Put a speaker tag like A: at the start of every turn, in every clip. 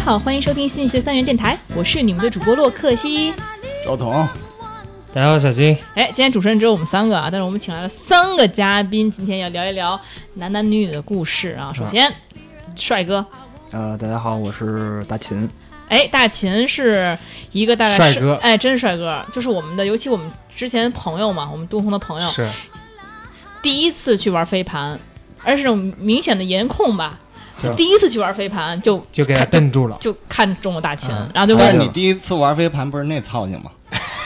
A: 好，欢迎收听新一期的三元电台，我是你们的主播洛克西。
B: 赵彤，
C: 大家好，小金。
A: 哎，今天主持人只有我们三个啊，但是我们请来了三个嘉宾，今天要聊一聊男男女女的故事啊。首先，帅哥，
D: 呃，大家好，我是大秦。
A: 哎，大秦是一个大概是
C: 帅哥
A: 哎，真是帅哥，就是我们的，尤其我们之前朋友嘛，我们杜红的朋友，
C: 是，
A: 第一次去玩飞盘，而是这种明显的颜控吧，就
B: 对
A: 第一次去玩飞盘就
C: 就给他
A: 看
C: 摁住了。
A: 就就看中了大秦，
C: 嗯
A: 然后就
B: 但
A: 问
B: 是你第一次玩飞盘不是那 操性吗？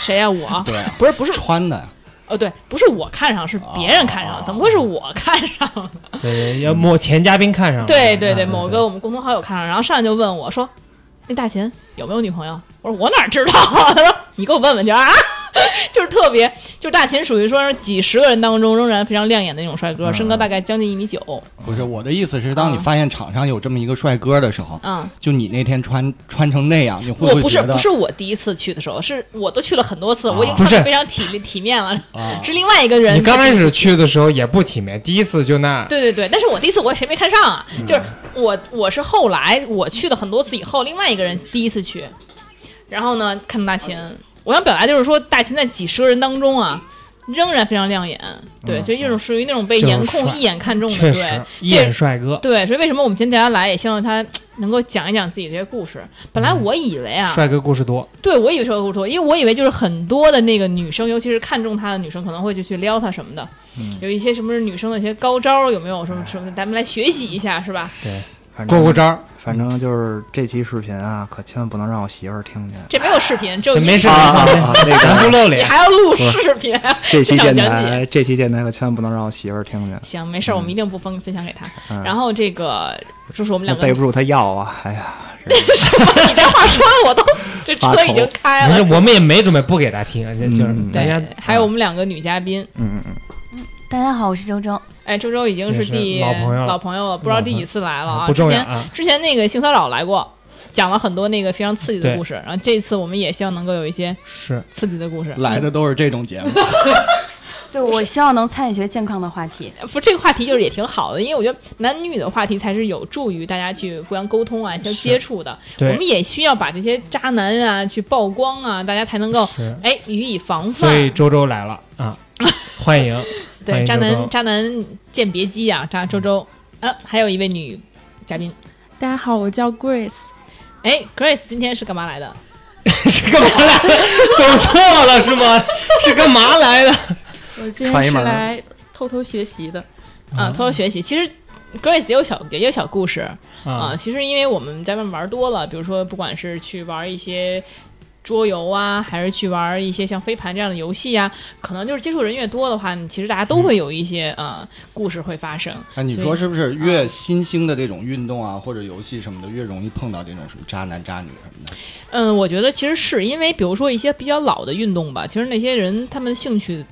A: 谁呀、我
B: 对啊，
A: 不是不是
B: 穿的，
A: 哦，对，不是我看上，是别人看上，
B: 哦
A: 怎么会是我看上了？
C: 对，要某前嘉宾看上 了。
A: 对对 对，
C: 啊
A: 某个我们共同好友看上，然后上来就问我说：“那大秦有没有女朋友？”我说：“我哪知道啊？” 他说：“你给我问问去啊！” 就是特别，就是大秦属于说是几十个人当中仍然非常亮眼的那种帅
C: 嗯
A: 哥，身高大概将近一米九，
B: 不是我的意思是，当你
A: 嗯
B: 发现场上有这么一个帅哥的时候，
A: 嗯。
B: 就你那天穿穿成那样，你会
A: 我
B: 会
A: 不是
B: 觉得
A: 不是我第一次去的时候，是我都去了很多次，我已经穿
B: 啊
C: 哦不
A: 的
C: 是
A: 非常体力体面 了，
B: 啊？
A: 是另外一个人。
C: 嗯你刚开始去的时候也不体面，第一次就那。
A: 对对对，但是我第一次我谁没看上啊？就是我我是后来我去了很多次以后，另外一个人第一次去，然后呢看到大秦，我想表达就是说大秦在几十个人当中啊，仍然非常亮眼，对，就一种属于那种被
C: 就是
A: 颜控
C: 帅
A: 一眼看中的，对
C: 确实，，一眼帅哥，
A: 对，所以为什么我们今天大家来，也希望他能够讲一讲自己这些故事。本来我以为啊，
C: 帅哥故事多。
A: 对，我以为是个故事，因为我以为就是很多的那个女生，尤其是看中他的女生，可能会就去撩他什么的。
D: 嗯
A: 有一些什么女生的一些高招儿，有没有什么
D: 哎
A: 什么？咱们来学习一下，是吧？
C: 对，
D: 反正
C: 过过招儿，
D: 反正就是这期视频啊，可千万不能让我媳妇儿听见。
A: 这没有视频，只有
C: 这
A: 音
C: 没
A: 频
C: 事，
D: 啊啊啊那个
C: 咱不露
A: 你
C: 脸。
A: 还要录视频？
D: 这期
A: 现场
D: 电
A: 讲解。
D: 台，这期电台可千万不能让我媳妇儿听见。
A: 行，没事儿，我们一定不分分享给他。
D: 嗯
A: 然后这个就是我们
D: 那
A: 两个，
D: 备不住她要啊，哎呀，这
A: 你这话说的我 都这
D: 发
A: 车已
D: 愁
A: 经开
C: 没事，
A: 了。
C: 我们也没准备不给他听，这就是
D: 嗯
C: 大家啊
A: 对，还有我们两个女嘉宾，
D: 嗯嗯嗯，
E: 大家好，我是周周。
A: 哎，周周已经
C: 也
A: 是
C: 是
A: 第
C: 老朋友了
A: 老朋友了，不知道第
C: 老朋
A: 几次来了啊？
C: 不重
A: 之
C: 要
A: 前
C: 啊。
A: 之前那个性骚扰来过，讲了很多那个非常刺激的
C: 对
A: 故事，然后这次我们也希望能够有一些
C: 是，
A: 刺激的故事。
B: 来的都是这种节目，
E: 对，我呃希望能参与些健康的话题。
A: 不，这个话题就是也挺好的，因为我觉得男女的话题才是有助于大家去互相沟通啊，相接触的。我
C: 对
A: 们也需要把这些渣男啊去曝光啊，大家才能够
C: 是，
A: 哎予以防
C: 所以
A: 范。
C: 周周来了啊，欢迎。欢
A: 对，
C: 迎
A: 渣
C: 周周嗯
A: 男渣男鉴别机啊，渣周周，呃，还有一位女嘉宾，
F: 大家好，我叫 Grace。
A: 哎，Grace 今天是干嘛来的？啊
C: 是干嘛来的？走错了是吗？是干嘛来 的？
F: 我今天
D: 串一
F: 是
D: 门儿
F: 来偷偷学习的。
A: 啊，偷偷学习。其实 Grace 也有小也有小故事，啊，
C: 啊，
A: 其实因为我们在外面玩多了，比如说不管是去玩一些桌游啊，还是去玩一些像飞盘这样的游戏啊，可能就是接触人越多的话，你其实大家都会有一些、呃故事会发生。
B: 那你说是不是？越新兴的这种运动啊，或者游戏什么的，越容易碰到这种什么渣男渣女什么的。
A: 嗯，我觉得其实是因为，比如说一些比较老的运动吧，其实那些人他们的兴趣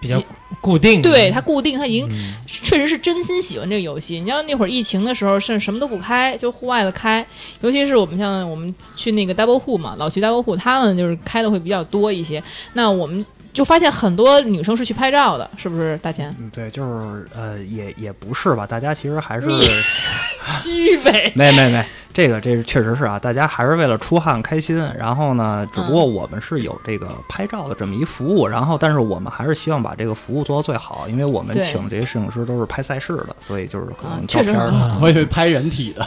C: 比较固定。
A: 对他固定，他已经
C: 嗯
A: 确实是真心喜欢这个游戏。你知道那会儿疫情的时候，甚至什么都不开，就户外的开，尤其是我们像我们去那个 Double Who 嘛，老去 Double Who，他们就是开的会比较多一些。那我们就发现很多女生是去拍照的，是不是大钱？
D: 嗯对，就是呃，也也不是吧，大家其实还是
A: 你 虚伪。
D: 没没没，这个这是确实是啊，大家还是为了出汗开心。然后呢，只不过
A: 嗯
D: 我们是有这个拍照的这么一服务，然后但是我们还是希望把这个服务做到最好，因为我们
A: 对
D: 请这些摄影师都是拍赛事的，所以就是可
A: 啊
D: 能
A: 确
D: 照
A: 实
D: 片儿
A: 很好
C: 啊
B: 我以为拍人体的，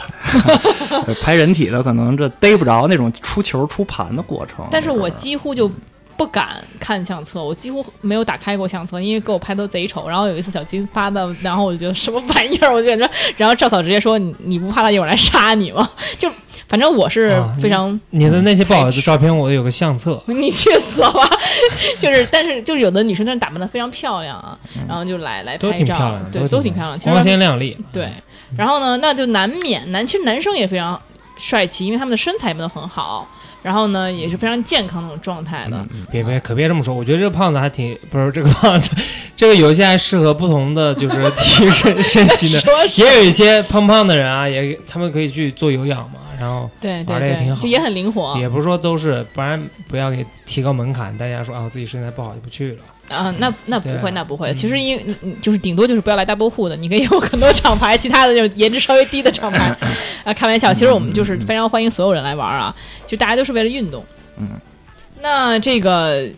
D: 呃拍人体的，可能这逮不着那种出球出盘的过程。
A: 但是我
D: 这个
A: 几乎就不敢看相册，我几乎没有打开过相册，因为给我拍都贼丑。然后有一次小金发的，然后我就觉得什么玩意儿，我就感觉，然后赵嫂直接说你你不怕他一会儿来杀你吗？ 就反正我是
C: 啊
A: 非常、
C: 你的那些不好的照片，我有个相册。
A: 你去死吧！就是，但是就是有的女生真的打扮的非常漂亮啊，然后就来来
C: 嗯都
A: 拍
C: 挺
A: 照
C: 漂亮，，
A: 对，都挺漂亮。其实
C: 光
A: 他
C: 鲜
A: 们
C: 亮丽。
A: 对，
C: 嗯
A: 然后呢，那就难免男，其实男生也非常帅气，因为他们的身材变得很好，然后呢也是非常健康那种状态的。
C: 嗯别别可别这么说，我觉得这个胖子还挺不是这个胖子，这个游戏还适合不同的就是体身 身 形的，
A: 说是
C: 也有一些胖胖的人啊，也他们可以去做有氧嘛，然后
A: 对对
C: 玩得也挺
A: 对，
C: 好
A: 就也很灵活。
C: 也不是说都是，不然不要给提高门槛，大家说啊自己身材不好就不去了。
A: 啊，那
D: 嗯
A: 那不
C: 对
A: 会，
C: 啊
A: 那不会。其实因为嗯 嗯嗯就是顶多就是不要来 double 户的，你可以有很多厂牌，其他的就是颜值稍微低的厂牌。啊，开玩笑，其实我们就是非常欢迎所有人来玩啊，就大家都是为了运动。
D: 嗯，
A: 那这个，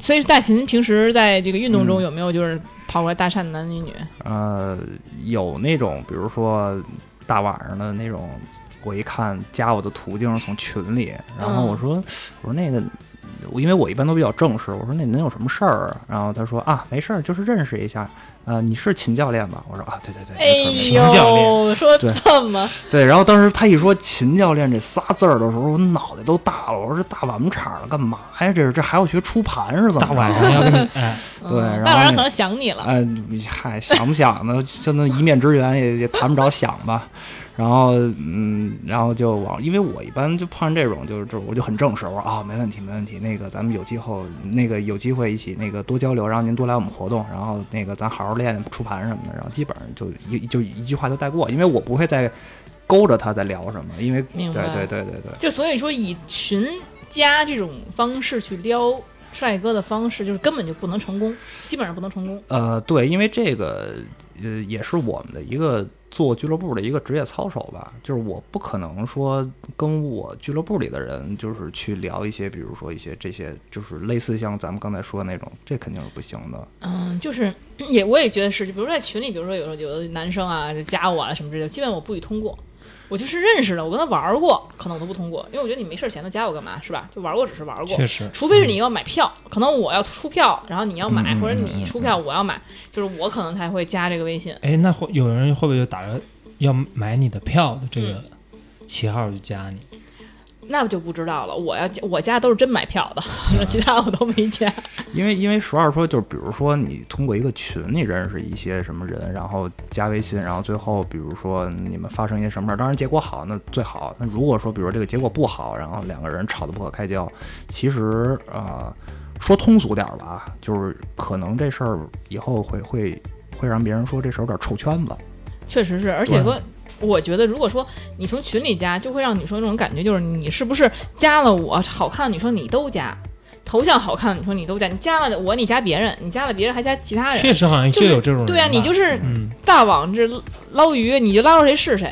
A: 所以大秦平时在这个运动中
D: 嗯
A: 有没有就是跑过来搭讪的男女女？
D: 呃，有那种比如说大晚上的那种，我一看加我的途径是从群里，然后我
A: 嗯
D: 说、我说那个。我因为我一般都比较正式，我说那您有什么事儿啊？然后他说啊，没事儿，就是认识一下。呃，你是秦教练吧？我说啊，对对对，
A: 哎
D: 没错
C: 秦教
A: 呦，说
D: 对
A: 这么
D: 对，然后当时他一说“秦教练”这仨字儿的时候，我脑袋都大了。我说这大晚场了，干嘛呀？这是这还要学出盘是怎么着？
C: 大晚上要跟你，哎，
D: 对
A: 嗯
D: 然后
A: 大晚上
D: 那
A: 可能想你了。
D: 哎，你嗨，想不想呢？就那一面之缘也也谈不着想吧。然后，嗯，然后就往，因为我一般就碰上这种，就是就是我就很正式，我说啊、没问题，没问题。那个咱们有机会，那个有机会一起那个多交流，然后您多来我们活动，然后那个咱好好练练出盘什么的，然后基本上就一就一句话就带过，因为我不会再勾着他在聊什么，因为对
A: 明白
D: 对对对对，
A: 就所以说，以群加这种方式去撩帅哥的方式，就是根本就不能成功，基本上不能成功。
D: 呃，对，因为这个呃也是我们的一个做俱乐部的一个职业操守吧，就是我不可能说跟我俱乐部里的人就是去聊一些，比如说一些这些就是类似像咱们刚才说的那种，这肯定是不行的。
A: 嗯，就是也我也觉得是，就比如说在群里，比如说有时候有的男生啊就加我啊什么之类的，基本我不予通过。我就是认识的，我跟他玩儿过，可能我都不通过，因为我觉得你没事儿闲的加我干嘛是吧？就玩儿过只是玩儿过
C: 确，实，
A: 除非是你要买票，可能我要出票，然后你要买，
D: 嗯嗯
A: 或者你出票我要买，就是我可能才会加这个微信。
C: 哎，那会有人会不会就打着要买你的票的这个
A: 嗯
C: 旗号就加你？
A: 那就不知道了，我要加我加都是真买票的， 其他我都没加。
D: 因为因为实话说，就是比如说你通过一个群，你认识一些什么人，然后加微信，然后最后比如说你们发生一些什么事儿，当然结果好那最好。那如果说比如说这个结果不好，然后两个人吵得不可开交，其实啊、呃说通俗点儿吧啊，就是可能这事儿以后会会会让别人说这事儿有点臭圈子。
A: 确实是，而且说，我觉得如果说你从群里加，就会让你说那种感觉，就是你是不是加了我好看，你说你都加，头像好看，你说你都加，你加了我，你加别人，你加了别人还加其他
C: 确
A: 人，
C: 实好像
A: 哎就
C: 就是有这种人吧。
A: 对啊，你就是
C: 嗯，
A: 大网这捞鱼，你就捞着谁是谁，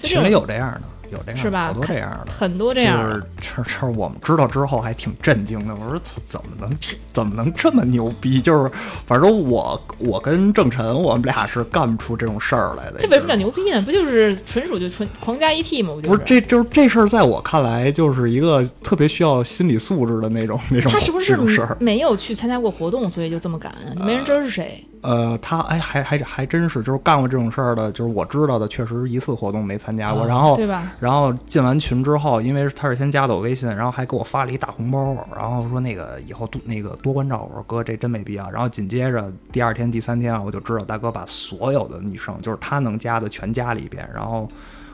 A: 就
D: 群
A: 这
D: 里
A: 种
D: 有这样的，有这样的
A: 是吧
D: 好多这样的。
A: 很多这
D: 就
A: 样的。
D: 是这这我们知道之后还挺震惊的。我说操，怎么能怎么能这么牛逼？就是反正我我跟郑晨我们俩是干不出这种事儿来的。
A: 这为什么叫啊牛逼呢？不就是纯属就纯狂加一 T 吗？我觉
D: 不是
A: 得，
D: 这就是这事儿，在我看来就是一个特别需要心理素质的那种那种
A: 他是不
D: 这
A: 是
D: 种事儿。
A: 没有去参加过活动，所以就这么敢啊？没人知道是谁。
D: 呃，他哎还还还真是就是干过这种事儿的，就是我知道的，确实一次活动没参加过。
C: 啊
D: 然
A: 嗯
D: 后
A: 对吧？
D: 然后进完群之后，因为他是先加的我微信，然后还给我发了一大红包，然后说那个以后多那个多关照我。我说哥，这真没必要。然后紧接着第二天、第三天啊，我就知道大哥把所有的女生，就是他能加的全加了一遍，然后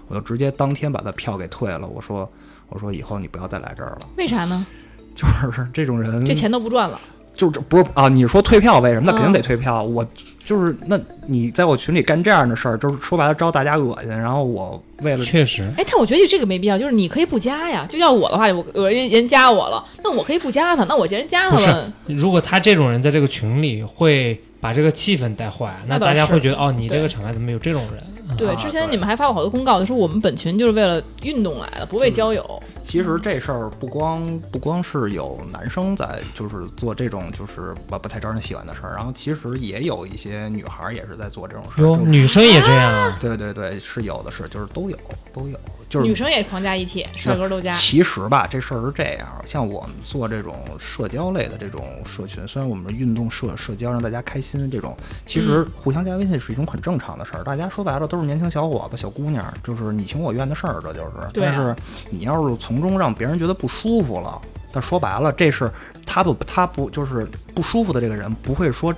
D: 我就直接当天把他票给退了。我说我说以后你不要再来这儿了，
A: 为啥
D: 嗯
A: 呢？
D: 就是这种人，
A: 这钱都不赚了。
D: 就是这不是啊？你说退票为什么？
A: 嗯
D: 那肯定得退票。我就是那你在我群里干这样的事儿，就是说白了招大家恶心，然后我为了
C: 确实，
A: 哎，但我觉得这个没必要，就是你可以不加呀。就要我的话，我我人人加我了，那我可以不加他，那我既然加他
C: 不是
A: 了，
C: 如果他这种人在这个群里会把这个气氛带坏，那
A: 那倒
C: 大家
A: 是
C: 会觉得哦，你这
A: 对
C: 个场合怎么有这种人？啊
A: 对，
D: 啊
A: 之前
D: 对
A: 你们还发过好多公告，就说我们本群就是为了运动来的，不
D: 嗯
A: 为交友。
D: 其实这事儿不光不光是有男生在，就是做这种就是不不太招人喜欢的事儿，然后其实也有一些女孩儿也是在做这种事儿
C: 哟，
D: 就是。
C: 女生也这样啊？
D: 对对对，是有的是，就是都有都有，就
A: 女
D: 是
A: 生也狂加一帖，帅哥都加。
D: 其实吧，这事儿是这样，像我们做这种社交类的这种社群，虽然我们是运动社社交让大家开心这种，其
A: 嗯
D: 实互相加微信是一种很正常的事儿。大家说白了都是年轻小伙子、小姑娘，就是你情我愿的事儿，这就是。
A: 对啊
D: 但是你要是从中让别人觉得不舒服了，但说白了，这是他不他不就是不舒服的这个人不会说。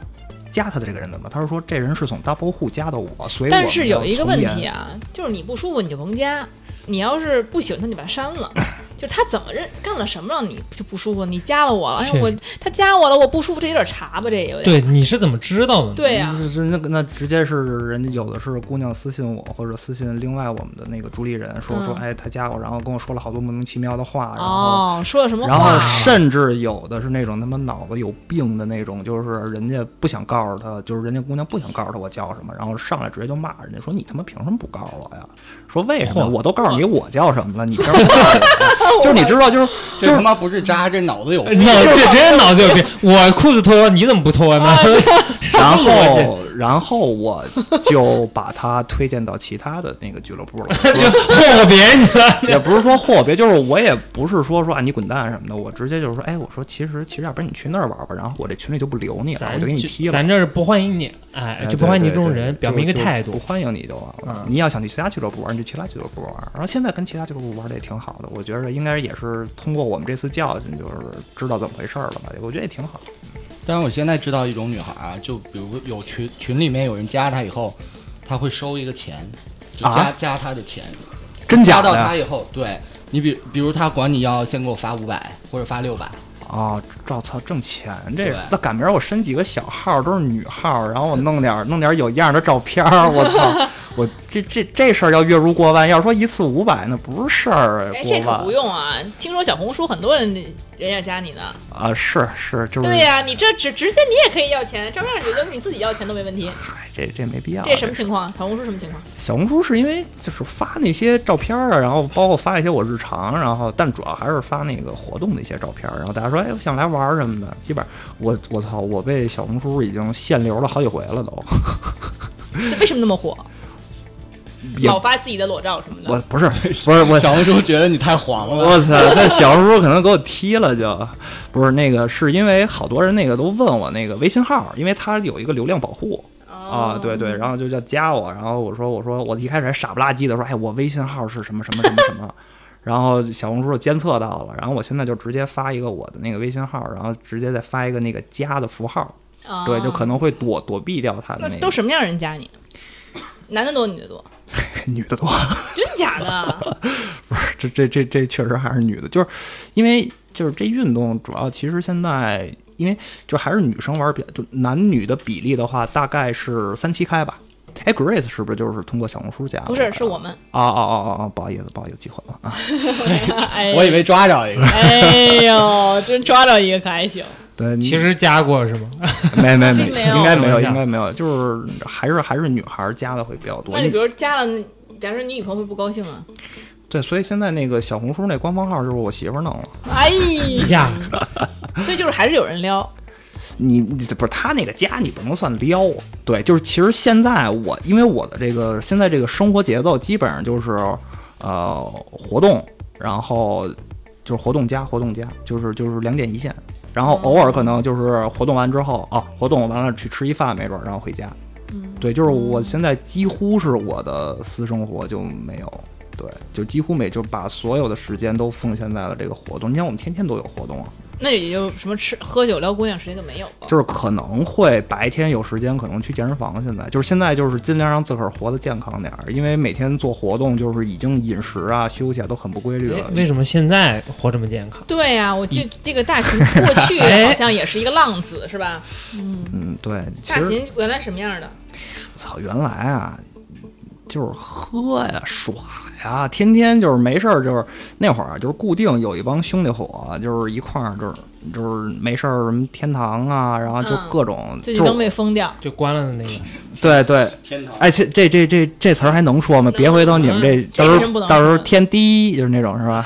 D: 加他的这个人怎么？他是说这人是从 double 户加的我，所以我
A: 但
D: 们
A: 是有
D: 要
A: 一个
D: 从
A: 问
D: 严
A: 题啊，就是你不舒服你就甭加，你要是不喜欢他，你把他删了。就他怎么认干了什么让你就不舒服？你加了我了，哎呀
C: 是
A: 我他加我了，我不舒服，这有点查吧，这也有点
C: 对，你是怎么知道的呢？
A: 对啊呀、
D: 是是那个那直接是人家有的是姑娘私信我，或者私信另外我们的那个主理人说说，
A: 嗯
D: 哎，他加我，然后跟我说了好多莫名其妙的话，然后。
A: 哦，说了什么
D: 然后
A: 话？
D: 甚至有的是那种他妈脑子有病的那种，就是人家不想告诉他，就是人家姑娘不想告诉他我叫什么，然后上来直接就骂人家说你他妈凭什么不告诉我呀？说为什么？
C: 嚯
D: 我都告诉你我叫什么了，你凭什么不告诉我呀？就是你知道，就是
B: 这他妈不是渣，这脑子有
A: 哎
B: 病。
C: 脑哎这真是脑子有病！我裤子脱了，你怎么不脱
A: 啊
C: 呢？
D: 然
C: 逻
D: 后，然后我就把他推荐到其他的那个俱乐 部了，
C: 就霍霍别人去了。
D: 也不是说霍别，就是我也不是说说啊你滚蛋什么的，我直接就是说，哎，我说其实其实要不然你去那儿玩吧，然后我这群里就不留你了，我
C: 咱
D: 就给你
C: 就
D: 踢了。
C: 咱这儿不欢迎你，哎，
D: 哎
C: 就不欢迎你
D: 对
C: 这种
D: 对对
C: 人，
D: 就
C: 表明一个
D: 就
C: 态
D: 不
C: 度。
D: 欢迎你就完了。
C: 嗯
D: 你要想去其他俱乐部玩，你就其他俱乐部玩。然后现在跟其他俱乐部玩的也挺好的，我觉得应该也是通过我们这次教训，就是知道怎么回事儿了吧？我觉得也挺好。
B: 但是我现在知道一种女孩啊，就比如有群群里面有人加她以后，她会收一个钱，就加、
D: 啊
B: 加她的钱，
D: 真假
B: 加
D: 的
B: 到
D: 呀
B: 她以后，对你比比如她管你要先给我发五百或者发六百，
D: 哦，照操挣钱这
B: 对
D: 个，那赶明儿我申几个小号，都是女号，然后我弄点儿弄点儿有样儿的照片儿，我 操，我这这这事儿要月入过万，要说一次五百那不是事儿，
A: 哎，
D: 过
A: 这可
D: 万
A: 不用啊！听说小红书很多人人要加你呢。
D: 啊，是是就是，
A: 对呀、你这直直接你也可以要钱，照样你就你自己要钱都没问 题。
D: 嗨，这这没必要。
A: 这什么情况？小红书什么情况？
D: 小红书是因为就是发那些照片儿啊，然后包括发一些我日常，然后但主要还是发那个活动的一些照片儿，然后大家说哎我想来玩儿什么的，基本上我我操我被小红书已经限流了好几回了都，
A: 这为什么那么火？
D: 也
A: 老发自己的裸照什么
D: 我
A: 的。
D: 不是不是我
B: 小红书觉得你太黄了。
D: 我操，那小红书可能给我踢了就，不是那个，是因为好多人那个都问我那个微信号，因为它有一个流量保护
A: 哦
D: 啊，对对，然后就叫加我，然后我说我说我一开始还傻不拉几的说，哎，我微信号是什么什么什么什 么。然后小红书就监测到了，然后我现在就直接发一个我的那个微信号，然后直接再发一个那个加的符号，
A: 啊
D: 对，就可能会躲躲避掉他的
A: 那
D: 那
A: 都
D: 个
A: 什么样人加你？男的多，女的多？
D: 女的多。
A: 真假的？
D: 这这这这确实还是女的，就是因为就是这运动主要其实现在因为就还是女生玩比较，就男女的比例的话大概是三七开吧。哎，Grace 是不是就是通过小红书加的？
A: 不是，是我们。
D: 哦哦哦哦哦，不好意思，不好意思，记混了啊。
A: 哎，
B: 我以为抓着 一个，
A: 哎呦，真抓着一个可还行。
D: 对，
C: 其实加过是吗？
D: 没没没，
A: 并没有
D: 应该没有，
C: 等一下
D: 应该没有，就是还是还是女孩加的会比较多
A: 那。你比如加了，假如你女朋友会不高兴啊？
D: 对，所以现在那个小红书那官方号就是我媳妇儿弄了。
A: 哎
C: 呀，
A: 所以就是还是有人撩。
D: 你你这不是他那个家，你不能算撩。啊对，就是其实现在我因为我的这个现在这个生活节奏基本上就是，呃，活动，然后就是活动加活动加，就是就是两点一线。然
A: 嗯
D: 后偶尔可能就是活动完之后啊，活动完了去吃一饭，没准儿然后回家。
A: 嗯，
D: 对，就是我现在几乎是我的私生活就没有，对，就几乎每就把所有的时间都奉献在了这个活动。你像我们天天都有活动啊，
A: 那也就什么吃喝酒撩姑娘时间就没有了。
D: 就是可能会白天有时间，可能去健身房。现在就是现在就是尽量让自个儿活得健康点儿，因为每天做活动就是已经饮食啊、休息啊都很不规律
C: 哎
D: 了。
C: 为什么现在活这么健康？
A: 对呀、我
D: 嗯
A: 这这个大 秦过去
D: 哎
A: 好像也是一个浪子，是吧？
D: 嗯，对，其
A: 大
D: 实
A: 秦原来什么样的？
D: 操，原来啊，就是喝呀、耍呀，天天就是没事儿，就是那会儿啊就是固定有一帮兄弟伙，啊就是一块儿就是就是没事儿什么天堂啊，然后就
A: 嗯
D: 各种、
A: 最
D: 就
A: 近都被封掉，
C: 就关了的那个，
D: 对对
B: 天堂
D: 哎，这这这这这词儿还能说吗？别回头你们这到
A: 这
D: 时
A: 真不能
D: 候到时候
A: 说
D: 天低就是那种是吧？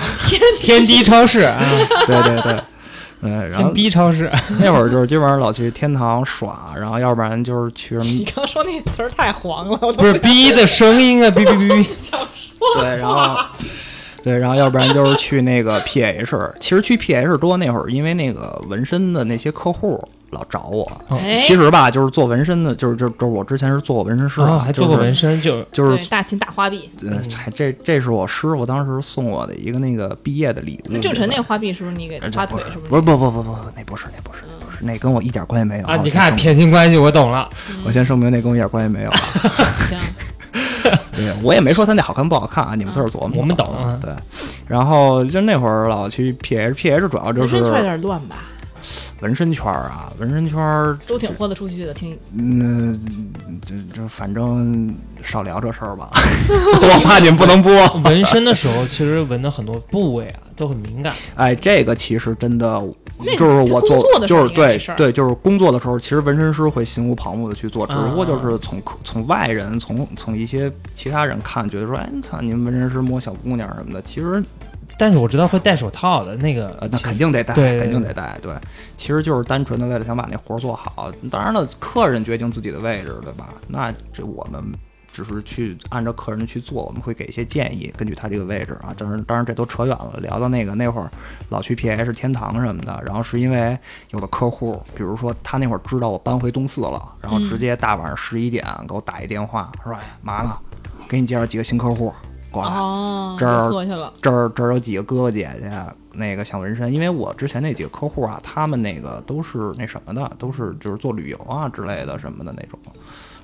C: 天地超 市啊，
D: 对对对，嗯，然后
C: 天逼超市，
D: 那会儿就是基本上老去天堂耍，然后要不然就是去什
A: 你
D: 么
A: 刚说那词儿太黄了，我都
C: 不是逼的声音 啊，哔哔哔哔。
A: 想说。
D: 对，然后对，然后要不然就是去那个 PH。其实去 PH 多那会儿，因为那个纹身的那些客户老找我。
A: 哎
D: 嗯其，实吧，就是做纹身的，就是就是就是我之前是做过纹身师
C: 哦，
D: 的，
C: 还做过纹，身，就
D: 就是
A: 对大秦大花臂，
D: 就是
C: 嗯
D: 呃，还这这是我师傅当时送我的一个那个毕业的礼物。
A: 那郑晨那个花臂是不是你给
D: 呃这
A: 花
D: 不
A: 腿
D: 是
A: 是不是？
D: 不是不不不不不，那不是那不是那不是，那跟我一点关系没有
C: 啊，
D: 我
C: 你
D: 先
C: 看
D: 声明
C: 撇清关系，我懂了。
D: 我先声明，那跟我一点关系没有。
A: 行，
D: 啊对，我也没说它那好看不好看啊，你
A: 嗯
D: 们自个儿琢磨。
C: 我们懂啊
D: 对，然后就那会儿老去 PH，PH 主要就
A: 纹
D: 是
A: 身圈有点乱吧，
D: 纹身圈儿啊，纹身圈儿，
A: 都挺豁得出去的，挺
D: 嗯，这这反正少聊这事儿吧， 我怕你们不能播。
C: 纹身的时候，其实纹的很多部位啊都很敏感，
D: 哎，这个其实真的
A: 那，
D: 就是我
A: 工作
D: 做，
A: 的时
D: 就
A: 候
D: 是
A: 应该没
D: 对
A: 事儿
D: 对，就是工作的时候，其实纹身师会心无旁骛的去做，只
C: 啊
D: 不过就是从客从外人，从从一些其他人看，觉得说，哎，你操，你们纹身师摸小姑娘什么的，其实
C: 但是我知道会戴手套的那个
D: 呃，，那
C: 其实
D: 肯定得带，
C: 对
D: 肯定得带。对，其实就是单纯的为了想把那活儿做好。当然了，客人决定自己的位置，对吧？那这我们只是去按照客人去做，我们会给一些建议，根据他这个位置啊。当然，当然这都扯远了，聊到那个那会儿老去 PH 天堂什么的，然后是因为有的客户，比如说他那会儿知道我搬回东四了，然后直接大晚上十一点给我打一电话，说：“哎，嘛呢？给你介绍几个新客户过来。
A: 哦，
D: 啊这儿
A: 喝去了，
D: 这儿这儿有几个哥哥姐姐，那个想纹身，因为我之前那几个客户啊，他们那个都是那什么的，都是就是做旅游啊之类的什么的那种，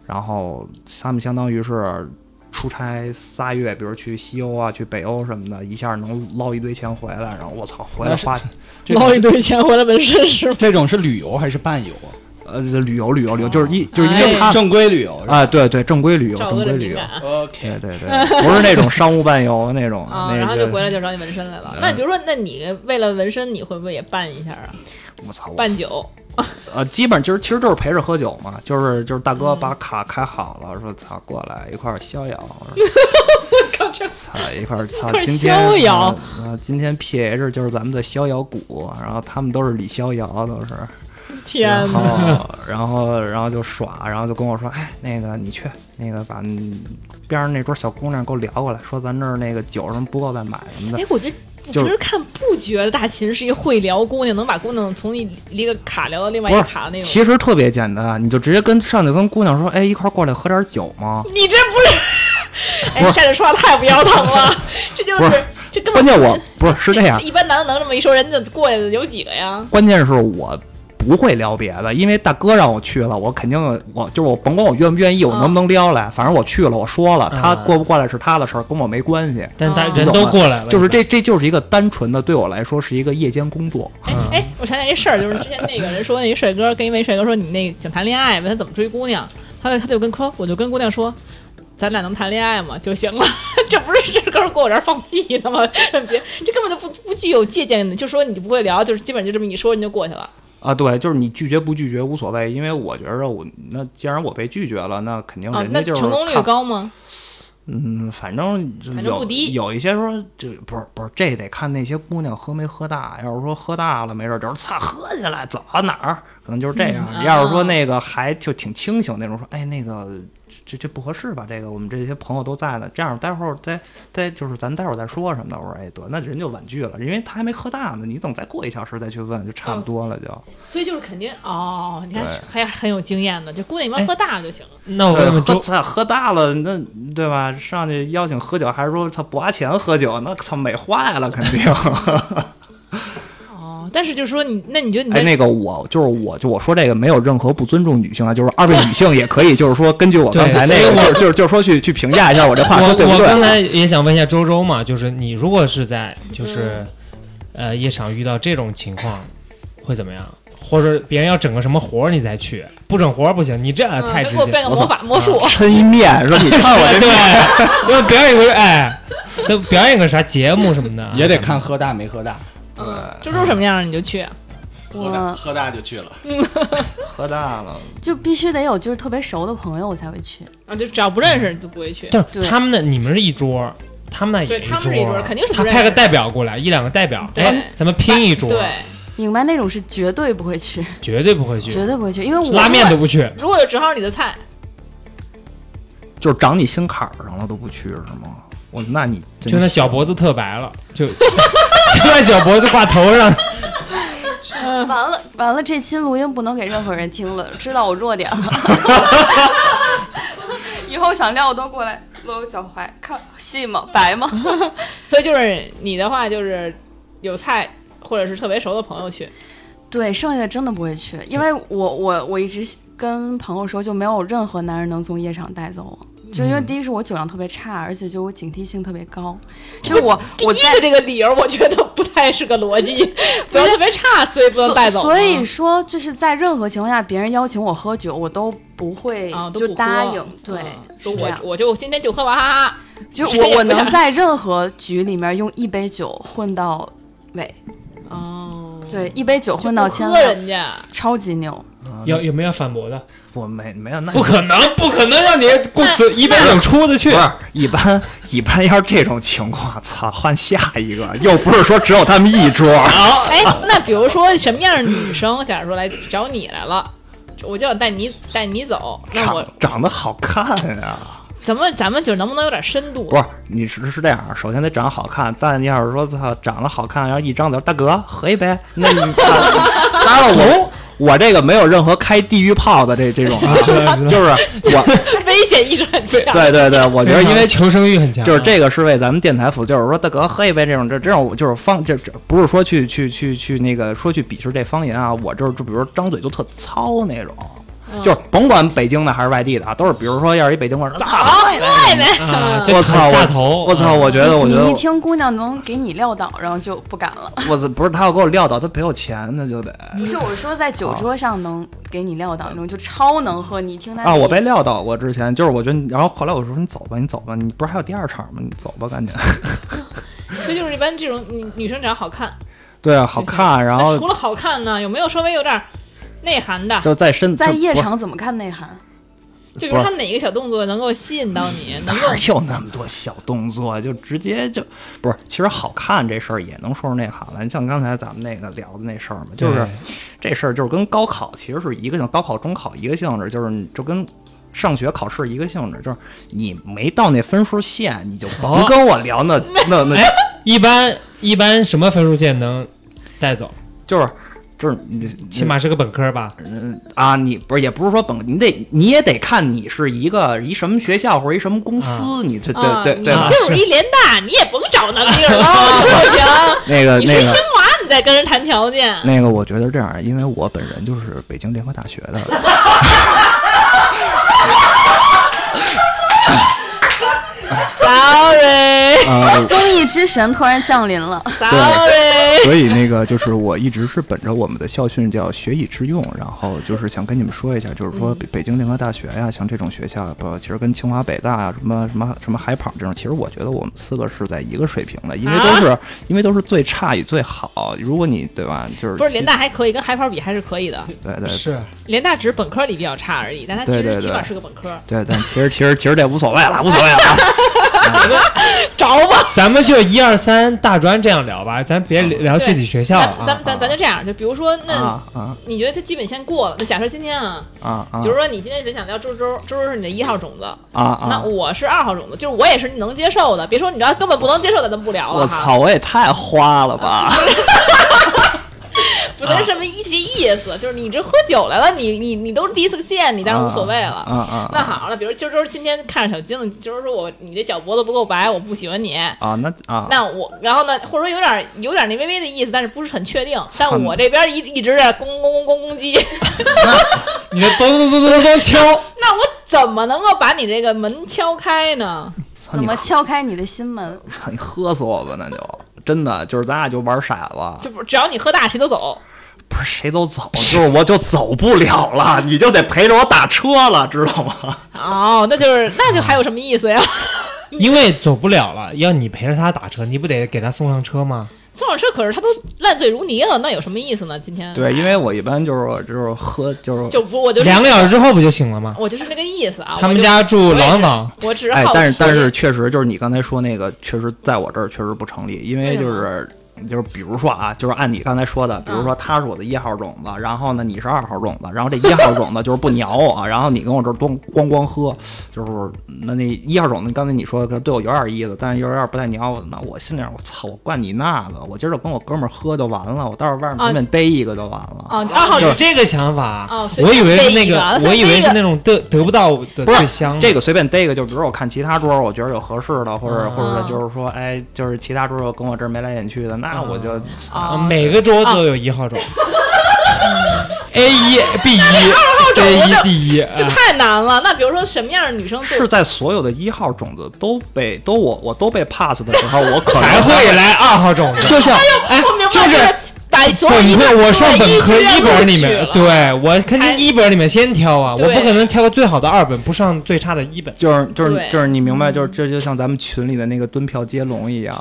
D: 然后他们相当于是出差仨月，比如去西欧啊、去北欧什么的，一下能捞一堆钱回来，然后我操，回来
B: 但是
A: 哎
D: 花
B: 这
A: 捞一
B: 种
A: 堆钱回来纹身是吗？
B: 这种是旅游还是伴游啊？
D: 呃旅游旅游旅游，就是一就是一
A: 哎
D: 正
B: 正
D: 他
B: 正规旅游是吧
D: 啊，对对，正规旅游，
A: 赵
D: 正
A: 哥
D: 规
A: 的
D: 旅
A: 敏
D: 游
A: 感，啊，
D: 对 对对，不是那种商务伴游那种，
A: 啊
D: 那
A: 然后
D: 个啊
A: 就回来就找你纹身来了。那比如说，那你为了纹身，你会不会也办一下啊？
D: 我操，我
A: 办酒，
D: 呃，基本就是其实就是陪着喝酒嘛，就是就是大
A: 嗯
D: 哥把卡开好了，说操过来一块儿逍 遥，
A: 靠这
D: 操一块儿操
A: 一块儿
D: 今天
A: 逍遥
D: 啊、啊今天 P H 就是咱们的逍遥谷，然后他们都是李逍遥都是，
A: 天
D: 然
A: 哪！
D: 后然后然后就耍，然后就跟我说，哎那个你去那个把边上那桌小姑娘给我聊过来，说咱这儿那个酒什么不够再买什么的
A: 哎，，我觉得。我
D: 就是
A: 平时看不觉得大秦是一会聊姑娘，能把姑娘从一一个卡聊到另外一个
D: 不是
A: 卡的那种。
D: 其实特别简单，你就直接跟上去跟姑娘说，哎一块儿过来喝点酒嘛，
A: 你这不是？
D: 不
A: 哎，
D: 是
A: 下嘴说话太不腰疼了， 这就
D: 不
A: 是
D: 是
A: 这根本
D: 关键我不是是这样。
A: 一般男的能这么一说，人家过去的有几个呀？
D: 关键是我不会撩别的，因为大哥让我去了，我肯定我就是我甭管我愿不愿意，我
A: 嗯
D: 能不能撩来，反正我去了，我说了，
C: 嗯
D: 他过不过来是他的事儿，跟我没关系。
C: 但大
A: 哦
C: 人都过来了，
D: 就是这，这就是一个单纯的，对我来说是一个夜间工作。
A: 哎哎，我想起来一事儿，就是之前那个人说，那一帅哥跟一位帅哥说，你那想谈恋爱，问他怎么追姑娘，他就他就跟说，我就跟姑娘说。咱俩能谈恋爱吗？就行了， 这不是这哥们儿给我这儿放屁呢吗？ 别，这根本就不不具有借鉴的，就说你不会聊，就是基本就这么一说，你就过去了。
D: 啊，对，就是你拒绝不拒绝无所谓，因为我觉着我那既然我被拒绝了，那肯定
A: 啊，
D: 人
A: 那
D: 家就是
A: 成功率
D: 看
A: 高吗？
D: 嗯，反正就
A: 反正
D: 有
A: 不低
D: 有一些说这不是不是，这得看那些姑娘喝没喝大。要是说喝大了，没事儿就是擦喝起来，走啊哪儿，可能就是这样。
A: 嗯
D: 要是
A: 啊
D: 说那个还就挺清醒那种，说哎那个这这不合适吧？这个我们这些朋友都在呢，这样待会儿再再就是咱待会儿再说什么的。我说哎得，那人就婉拒了，因为他还没喝大呢，你等再过一小时再去问就差不多了就。
A: 所以就是肯定哦，你看
D: 对哎
A: 还很有经验的，就姑娘一般喝大就行了。
C: 那我
D: 对
C: 问问
D: 喝
C: 周，
D: 操喝大了，那对吧？上去邀请喝酒，还是说他不花钱喝酒？那操美坏了，肯定。
A: 哦，但是就是说你，那你觉得你在
D: 哎，那个我就是我，就我说这个没有任何不尊重女性啊，就是二位女性也可以，就是说根据我刚才那个，就是就是就是说去去评价一下我这话
C: 我
D: 说对不啊
C: 我刚
D: 对？
C: 才也想问一下周周嘛，就是你如果是在
A: 嗯
C: 就是呃夜场遇到这种情况，会怎么样？或者别人要整个什么活儿你再去，不整活儿不行，你这哎
A: 嗯
C: 太
A: 他
C: 直
A: 给我
C: 接了。
A: 变个魔法魔术，
D: 抻一面说你看我这面，
C: 对，要表演个哎，要表演个啥节目什么的，
B: 也得看喝大没喝大，
A: 嗯，周周什么样你就去。啊
B: 喝大
E: 我
B: 喝大就去了。
D: 喝大了，
E: 就必须得有就是特别熟的朋友我才会去。
A: 啊，就只要不认识就不会去。
C: 就是
E: 对
C: 他们的，你们是一桌儿，他们那也
A: 对他们是一桌儿肯定是不
C: 他
A: 认识
C: 派个代表过来，一两个代表，
A: 对
C: 哎，咱们拼一桌，
A: 对，
E: 明白那种是绝对不会去，
C: 绝对不会去，
E: 绝对不会去，因为我
C: 拉面都不去，
A: 如果有正好你的菜，
D: 就是长你心坎儿上了都不去是吗？我那你真
C: 就那
D: 是
C: 脚脖子特白了，就 就那脚脖子挂头上，
E: 完了完了，这期录音不能给任何人听了，知道我弱点 了。以后想撩我都过来搂我脚踝，看细吗？白吗？
A: 所以就是你的话就是有菜或者是特别熟的朋友去。
E: 对，剩下的真的不会去，因为我我我一直跟朋友说，就没有任何男人能从夜场带走我。就是因为
C: 嗯
E: 第一是我酒量特别差，而且就我警惕性特别高，就是我我在
A: 这个理由我觉得不太是个逻 辑，酒量特别差，所以不能带走吗。嗯
E: 所以说，就是在任何情况下，别人邀请我喝酒，我都不会
A: 啊，都
E: 就
A: 不
E: 答
A: 喝
E: 应。对
A: 啊，
E: 是
A: 说
E: 这
A: 我
E: 样。
A: 我就今天就喝完，哈哈哈。
E: 就
A: 谁也
E: 我我
A: 不想
E: 能在任何局里面用一杯酒混到尾，
A: 哦，
E: 对，，一杯酒混
A: 不
E: 到千
A: 喝
E: 万，
A: 人家，
E: 超级牛。
C: 有有没有反驳的？
D: 我没没有那
C: 不可能， 不可能让你过嘴一杯酒出得去
D: 不。是一般一般要是这种情况，操，换下一个，又不是说只有他们一桌。
A: 哎，那比如说什么样的女生，假如说来找你来了，我就想带你带你走，那
D: 长
A: 我
D: 长得好看啊！
A: 咱们咱们就能不能有点深度
D: 不？是，你是是这样，啊首先得长得好看，但你要是说操长得好看，然后一张嘴，大哥喝一杯，那你当然了，我我这个没有任何开地狱炮的这这种啊，
C: 知道知道
D: 就是我
A: 危险意识很强。
D: 对对对，我觉得因为
C: 求生欲很强，
D: 就是这个是为咱们电台服务，就是说大哥喝一杯这种，这这种就是方，这这不是说去去去去那个说去鄙视这方言啊，我就是就比如说张嘴就特糙那种，就是甭管北京的还是外地的啊，都是比如说要是一北京话，操，
E: 嗯
C: 啊，
D: 我操，
C: 下头，
D: 我操，我觉得我觉
E: 你
D: 得
E: 一听姑娘能给你撂倒，然后就不敢了。
D: 我不是他要给我撂倒，他赔我钱那就得
A: 嗯
E: 不是我说，在酒桌上能给你撂倒那种，就超能喝。你一听他
D: 啊，
E: 那
D: 我
E: 意
D: 被
E: 思
D: 撂倒过之前，就是我觉得你，然后后来我说你走吧，你走吧，你不是还有第二场吗？你走吧，赶紧。
A: 所以就是一般这种女女生长得好看，
D: 对啊，好看，然
A: 那
D: 后
A: 除了好看呢，有没有稍微有点内涵的？
D: 就在身
E: 在
D: 就
E: 夜
D: 不
E: 场怎么看内涵？
A: 就比如她哪个小动作能够吸引到 你，能够
D: 哪有那么多小动作？就直接就不是，其实好看这事儿也能说出内涵来。你像刚才咱们那个聊的那事儿嘛，就是这事儿就是跟高考其实是一个性，高考、中考一个性质，就是你就跟上学考试一个性质，就是你没到那分数线，你就
C: 哦
D: 甭跟我聊那、那那，
C: 一般一般什么分数线能带走？
D: 就是就是你
C: 起码是个本科吧？
D: 啊，你不是也不是说本，你得你也得看你是一个一什么学校或者一什么公司，你这
A: 啊
D: 对对对吧
A: 你？就是一联大，你也甭找那地 儿了，就行。
D: 那个
A: 你
D: 那
A: 是
D: 个
A: 清。华，你再跟人谈条件，
D: 那个，我觉得这样，因为我本人就是北京联合大学的，
A: Sorry，Sorry，
D: 呃，
E: 综艺之神突然降临了，
D: 啊 所以那个就是我一直是本着我们的校训叫“学以致用”，然后就是想跟你们说一下，就是
A: 嗯
D: 说北北京联合大学呀、像这种学校，不，其实跟清华、北大啊，什么什么什么海跑这种，其实我觉得我们四个是在一个水平的，因为
A: 啊
D: 都是、因为都是最差与最好。如果你对吧，就是
A: 不是联大还可以，跟海跑比还是可以的。
D: 对对
C: 是，
A: 联大只是本科里比较差而已，但它其
D: 对对
A: 实
D: 对
A: 起码是个本 科。
D: 对，但其实其实其实这无所谓了，无所谓了。
A: 着吧，
C: 咱们就一二三大专这样聊吧，咱别聊具体学校
A: 咱
C: 啊
A: 咱。咱咱就这样，就比如说，那
D: 啊啊
A: 你觉得它基本线过了？那假设今天啊，
D: 啊啊
A: 比如说你今天本想聊周周，周周是你的一号种子，
D: 啊
A: 那
D: 啊！
A: 我是二号种子，就是我也是能接受的。别说你知道根本不能接受的，咱不聊
D: 我
A: 了。
D: 操，，我也太花了 吧！
A: 不是什么一这意思，就是你这喝酒来了，你你你都是第一次见你，当然无所谓了。
D: 啊啊
A: 那好了，比如今儿就是今天看着小金了，就是说我你这脚脖子不够白，我不喜欢你。
D: 啊，那啊，
A: 那我，然后呢，或者说有点有点那微微的意思，但是不是很确定。但
D: 操你
A: 我这边一一直在攻攻攻攻攻击，
C: 你这咚咚咚咚咚咚敲，
A: 那我怎么能够把你这个门敲开呢？
D: 操
E: 怎
D: 你
E: 么敲开你的心门？
D: 操 你喝死我吧，那就真的就是咱俩就玩骰子，
A: 就不只要你喝大，谁都走。
D: 不是谁都走， 就是我就走不了 了，你就得陪着我打车了，知道吗？
A: 哦，那就是那就还有什么意思呀？
C: 因为走不了了，要你陪着他打车，你不得给他送上车吗？
A: 宋老师可是他都烂醉如泥了，那有什么意思呢？今天
D: 对，因为我一般就是就是喝就是
A: 就不我就是
C: 两个小时之后不就行了吗？
A: 我就是那个意思啊。
C: 他们
A: 我就
C: 家住老安坊，
A: 我只
D: 哎
A: 好，
D: 但是但
A: 奇
D: 是确实就是你刚才说那个，确实在我这儿确实不成立，因为就是。就是比如说啊，就是按你刚才说的，比如说
A: 嗯
D: 他是我的一号种子，然后呢你是二号种子，然后这一号种子就是不鸟我，然后你跟我这儿咣咣咣喝，就是那那一号种子，刚才你说的可能对我有点意思，但是有点不太鸟我，那我心里我操，我惯你那个，我今儿就跟我哥们儿喝就完了，我到时候外面随便逮一个就完了。
A: 啊，二号
C: 有这个想法，
A: 哦随
C: 我
A: 便
C: 以为是那
A: 逮一个
C: 我以为
A: 随便逮一个
C: 是那种得得不到的
D: 不是
C: 最香的。
D: 这个随便逮一个，就比如我看其他桌儿，我觉得有合适的，或
C: 嗯
D: 者、或者就是说，哎，就是其他桌儿又跟我这儿眉来眼去的，那我就、
A: 啊嗯
C: 啊，每个桌子都有一号种， A 一 B 一 C 一 D 一，
A: 这
C: 啊
A: 太难了。那比如说什么样的女生最
D: 是在所有的一号种子都被都我我都被 pass 的时候，我 可能
C: 才啊会来二号种子。
D: 就像
C: 哎
A: 我明白，
C: 就是
A: 是把所有
C: 本
A: 一
C: 科
A: 个
C: 我上本科
A: 一
C: 一本里面，
A: 对
C: 对我肯定一本里面先挑啊，
A: 对
C: 我不可能挑个最好的二本，不上最差的一本。
D: 就是就是
A: 对
D: 就是你明白，就是这就像咱们群里的那个蹲票接龙一样，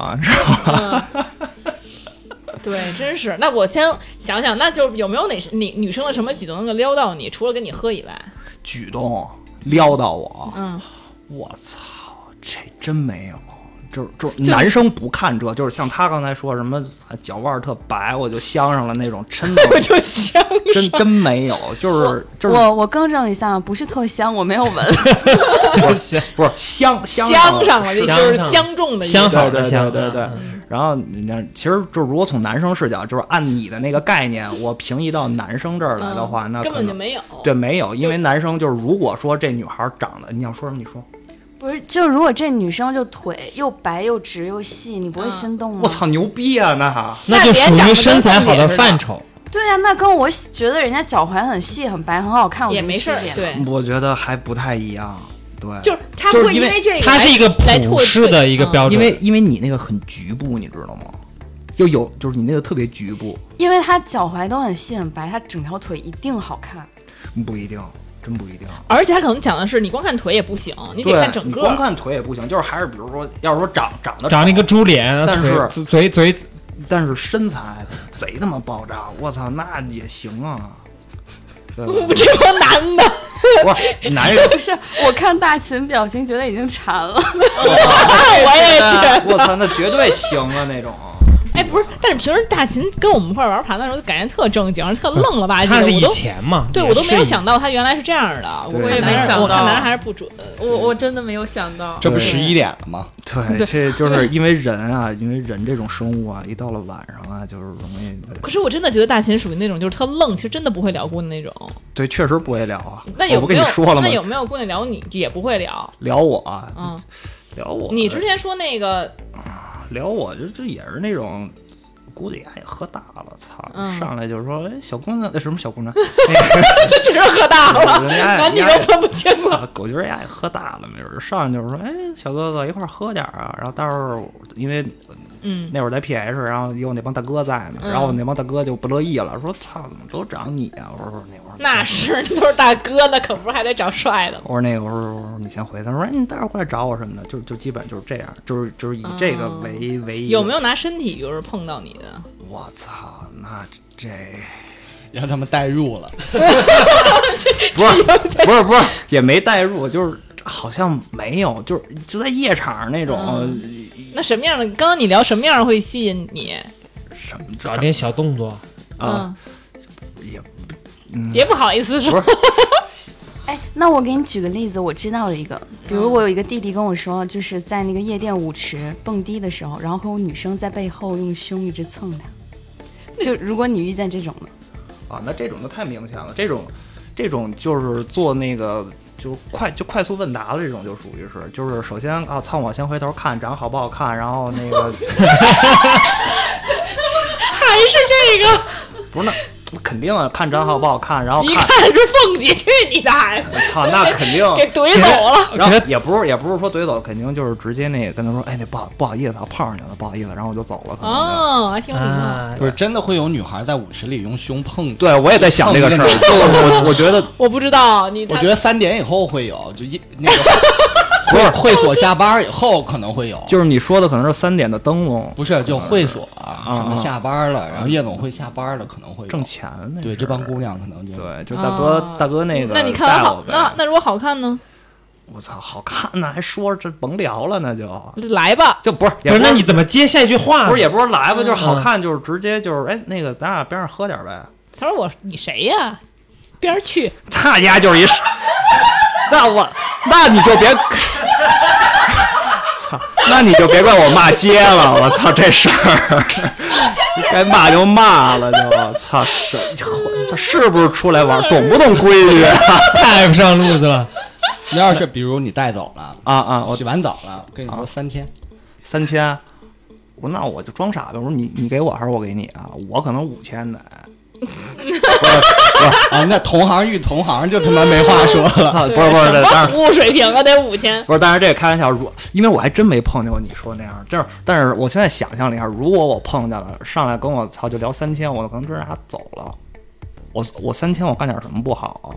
A: 对，真是。那我先想想，那就是有没有哪女女生的什么举动能够撩到你？除了跟你喝以外，
D: 举动撩到我，
A: 嗯，
D: 我操，这真没有。就是就是男生不看这，就是像他刚才说什么哎脚腕儿特白，我就镶上了那种，真的
A: 我就想
D: 真真没有，就是就是
E: 我我更正一下，不是特香，我没有闻。
C: 不行，
D: 不是镶镶
A: 香
D: 上
A: 上
D: 了
A: 了，就
C: 香
A: 是
C: 上了
A: 相中的一
C: 相
A: 个。
C: 好的嗯
D: 对对对
C: 相
D: 对对对。然后你看，其实就是如果从男生视角，就是按你的那个概念，我平移到男生这儿来的话，
A: 嗯
D: 那
A: 根
D: 可
A: 本就
D: 能
A: 没有。
D: 对没有，因为男生就是如果说这女孩长得，你想说什么？你说，
E: 不是，就如果这女生就腿又白又直又细，你不会
A: 嗯
E: 心动吗？
D: 我！操，牛逼啊！那
C: 那就属于身材好的范畴。
E: 对啊呀、那跟我喜觉得人家脚踝很细很白很好看，
A: 也没事儿，
E: 对。
A: 对，
D: 我觉得还不太一样，对，
A: 就是他
D: 就是
A: 会
D: 因为
A: 为这个
C: 它
A: 来
C: 是一个
A: 来
C: 普
A: 唾
C: 世的
A: 弃
C: 一个
A: 嗯
C: 标准，
D: 因为因为你那个很局部，你知道吗？又有就是你那个特别局部，
E: 因为她脚踝都很细很白，她整条腿一定好看。
D: 不一定，真不一定。
A: 而且他可能讲的是你光看腿也不行，你得
D: 对
A: 看整
D: 你
A: 个。
D: 光看腿也不行，就是还是比如说，要是说长长得
C: 长了一个猪脸，
D: 但
C: 腿
D: 是
C: 嘴嘴嘴
D: 但是身材贼他妈爆炸，我操，那也行啊。对吧
A: 我只有男的，
D: 不是男人，
E: 不是，我看大秦表情觉得已经馋了。
A: 我也去。
D: 我操，那绝对行啊 那种。
A: 哎，不是，但是平时大秦跟我们一块玩盘的时候，就感觉特正经，特愣了吧唧
C: 他
A: 的，
C: 是
A: 哎我
C: 以
A: 都
C: 前嘛，
A: 对
C: 也
A: 我都没有
C: 是以
A: 想到他原来是这样的，
D: 对
A: 我
D: 我也
A: 看男
F: 没
A: 人
F: 想
A: 我看
F: 到
A: 男人还是不准。
F: 我我真的没有想到，
B: 这不
D: 对
B: 十一点了吗？
D: 对，这就是因为人啊，因为人这种生物啊，一到了晚上啊，就是容易
A: 可是我真的觉得大秦属于那种就是特愣，其实真的不会聊姑娘那种。
D: 对，确实不会聊啊。
A: 那
D: 我
A: 有
D: 不
A: 没
D: 跟你
A: 有
D: 说了吗
A: 那？有没有姑娘聊你也不会聊？
D: 聊我啊，
A: 嗯，
D: 聊我，
A: 你之前说那个
D: 聊我，就这也是那种。估计也喝大了，操！
A: 嗯
D: 上来就说，哎，小姑娘，呃什么小姑 娘？
A: 这只是喝大了，
D: 嗯人家
A: 男女
D: 人
A: 都
D: 家
A: 分不清了。
D: 啊，狗觉得呀也喝大了，没准儿上来就是说，哎，小哥哥一块儿喝点儿啊。然后到时候因为
A: 嗯，
D: 那会儿在 PS，然后有我那帮大哥在呢，
A: 嗯
D: 然后我那帮大哥就不乐意了，说操，怎么都找你啊？我说那会儿
A: 那是你都是大哥，那可不是还得找帅的吗。
D: 我说那个，我说我说你先回，他说哎你待会儿过来找我什么的，就就基本就是这样，就是就是以这个
A: 哦
D: 为、为一个
A: 有没有？拿身体就是碰到你的？
D: 我操，那 这
B: 让他们代入了，
D: 不是不是不是也没带入，就是好像没有，就是就在夜场那种、
A: 那什么样的？刚刚你聊什么样会吸引你？
D: 什么
C: 搞点小动作，
A: 嗯
D: 啊、也嗯
A: 别不好意思
D: 不
A: 说
D: 是。
E: 哎，那我给你举个例子，我知道的一个，比如我有一个弟弟跟我说，就是在那个夜店舞池蹦迪的时候，然后会有女生在背后用胸一直蹭他。就如果你遇见这种的，
D: 啊，那这种就太明显了，这种，这种就是做那个就快就快速问答的这种，就属于是，就是首先啊，操我先回头看长得好不好看，然后 那个
A: 还是这个，
D: 不是那那肯定啊，看长得好不好看，然后
A: 一
D: 看，哦
A: 看是凤姐，去你大爷，
D: 我操，那肯定。
A: 给怼走了。
D: 然后也不是也不是说怼走，肯定就是直接那个跟他说，哎，那不好不好意思啊，碰上你了，不好意思，然后我就走了。可能就
A: 哦，还挺有礼貌。
C: 啊
B: 不，是真的会有女孩在舞池里用胸碰。
D: 对我也在想这个事 儿，就是我我觉得
A: 我不知道你，
B: 我觉得三点以后会有，就一那个
D: 不是
B: 会所下班以后可能会有，
D: 就是你说的可能是三点的灯笼
B: 不是就会所啊，
D: 啊
B: 什么下班了，然后夜总会下班了可能会有
D: 挣。钱那
B: 对，
D: 是
B: 这帮姑娘可能就
D: 对，就大哥、
A: 哦
D: 大哥那个
A: 那你看完
D: 带我
A: 好，
D: 呗
A: 那那如果好看呢？
D: 我操，好看那还说这甭聊了，那就
A: 来吧，
D: 就不是，
C: 不
D: 也
C: 是，那
D: 是
C: 你嗯怎么接下一句话呢？
D: 不是也不是来
A: 嗯
D: 吧，就是好看，就是直接就是哎，那个咱俩边上喝点呗。
A: 他说我你谁呀？边儿去，
D: 他家就是一， 那我那你就别， 操，那你就别怪我骂街了，我操这事儿，该骂就骂了就，我操是，这是不是出来玩儿懂不懂规矩啊
C: 太不上路子了。
B: 你要是比如你带走了，
D: 啊啊！我
B: 洗完澡了，跟你说三千，
D: 三千，我那我就装傻呗。我说你你给我还是我给你啊？我可能五千的，
B: 啊，那同行遇同行就他妈没话说了。
D: 啊，不是不是，
A: 什
D: 这当
A: 么
D: 然
A: 服务水平啊，得五千。
D: 不是，但是这开玩笑。如因为我还真没碰见过你说那样，就是，但是我现在想象了一下，如果我碰见了，上来跟我操就聊三千，我可能真让他走了。我我三千，我干点什么不好啊？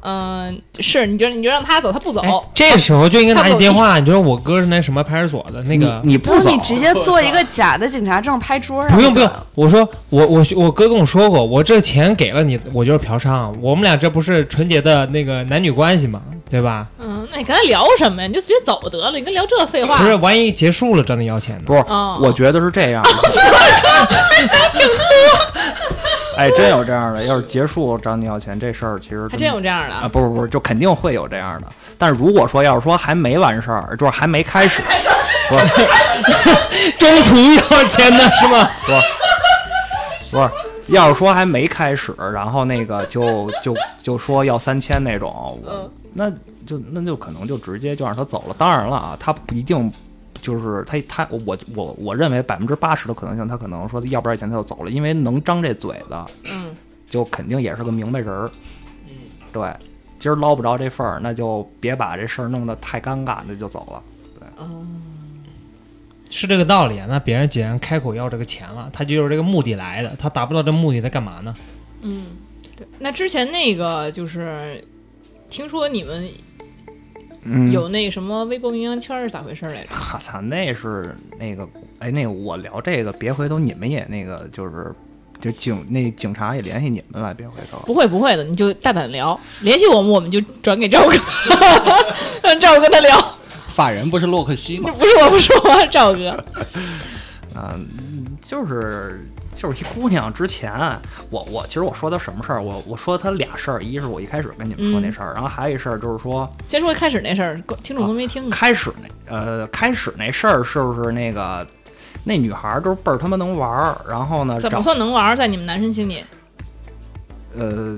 A: 嗯、是，你就你就让他走，他不走。
C: 哎，这时候就应该拿你电话。你说我哥是那什么派出所的那个？
D: 你你
E: 然
D: 不
E: 后
D: 走，
E: 你直接做一个假的警察证拍桌上，
C: 啊不用不用，我说我我我哥跟我说过，我这钱给了你，我就是嫖娼。啊我们俩这不是纯洁的那个男女关系嘛，对吧？
A: 嗯，那你跟他聊什么呀？你就直接走得了，你跟他聊这废话。
C: 不是，万一结束了找你要钱呢？
D: 不是，
A: 哦
D: 我觉得是这 样的。哎，真有这样的，要是结束找你要钱这事儿，其实
A: 还真有这样的
D: 啊，不是不是，就肯定会有这样的。但如果说要是说还没完事儿，就是还没开始，不是
C: 中途要钱呢是吗？
D: 不是不是，要是说还没开始，然后那个就就就说要三千那种，
A: 嗯
D: 我那就那就可能就直接就让他走了。当然了啊，他不一定。就是他，他我我我认为百分之八十的可能性，他可能说要不然以前他就走了，因为能张这嘴的，
A: 嗯，
D: 就肯定也是个明白人儿。对，
A: 嗯
D: 今儿捞不着这份儿，那就别把这事儿弄得太尴尬，那就走了。
C: 是这个道理啊。那别人既然开口要这个钱了，他就是这个目的来的，他达不到这目的，他干嘛呢？
F: 嗯，
A: 那之前那个就是，听说你们
D: 嗯
A: 有那什么微博名扬圈是咋回事来着？
D: 我操，那是那个，哎，那个我聊这个，别回头你们也那个，就是就警那警察也联系你们了，别回头。
A: 不会不会的，你就大胆聊，联系我们，我们就转给赵 哥，让赵哥跟他聊。
B: 法人不是洛克希吗？
A: 不是我，不是我，赵哥。
D: 啊就是就是一姑娘之前，我我其实我说她什么事儿，我我说她俩事儿，一是我一开始跟你们说
A: 嗯
D: 那事儿，然后还有一事儿就是说
A: 先说开始那事儿，听众都没听过。
D: 开始那呃开始那事儿是不是那个那女孩儿就是倍儿他妈能玩儿，然后呢
A: 怎么
D: 长
A: 算能玩儿？在你们男生心里，
D: 呃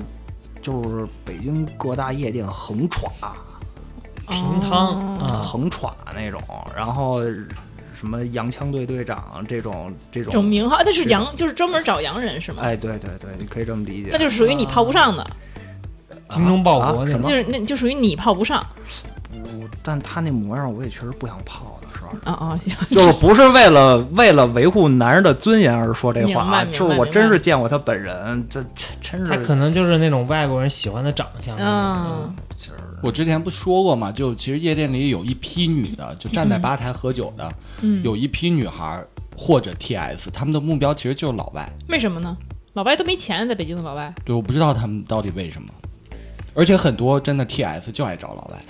D: 就是北京各大夜店横闯。啊
A: 哦
C: 平汤啊，
D: 横闯那种，然后什么洋枪队队长这种这
A: 这种
D: 种，
A: 名号，那是
D: 是
A: 洋，就是专门找洋人是吗？
D: 哎，对对对，你可以这么理解。
A: 那就是属于你泡不上的，
C: 精忠报国
D: 啊
C: 那
D: 什
C: 种
D: 么
A: 就。是那就属于你泡不上。
D: 我但他那模样，我也确实不想泡了，是吧？
A: 啊啊，行。
D: 就是不是为了为了维护男人的尊严而说这话
A: 明白
D: 啊，
A: 明白
D: 就是我真是见过他本人，这真真
C: 他可
D: 是
C: 能就是那种外国人喜欢的长相。
A: 嗯，
B: 我之前不说过嘛，就其实夜店里有一批女的，就站在吧台喝酒的，
A: 嗯
B: 有一批女孩儿或者 TF，他们的目标其实就是老外。
A: 为什么呢？老外都没钱，在北京的老外，
B: 对，我不知道他们到底为什么。而且很多真的 TF 就爱找老外，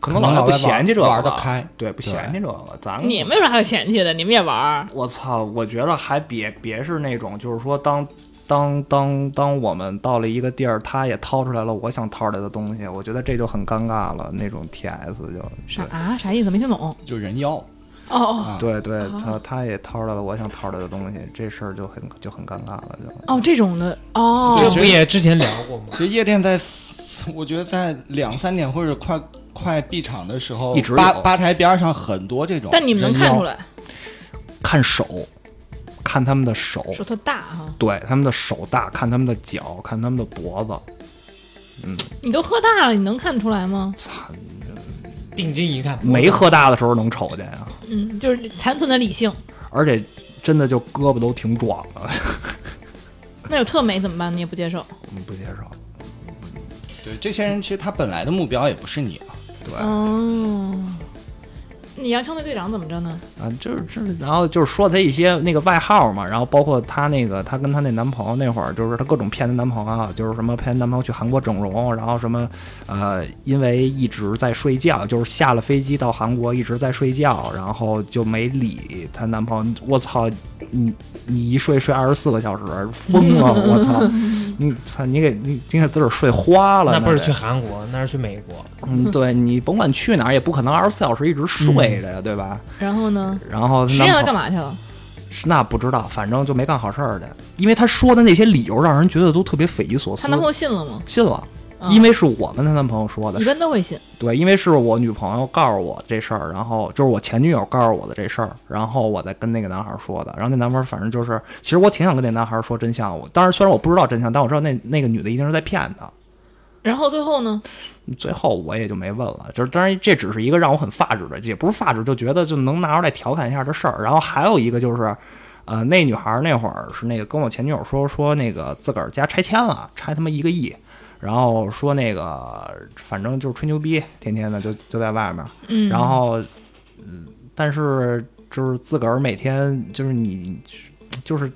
D: 可
B: 能
D: 能老
B: 老
D: 外
B: 外
D: 不嫌弃这个
B: 玩得开
D: 对，不嫌弃这个，咱们
A: 你们有啥有钱去的？你们也玩儿？
D: 我操！我觉得还别别是那种，就是说当当当当我们到了一个地儿，他也掏出来了我想掏出来的东西，我觉得这就很尴尬了。那种 T S 就
A: 啥啊？啥意思？没听懂。
B: 就人妖。
A: 哦哦
D: 对对，他他也掏出来了我想掏出来的东西，这事儿就很就很尴尬了。就
A: 哦，这种的哦，
C: 这不也之前聊过吗？
B: 其实夜店在，我觉得在两三点或者快快闭场的时候，
D: 一直有
B: 吧吧台边上很多这种人妖。
A: 但你们能看出来，
D: 看手，看他们的手，
A: 手特大哈。
D: 对他们的手大，看他们的脚，看他们的脖子，
A: 你都喝大了，你能看出来吗？
D: 操！
C: 定睛一看，
D: 没喝大的时候能瞅见啊，
A: 嗯，就是残存的理性。
D: 而且真的就胳膊都挺壮的，
A: 那有特美怎么办？你也不接受。
D: 不接受。
B: 对这些人，其实他本来的目标也不是你啊嘛。
D: 对，嗯
A: 哦，你洋枪队队长怎么着呢？
D: 啊，就是就是，然后就是说她一些那个外号嘛，然后包括她那个她跟她那男朋友那会儿，就是她各种骗她男朋友，啊就是什么骗她男朋友去韩国整容，然后什么呃，因为一直在睡觉，就是下了飞机到韩国一直在睡觉，然后就没理她男朋友。我操，你你一睡睡二十四个小时，疯了！我操，你操你给你你给自个儿睡花了，
C: 那不是
D: 得
C: 去韩国，那是去美国。
D: 嗯，对你甭管去哪儿，也不可能二十四小时一直睡
C: 嗯
D: 着呀，对吧？
A: 然后呢？
D: 然后她
A: 实际
D: 男
A: 上
D: 朋
A: 他
D: 友
A: 干嘛去了？
D: 是那不知道，反正就没干好事儿去，因为他说的那些理由让人觉得都特别匪夷所
A: 他
D: 思。
A: 男朋友信了吗？
D: 信了，
A: 嗯
D: 因为是我跟她男朋友说的
A: 一，般都会信。
D: 对，因为是我女朋友告诉我这事儿，然后就是我前女友告诉我的这事儿，然后我再跟那个男孩儿说的。然后那男孩儿反正就是，其实我挺想跟那男孩儿说真相，我当然虽然我不知道真相，但我知道那那个女的一定是在骗他。
A: 然后最后呢？
D: 最后我也就没问了，就是当然这只是一个让我很发指的，也不是发指，就觉得就能拿出来调侃一下这事儿。然后还有一个就是，呃，那女孩儿那会儿是那个跟我前女友说说那个自个儿家拆迁了，拆他妈一个亿，然后说那个反正就是吹牛逼，天天的就就在外面，
A: 嗯，
D: 然后，嗯，但是就是自个儿每天就是你就是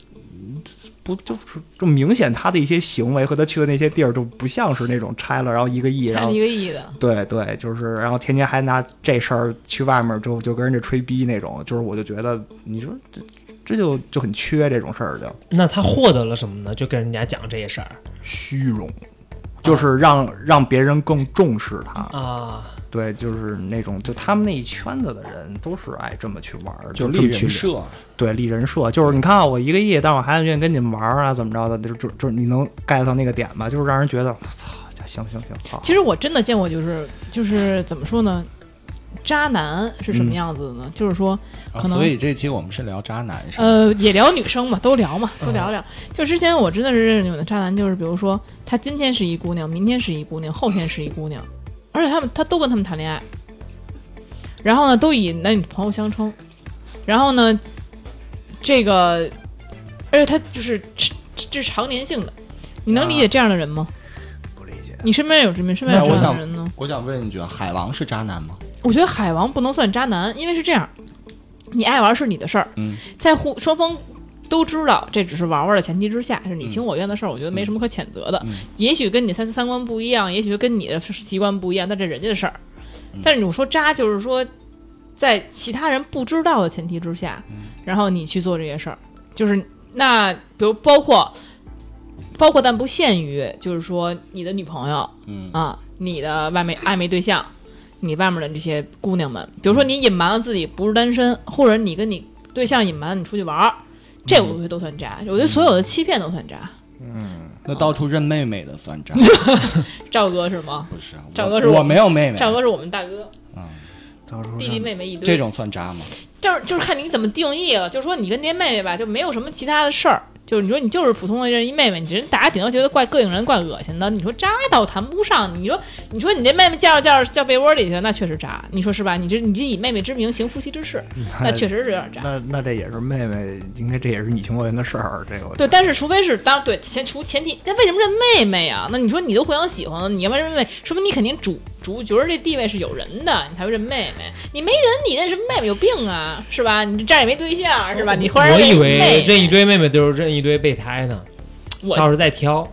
D: 不就是就明显他的一些行为和他去的那些地儿就不像是那种拆了然后一个亿，然
A: 看
D: 后
A: 一个亿的，
D: 对对，就是然后天天还拿这事儿去外面就就跟人家吹逼那种，就是我就觉得你说这这就就很缺这种事儿就
C: 那他获得了什么呢？就跟人家讲这些事儿
D: 虚荣。
B: 哦
D: 就是让让别人更重视他，
C: 啊，
D: 对，就是那种就他们那一圈子的人都是爱这么去玩儿，
B: 就
D: 这
B: 立
D: 么去
B: 人
D: 聊
B: 设，
D: 对立人设，就是你看啊我一个亿，但我还愿意跟你们玩儿啊，怎么着的，就就就是你能 get 到那个点吧，就是让人觉得，操，行行行，好，
A: 其实我真的见过，就是就是怎么说呢？渣男是什么
D: 嗯
A: 样子的呢？就是说，
B: 啊
A: 可能
B: 所以这期我们是聊渣男是吧？
A: 呃，也聊女生嘛，都聊嘛，都
D: 嗯
A: 聊聊。就之前我真的是认识有的渣男，就是比如说他今天是一姑娘，明天是一姑娘，后天是一姑娘，而且他们他都跟他们谈恋爱，然后呢都以男女朋友相称，然后呢这个，而且他就是这这是常年性的，你能
D: 啊
A: 理解这样的人吗？
D: 不理解，
A: 你身边有什么身边有
B: 那
A: 这
B: 我
A: 样
B: 想
A: 的人呢？
B: 我想问一句，海王是渣男吗？
A: 我觉得海王不能算渣男，因为是这样，你爱玩是你的事儿，
B: 嗯
A: 在互双方都知道这只是玩玩的前提之下，是你情
B: 嗯
A: 我愿的事儿，我觉得没什么可谴责的。
B: 嗯
A: 也许跟你三三观不一样，也许跟你的习惯不一样，那这人家的事儿
B: 嗯。
A: 但是你说渣，就是说在其他人不知道的前提之下，
B: 嗯
A: 然后你去做这些事儿，就是那比如包括包括但不限于，就是说你的女朋友，
B: 嗯
A: 啊，你的外面暧昧对象，你外面的这些姑娘们，比如说你隐瞒了自己不是单身，或者你跟你对象隐瞒了你出去玩儿，这我觉得都算渣。我觉得所有的欺骗都算渣。
B: 那到处认妹妹 的算渣？
A: 赵哥是吗？
B: 不是啊，
A: 赵
B: 我
A: 哥是我
B: 我没有妹妹，
A: 赵哥是我们大哥，
D: 到时候
A: 弟弟妹妹一堆。
B: 这种算渣吗？
A: 就是就是看你怎么定义了。就是说你跟这些妹妹吧，就没有什么其他的事儿。就是你说你就是普通的这一妹妹，你人大家顶多觉得怪膈应人、怪恶心的。你说渣倒谈不上，你说你说你这妹妹叫着叫着叫被窝里去，那确实渣，你说是吧？你这你这以妹妹之名行夫妻之事， 那确实是有点渣。
D: 那那这也是妹妹，应该这也是你情我愿的事儿，这个我
A: 对，但是除非是当对前除前提，那为什么认妹妹啊？那你说你都互相喜欢了，你要不然认妹妹，说明你肯定主主角这地位是有人的，你才会认妹妹。你没人，你认什么妹妹有病啊？是吧？你这儿也没对象是吧？你忽然
C: 我
A: 认
C: 以
A: 一
C: 为
A: 妹
C: 认一
A: 妹，
C: 堆妹妹都是认一堆备胎呢，
A: 我
C: 到时候再挑。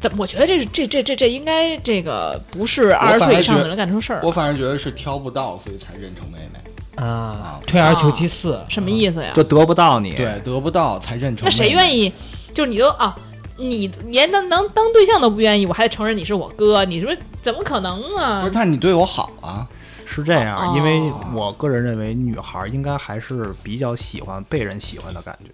A: 怎么？我觉得这是这这这这应该这个不是二十
B: 反
A: 岁
B: 而
A: 以上的
B: 觉
A: 人干出事儿
B: 我，反而觉得是挑不到，所以才认成妹妹。
C: 啊，退而求其次，
A: 什么意思呀？
D: 就得不到你，
B: 对，得不到才认成妹妹。
A: 那谁愿意？就是你都啊，你连当能当对象都不愿意，我还得承认你是我哥，你说怎么可能
B: 不
A: 啊
B: 是，？但你对我好啊，
D: 是这样，
A: 哦
D: 因为我个人认为女孩儿应该还是比较喜欢被人喜欢的感觉，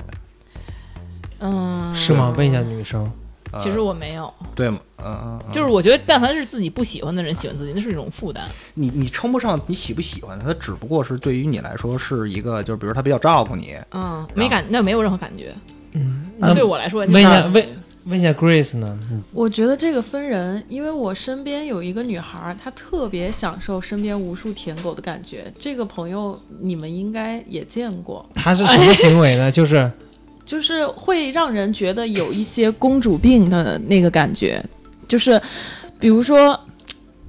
A: 嗯，
C: 啊是吗？问一下女生，
D: 呃、
A: 其实我没有，
D: 对吗？嗯嗯，嗯
A: 就是我觉得，但凡是自己不喜欢的人喜欢自己，那是一种负担。
D: 你你称不上你喜不喜欢她，只不过是对于你来说是一个，就是比如她比较照顾你，
A: 嗯，没感，那没有任何感觉。
C: 那
A: 嗯对我来说，
C: 问一下
A: 就是
C: 问嗯问一下 Grace 呢？嗯
F: 我觉得这个分人，因为我身边有一个女孩儿，她特别享受身边无数舔狗的感觉。这个朋友你们应该也见过，
C: 她是什
A: 哎
C: 么行 为呢？就是
F: 就是会让人觉得有一些公主病的那个感觉，就是比如说，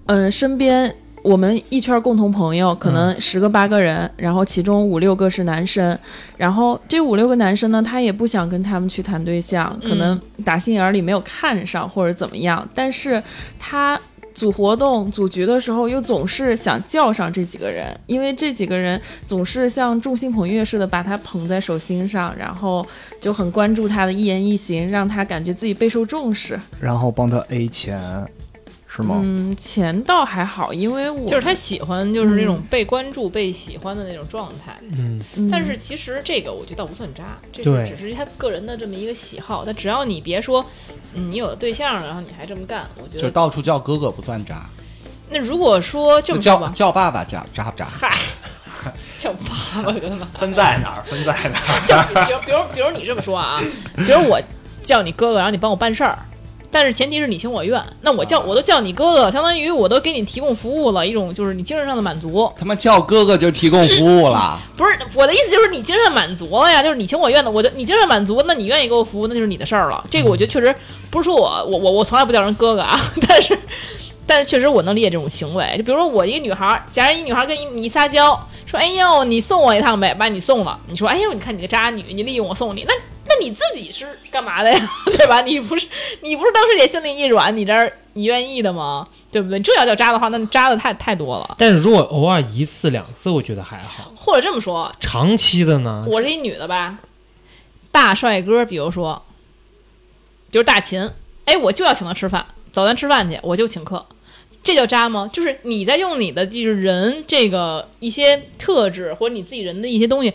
F: 嗯、身边我们一圈共同朋友，可能十个八个人，然后其中五六个是男生，然后这五六个男生呢，他也不想跟他们去谈对象，可能打心眼儿里没有看上或者怎么样，但是他。组活动、组局的时候，又总是想叫上这几个人，因为这几个人总是像众星捧月似的把他捧在手心上，然后就很关注他的一言一行，让他感觉自己备受重视。
D: 然后帮她 A 钱，是吗？
F: 嗯，钱倒还好，因为我
A: 就是他喜欢就是那种被关注、被喜欢的那种状态。
C: 嗯，
F: 嗯
A: 但是其实这个我觉得倒不算渣，这
C: 对
A: 个只是他个人的这么一个喜好。但只要你别说，嗯，你有了对象了，然后你还这么干，我觉
B: 就
A: 得
B: 到处叫哥哥不算渣，
A: 那如果说这
B: 就
A: 么说
B: 叫
A: 吧，
B: 叫爸爸渣渣不渣？
A: 嗨， 叫爸爸干嘛？
D: 分在哪儿？分在哪儿？
A: 就比如比如比如你这么说啊，比如我叫你哥哥，然后你帮我办事儿。但是前提是你情我愿，那我叫
B: 啊
A: 我都叫你哥哥，相当于我都给你提供服务了，一种就是你精神上的满足。
B: 他妈叫哥哥就提供服务了，
A: 不是我的意思，就是你精神满足了呀，就是你情我愿的，我就你精神满足，那你愿意给我服务，那就是你的事儿了。这个我觉得确实不是说我我我我从来不叫人哥哥啊， 但是但是确实我能理解这种行为。就比如说我一个女孩儿，假如一女孩儿跟一你撒娇说：“哎呦，你送我一趟呗，把你送了。”你说：“哎呦，你看你个渣女，你利用我送你。”那那你自己是干嘛的呀？ 对吧？你不是你不是当时也心里一软，你这儿你愿意的吗？对不对？这要叫渣的话，那渣的太太多了。
C: 但是如果偶尔一次两次，我觉得还好。
A: 或者这么说，
C: 长期的呢，
A: 我是一女的吧，大帅哥，比如说，比如大秦，哎，我就要请他吃饭，走，咱吃饭去，我就请客，这叫渣吗？就是你在用你的就是人这个一些特质或者你自己人的一些东西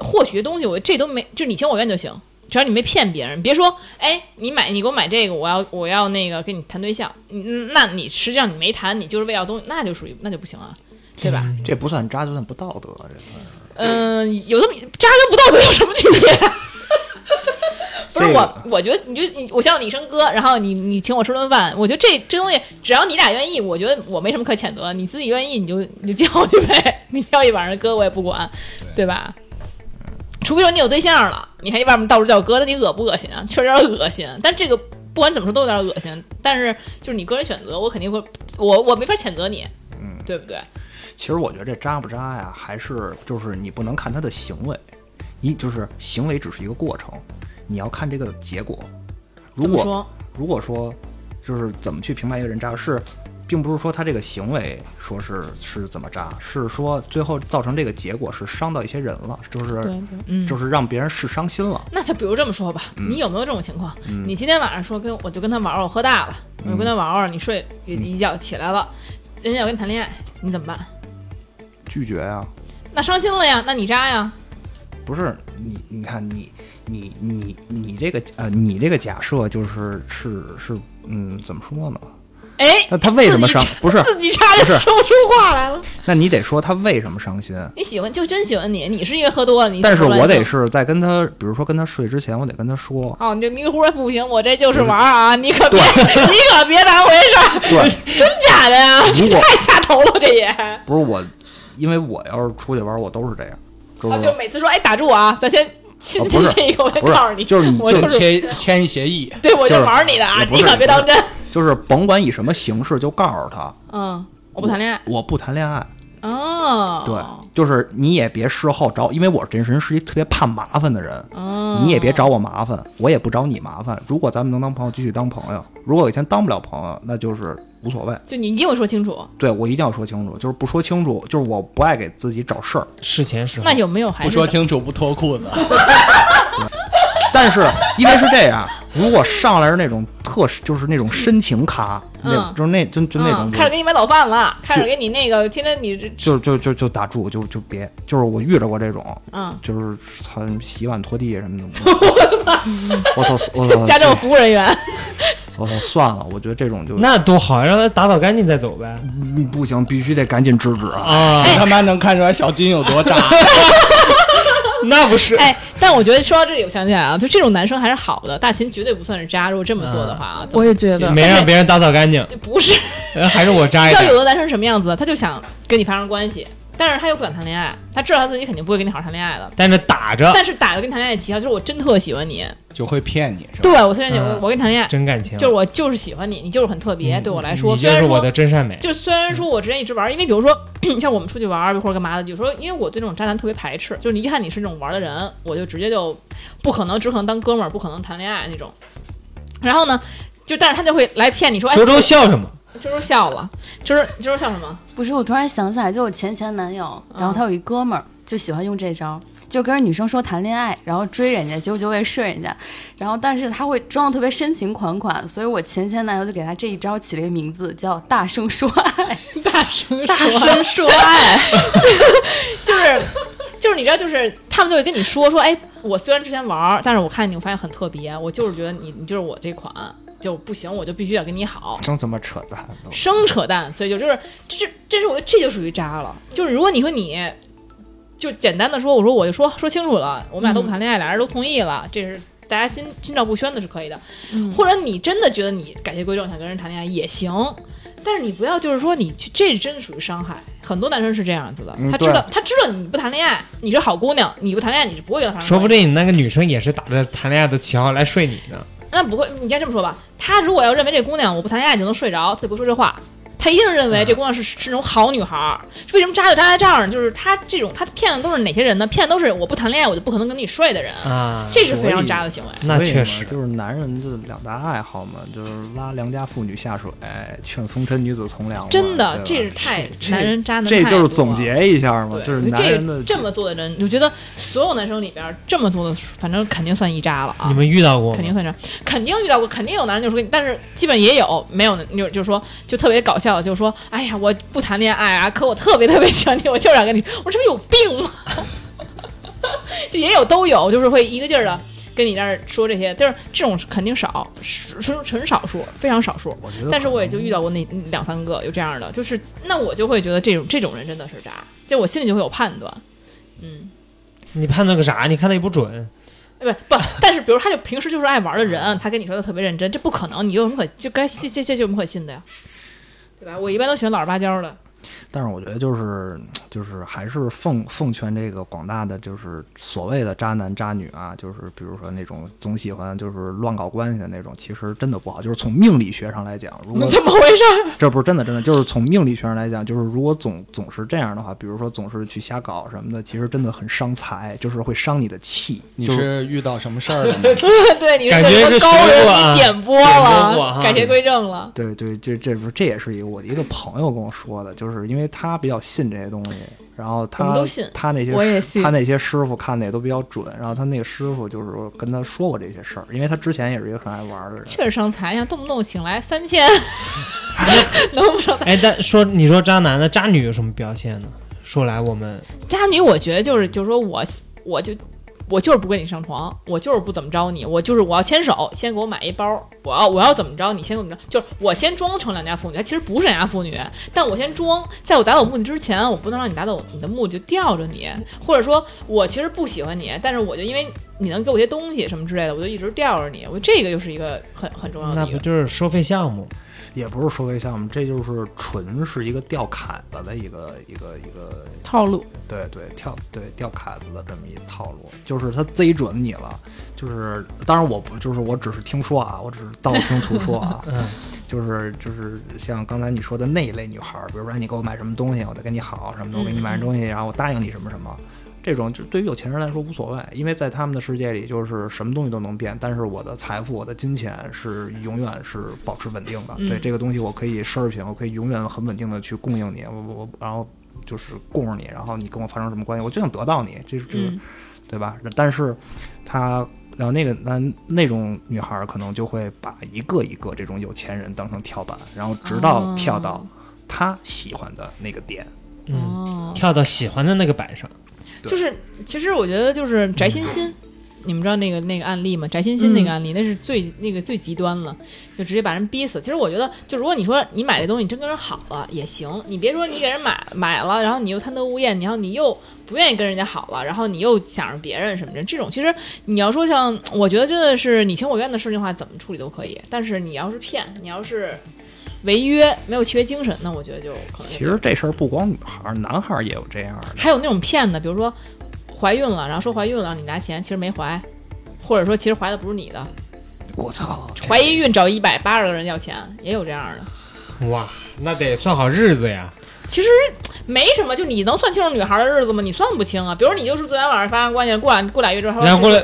A: 获取的东西，我这都没，就是你情我愿就行。只要你没骗别人，别说，哎，你买你给我买这个，我要我要那个跟你谈对象，嗯，那你实际上你没谈，你就是为要东西，那就属于那就不行啊，对吧？
D: 这不算渣，就算不道德。这
A: 嗯、有这么渣跟不道德有什么区别？ 不是
D: 这个
A: 我，我觉得你就你，我叫你一声哥，然后你你请我吃顿饭，我觉得这这东西只要你俩愿意，我觉得我没什么可谴责，你自己愿意你就你就叫去呗， 你叫一晚上哥我也不管，对吧？除非说你有对象了，你还外面到处叫哥，那你恶不恶心啊？确实有点恶心，但这个不管怎么说都有点恶心。但是就是你个人选择，我肯定会，我我没法谴责你，
D: 嗯
A: 对不对？
D: 其实我觉得这渣不渣呀，还是就是你不能看他的行为，你就是行为只是一个过程，你要看这个结果。如
A: 怎么
D: 果
A: 说？
D: 如果说就是怎么去评判一个人渣是，并不是说他这个行为说是是怎么渣，是说最后造成这个结果是伤到一些人了，就是
A: 嗯，
D: 就是让别人是伤心了。
A: 那就比如这么说吧，
D: 嗯
A: 你有没有这种情况？你今天晚上说跟我就跟他玩儿，我喝大了，我就跟
D: 嗯
A: 他玩儿，你睡一一觉起来了，人家要跟你谈恋爱，你怎么办？
D: 拒绝呀、
A: 那伤心了呀，那你渣呀，
D: 不是你，你看你，你你你这个呃，你这个假设就是是是，嗯，怎么说呢？
A: 哎，
D: 那他为什么伤？不是，
A: 自己差点
D: 不是
A: 说不出话来了。
D: 那你得说他为什么伤心。
A: 你喜欢就真喜欢你，你是因为喝多了，你
D: 但是
A: 说不出来
D: 我得
A: 就是
D: 在跟他，比如说跟他睡之前，我得跟 他说，
A: 哦，你这迷糊儿不行，我这就是玩儿啊，你可别你可别当回事儿，
D: 对，
A: 真假的呀，
D: 如
A: 这
D: 果
A: 太下头了，这也。
D: 不是我，因为我要是出去玩，我都是这样，就
A: 哦，
D: 是
A: 就每次说哎打住啊，咱先亲
D: 啊不
A: 亲
D: 是
A: 这个，我先
D: 不是
A: 告诉你，
D: 就是你
A: 我
D: 就
A: 就是
B: 签签一协议，
A: 对，我
D: 就
A: 就是玩儿你的啊，
D: 也不
A: 你
D: 是
A: 可别当真。
D: 就是甭管以什么形式，就告诉他
A: 嗯，我不谈恋爱。
D: 我不谈恋爱。
A: 哦，
D: 对，就是你也别事后找，因为我这人是一特别怕麻烦的人，
A: 哦，
D: 你也别找我麻烦，我也不找你麻烦。如果咱们能当朋友，继续当朋友；如果有一天当不了朋友，那就是无所谓。
A: 就你一定要说清楚。
D: 对我一定要说清楚，就是不说清楚，就是我不爱给自己找事儿。
C: 事前时候
A: 那有没有还
B: 不
A: 是
B: 说清楚不脱裤子，
D: 但是因为是这样，如果上来是那种特就是那种深情咖，那
A: 嗯
D: 就是那就就那种
A: 嗯，开始给你买早饭了，开始给你那个天天你这
D: 就就就就打住，就就别，就是我遇着过这种，
A: 嗯，
D: 就是他洗碗拖地什 么的，我操，我操，
A: 家政服务人员，
D: 我操，算了，我觉得这种就
C: 那多好呀，让他打扫干净再走呗。
A: 哎
D: 嗯不行，必须得赶紧制止啊！
C: 啊，
B: 你他妈能看出来小金有多渣？
C: 那不 是
A: 哎，但我觉得说到这里，我想起来啊，就这种男生还是好的，大秦绝对不算是渣。如果这么做的话啊，
F: 我也觉得
C: 没让别人打扫干净，
A: 就不是。
C: 呃还是我渣
A: 你
C: 一
A: 知道有的
C: 点。
A: 男生是什么样子？他就想跟你发生关系，但是他又不想谈恋爱，他知道他自己肯定不会跟你好好谈恋爱的。
C: 但是打着
A: 但是打着跟你谈恋爱的旗号，就是我真特喜欢你，
B: 就会骗你是吧？
A: 对我特别喜欢
C: 嗯
A: 我我跟你谈恋爱，
C: 真感情，
A: 就是我就是喜欢你，你就是很特别，
C: 嗯
A: 对我来说，
C: 你
A: 虽
C: 就
A: 然
C: 是
A: 说
C: 我的真善美。
A: 就虽然说我之前一直玩儿，因为比如说 像我们出去玩儿或者干嘛的，有时候因为我对这种渣男特别排斥，就是你一看你是那种玩儿的人，我就直接就不可能，只可能当哥们儿，不可能谈恋爱那种。然后呢，就但是他就会来骗你说，哎，
C: 周周笑什么？
A: 周周笑了，周周周周笑什么？
E: 不是，我突然想起来，就我前前男友，然后他有一哥们儿就喜欢用这招，嗯就跟女生说谈恋爱，然后追人家，结果就会睡人家，然后但是他会装的特别深情款款，所以我前前男友就给他这一招起了一个名字叫“大声说爱
A: 大 声
F: 大
A: 说
F: 声说爱，
A: 就是就是你知道，就是他们就会跟你说说，哎，我虽然之前玩儿，但是我看你，我发现很特别，我就是觉得你你就是我这款，就不行，我就必须得跟你好。
D: 真他妈扯淡都。
A: 生扯淡，所以就就是这这这是我这就属于渣了。就是如果你说你，就简单的说，我说我就说说清楚了，我们俩都不谈恋爱，俩人都同意了，这是大家心心照不宣的是可以的。
F: 嗯
A: 或者你真的觉得你改邪归正，想跟人谈恋爱也行。但是你不要，就是说你去，这真的属于伤害。很多男生是这样子的，
D: 嗯
A: 他知
D: 对
A: 道他知道你不谈恋爱，你是好姑娘，你不谈恋爱你是不会跟他谈恋爱的。
C: 说不定你那个女生也是打着谈恋爱的旗号来睡你呢。
A: 那不会，你应该这么说吧？他如果要认为这姑娘我不谈恋爱就能睡着，他就不说这话。他一定认
D: 嗯
A: 为这姑娘是、是那种好女孩儿。为什么渣就渣在这儿呢？就是他这种他骗的都是哪些人呢？骗的都是我不谈恋爱我就不可能跟你睡的人，
C: 啊，
A: 这是非常渣的行为。
C: 那
D: 所以
C: 确
D: 嘛
C: 实
D: 就是男人就两大爱好嘛，就是拉良家妇女下水，劝风尘女子从良嘛。
A: 真的，
D: 对
A: 这
D: 吧
A: 是太
D: 这
A: 男人渣男太
D: 这
A: 多了，
D: 就是总结一下嘛，
A: 对。
D: 就是男人的
A: 这这么做的人，我觉得所有男生里边儿这么做的，反正肯定算一渣了啊。
C: 你们遇到过吗？
A: 肯定算渣，肯定遇到过，肯定有男人就说跟你，但是基本也有没有就就是说就特别搞笑，就是说哎呀我不谈恋爱啊，可我特别特别喜欢 你，我就是想跟你，我这不是有病吗？ 就也有都有，就是会一个劲儿的跟你那儿说这些，但是这种肯定少，纯纯少数，非常少数。
D: 我觉得，
A: 但是我也就遇到过那那两三个有这样的，就是那我就会觉得这种这种人真的是渣，就我心里就会有判断，嗯。
C: 你判断个啥？你看的也不 准。
A: 不呃不，但是比如他就平时就是爱玩的人，他跟你说的特别认真，这不可能，你有什么可就该信这这这有什么可信的呀？对吧？我一般都喜欢老实巴交的，
D: 但是我觉得就是就是还是奉奉劝这个广大的就是所谓的渣男渣女啊，就是比如说那种总喜欢就是乱搞关系的那种，其实真的不好。就是从命理学上来讲，如果
A: 怎么回事儿？
D: 这不是真的，真的就是从命理学上来讲，就是如果总总是这样的话，比如说总是去瞎搞什么的，其实真的很伤财，就是会伤你的气。
B: 你
D: 就是
B: 是遇到什么事儿了吗？
A: 对，你
C: 感
A: 个
C: 觉
A: 什么
C: 是
A: 高
C: 学
A: 人
C: 过
A: 给点拨
C: 啊点拨过
A: 了，
C: 哈
A: 改邪归正了。
D: 对对，这这不这也是一个我的一个朋友跟我说的，就是因为他比较信这些东西，然后
A: 我
D: 他
A: 们都信
D: 他那些
F: 我也
D: 师
F: 信
D: 他那些师傅看的也都比较准，然后他那个师傅就是跟他说过这些事儿，因为他之前也是一个很爱玩的人。
A: 确实伤财呀，动不动醒来三 千， 能不能？
C: 哎，但说你说渣男的渣女有什么表现呢？说来我们
A: 渣女，我觉得就是就是说我我就我就是不跟你上床，我就是不怎么着你，我就是我要牵手，先给我买一包，我要我要怎么着你先给我怎么着，就是我先装成良家妇女，她其实不是良家妇女，但我先装，在我达到我目的之前，我不能让你达到我你的目的，就吊着你，或者说我其实不喜欢你，但是我就因为你能给我些东西什么之类的，我就一直吊着你，我这个又是一个很很重要
C: 那
A: 的一
C: 不
A: 个。
C: 就是收费项目？
D: 也不是收费项目，这就是纯是一个吊坎子的一个一个一个，
F: 套路。
D: 对对跳对吊坎子的这么一套路，就是他贼准你了，就是当然我不就是我只是听说啊，我只是道听途说啊，
C: 嗯，
D: 就是就是像刚才你说的那一类女孩儿，比如说哎你给我买什么东西，我再跟你好什么的，我给你买什么东西，然后我答应你什么什么，这种就对于有钱人来说无所谓，因为在他们的世界里就是什么东西都能变，但是我的财富、我的金钱是永远是保持稳定的。
A: 嗯
D: 对这个东西，我可以奢侈品，我可以永远很稳定的去供应你，我我然后就是供着你，然后你跟我发生什么关系，我就想得到你，这是这是
A: 嗯
D: 对吧？但是他，然后那个男那种女孩儿可能就会把一个一个这种有钱人当成跳板，然后直到
A: 啊
D: 跳到他喜欢的那个点。
C: 嗯，
A: 哦
C: 跳到喜欢的那个板上。
D: 对
A: 就是其实我觉得就是翟欣欣，你们知道那个那个案例吗？翟欣欣那个案例，那是最那个最极端了，就直接把人逼死。其实我觉得，就如果你说你买这东西真跟人好了也行，你别说你给人买买了，然后你又贪得无厌，然后你又不愿意跟人家好了，然后你又想着别人什么的，这种其实你要说像，我觉得真的是你情我愿的事情的话，怎么处理都可以。但是你要是骗，你要是违约，没有契约精神，那我觉得就可能就
D: 其实这事儿不光女孩儿，男孩儿也有这样的。
A: 还有那种骗的，比如说怀孕了，然后说怀孕了，让你拿钱，其实没怀，或者说其实怀的不是你的，
D: 我操，这
A: 怀一孕找一百八十个人要钱，也有这样的。
C: 哇，那得算好日子呀。
A: 其实没什么，就你能算清楚女孩的日子吗？你算不清啊。比如你就是昨天晚上发生关系，过两过俩月之后，
C: 然后过来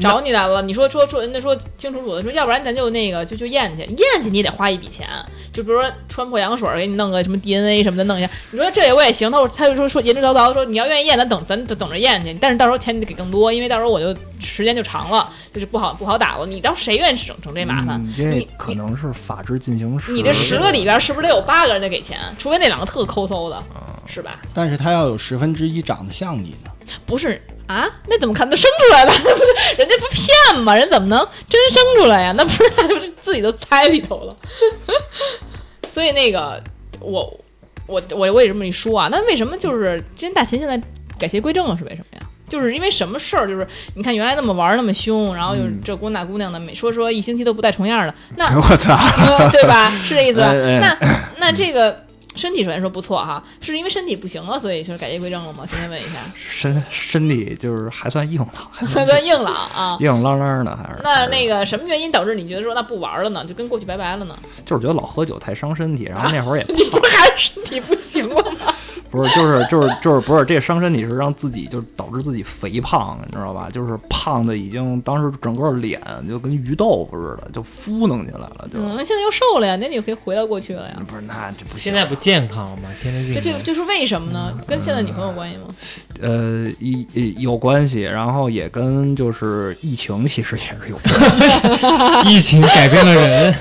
A: 找你来了，你说说说，人家说清楚楚的说，要不然咱就那个就就验去，验去你也得花一笔钱，就比如说穿破羊水儿给你弄个什么 DNA 什么的弄一下，你说这也我也行，他说他就说说言之凿凿地说你要愿意验，咱等咱等等着验去，但是到时候钱你得给更多，因为到时候我就时间就长了，就是不好不好打了，你到时候谁愿意整整这麻烦？
D: 你嗯这
A: 你
D: 可能是法制进行时。
A: 你这十个里边是不是得有八个人得给钱？除非那两个特抠搜的，是吧？
B: 但是他要有十分之一长得像你呢，
A: 不是啊，那怎么看都生出来了？ 不是人家不骗吗？人怎么能真生出来呀？那不是他就是自己都猜里头了。 所以那个我我我我也这么一说啊，那为什么就是今天大秦现在改邪归正了？是为什么呀？就是因为什么事儿？就是你看原来那么玩儿那么凶，然后
D: 嗯
A: 就是这姑娘那姑娘的，每说说一星期都不带重样儿的， 那
D: 我操！
A: 呃对吧？是这意思吧？
D: 哎哎
A: 那那这个身体首先说不错哈，是因为身体不行了，所以就是改邪归正了吗？今天问一下，
D: 身身体就是还算硬朗，还 算
A: 特别硬朗啊。
D: 硬朗朗的，还是
A: 那那个什么原因导致你觉得说那不玩了呢？就跟过去拜拜了 呢？
D: 就是觉得老喝酒太伤身体，然后那会儿 也
A: 你不是还是身体不行了吗？
D: 不是，就是就是就是不是这伤身体是让自己就是导致自己肥胖，你知道吧？就是胖的已经当时整个脸就跟鱼豆腐似的，就敷弄进来了，就、
A: 嗯，现在又瘦了呀，那你就可以回到过去了呀。
D: 不是那这不行。
C: 现在不健康了吗？天天运
A: 这
C: 动
D: 嗯
A: 就，就是为什么呢？跟现在女朋友有关系吗？
D: 呃，一一有关系，然后也跟就是疫情其实也是有关系，
C: 疫情改变了人，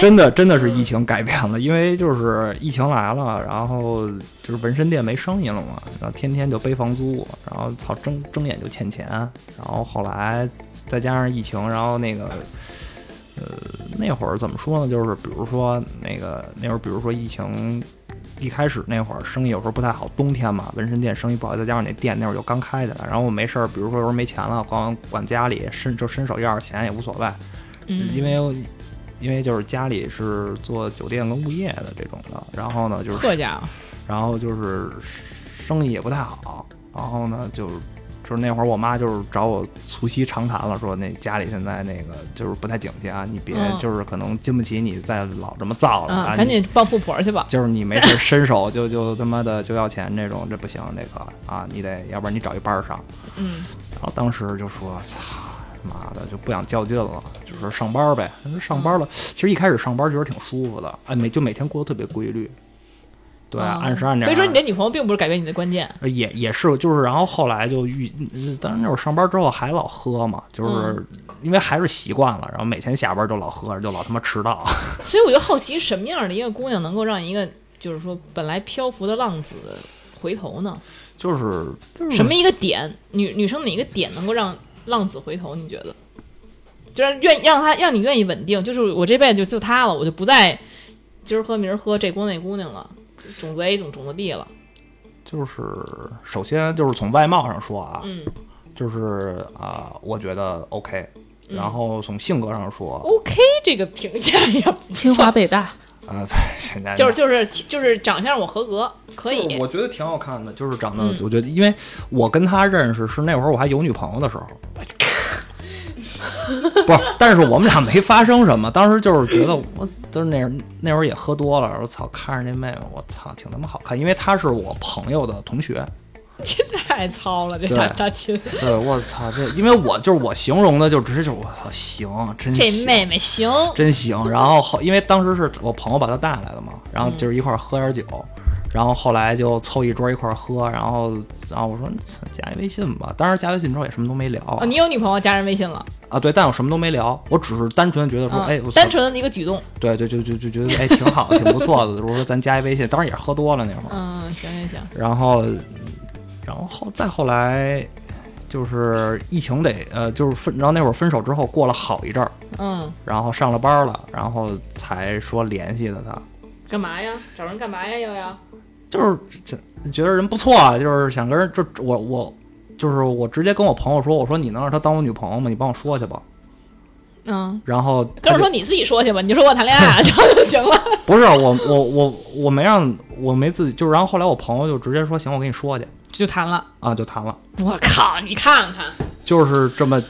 D: 真的真的是疫情改变了，因为就是疫情来了，然后就是纹身店没生意了嘛，然后天天就背房租，然后操睁睁眼就欠钱，然后后来再加上疫情，然后那个。呃，那会儿怎么说呢？就是比如说那个那会儿，比如说疫情一开始那会儿，生意有时候不太好，冬天嘛，纹身店生意不好，再加上那店那会儿就刚开起来，然后我没事儿，比如说有时候没钱了，管管家里伸就伸手要点钱也无所谓，因
A: 嗯，
D: 为因为就是家里是做酒店跟物业的这种的，然后呢就是
A: 客家啊
D: 然后就是生意也不太好，然后呢就是就是那会儿我妈就是找我促膝长谈了，说那家里现在那个就是不太景气啊，你别
A: 嗯
D: 就是可能经不起你再老这么造了
A: 啊，
D: 啊，
A: 赶
D: 你
A: 紧傍富婆去吧。
D: 就是你没事伸手就就他妈的就要钱这种，这不行，这个啊，你得要不然你找一班儿上。
A: 嗯，
D: 然后当时就说：“操，妈的，就不想较劲了，就是上班儿呗。”上
A: 嗯
D: 班了，其实一开始上班觉得挺舒服的，哎，每就每天过得特别规律，对，
A: 啊
D: 按时按
A: 所
D: 点儿。
A: 以说你这女朋友并不是改变你的关键。
D: 也也是，就是然后后来就遇，呃当然那会儿上班之后还老喝嘛，
A: 嗯
D: 就是因为还是习惯了，然后每天下班就老喝，就老他妈迟到。
A: 所以我就好奇，什么样的一个姑娘能够让一个就是说本来漂浮的浪子回头呢？
D: 就是就是
A: 什么一个点，女女生哪个点能够让浪子回头？你觉得？就是愿让他让你愿意稳定，就是我这辈子就就他了，我就不再今儿喝明儿喝这姑那姑娘了，就种子 A 种种子 B 了。
D: 就是，首先就是从外貌上说啊，
A: 嗯
D: 就是啊、我觉得 OK。
A: 嗯
D: 然后从性格上说，
A: ，OK，这个评价也不错
F: 清华北大，
D: 呃， 现在
A: 就是就是就是长相我合格，可
D: 就是
A: 以。
D: 我觉得挺好看的，就是长得，
A: 嗯
D: 我觉得，因为我跟他认识是那会儿我还有女朋友的 时候，不是，但是我们俩没发生什么，当时就是觉得我就是那那会儿也喝多了，我操，看着那妹妹，我操，挺他妈好看，因为她是我朋友的同学，
A: 这太糙了，这
D: 对
A: 大大亲，
D: 对，我操，这因为我就是我形容的就直接就是我操，行，真
A: 这
D: 行
A: 妹妹行。哦
D: 真行。然后后，因为当时是我朋友把他带来的嘛，然后就是一块儿喝点酒，
A: 嗯
D: 然后后来就凑一桌一块儿喝，然后然后我说操加一微信吧，当时加微信之后也什么都没聊、
A: 哦，你有女朋友，加人微信了，
D: 啊，对，但我什么都没聊，我只是单纯地觉得说，
A: 嗯，
D: 哎，我操
A: 单纯的一个举动，
D: 对对，就就就觉得哎挺好，挺不 错的。我说咱加一微信，当然也是喝多了那会儿，
A: 嗯，行行行，
D: 然后然后后再后来。就是疫情得呃，就是分，然后那会儿分手之后过了好一阵儿，
A: 嗯，
D: 然后上了班了，然后才说联系的他，
A: 干嘛呀？找人干嘛呀？又要？
D: 就是这觉得人不错啊，就是想跟人就我我就是我直接跟我朋友说，我说你能让她当我女朋友吗？你帮我说去吧。
A: 嗯，
D: 然后
A: 哥
D: 他
A: 们儿
D: 就
A: 说你自己说去吧，你就说我谈恋爱这样就行了。
D: 不是我我我我没让我没自己就是，然后后来我朋友就直接说行，我跟你说去
A: 就谈了。
D: 啊，就谈了，
A: 我靠，你看看，
D: 就是这 么。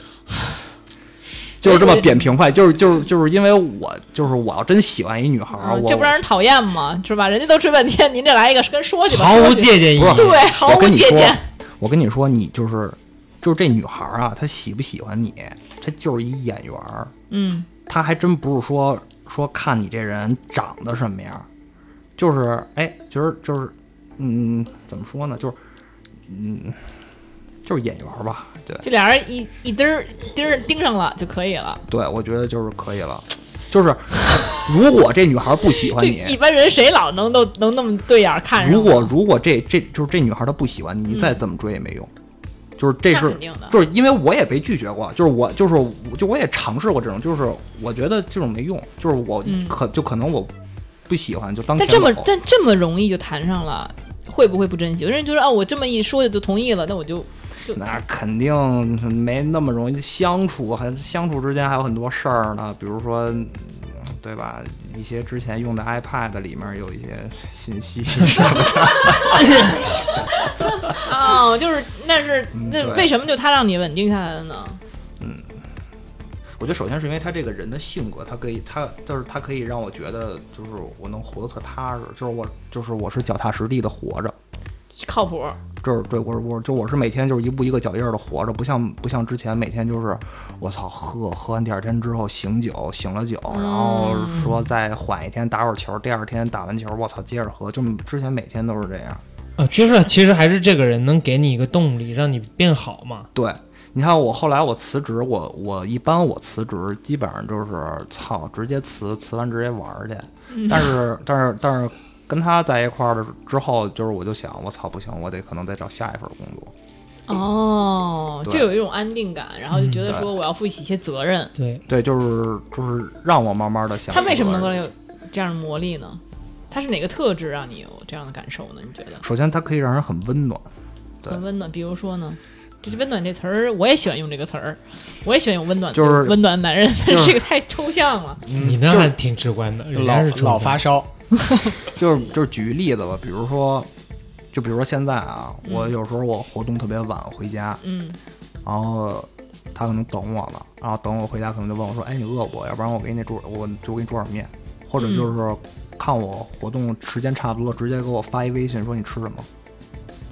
D: 就是这么扁平快，就是就是就是因为我就是我要真喜欢一女孩儿，
A: 嗯
D: 啊我
A: 这不让人讨厌吗？是吧？人家都追半天，您这来一个跟说去吧，
C: 毫
A: 说
C: 无
A: 去
C: 借鉴意义
D: 不。是
A: 对，毫
D: 我
A: 无
D: 跟你
A: 借
D: 说
A: 鉴。，
D: 我跟你说，你就是就是这女孩儿啊，她喜不喜欢你，他就是一演员儿，
A: 嗯
D: 他还真不是说说看你这人长得什么样儿，就是哎，就是就是，嗯，怎么说呢，就是，嗯，就是演员儿吧，对
A: 这俩人一一钉儿钉儿钉上了就可以了。
D: 对，我觉得就是可以了，就是如果这女孩儿不喜欢
A: 这
D: 你
A: 一，般人谁老能都能那么对眼儿看上？
D: 如果如果这这就是这女孩她不喜欢你，你再怎么追也没用。就是这
A: 嗯那
D: 是
A: 肯定的，
D: 就是因为我也被拒绝过，就是我就是我就我也尝试过这种，就是我觉得这种没用，就是我
A: 嗯
D: 可、就可能我不喜欢就当
A: 但这
D: 舔
A: 么
D: 狗
A: 但这么容易就谈上了，会不会不珍惜？有人觉得哦，我这么一说就同意了，那我就就
D: 那肯定没那么容易相处，还相处之间还有很多事儿呢，比如说。嗯对吧？一些之前用的 iPad 里面有一些 信息上的
A: 哦，就是那是
D: 嗯
A: 那
D: 对
A: 为什么就他让你稳定下来了呢？
D: 我觉得首先是因为他这个人的性格，他可以，他就是他可以让我觉得，就是我能活得特踏实，就是我就是我是脚踏实地的活着，
A: 靠谱，
D: 就是对我我就我是每天就是一步一个脚印儿的活着，不像不像之前每天就是我操喝喝完第二天之后醒酒醒了酒，然后说再缓一天打会儿球，第二天打完球我操接着喝，就之前每天都是这样。
C: 啊，就是其实还是这个人能给你一个动力，让你变好嘛。
D: 对，你看我后来我辞职，我我一般我辞职基本上就是操直接辞，辞完直接玩儿去。 但是但是但是跟他在一块儿的之后，就是我就想我操不行，我得可能再找下一份工作。
A: 哦，就
D: 对
A: 有一种安定感，然后就觉得
D: 嗯
A: 说我要负起一些责任。
C: 对，
D: 对，就是就是让我慢慢的想。
A: 他为什么能够？有这样的魔力呢？他是哪个特质让你有这样的感受呢？你觉得
D: 首先，它可以让人很温暖。对
A: 很温暖？比如说呢？这温暖这词儿，我也喜欢用这个词儿，我也喜欢用温暖，
D: 就是
A: 温暖男人，
D: 就是
A: 这个太抽象了。
D: 嗯
C: 你那还挺直观的，人
B: 老
C: 家是抽
B: 老
C: 象
B: 发烧，
D: 就是就是举个例子吧，比如说，就比如说现在啊，
A: 嗯
D: 我有时候我活动特别晚回家，
A: 嗯，
D: 然后他可能等我了，然后等我回家可能就问我说：“哎，你饿不？要不然我给你煮，我就给你煮点面。”或者
A: 嗯
D: 就是看我活动时间差不多，直接给我发一微信说你吃什么。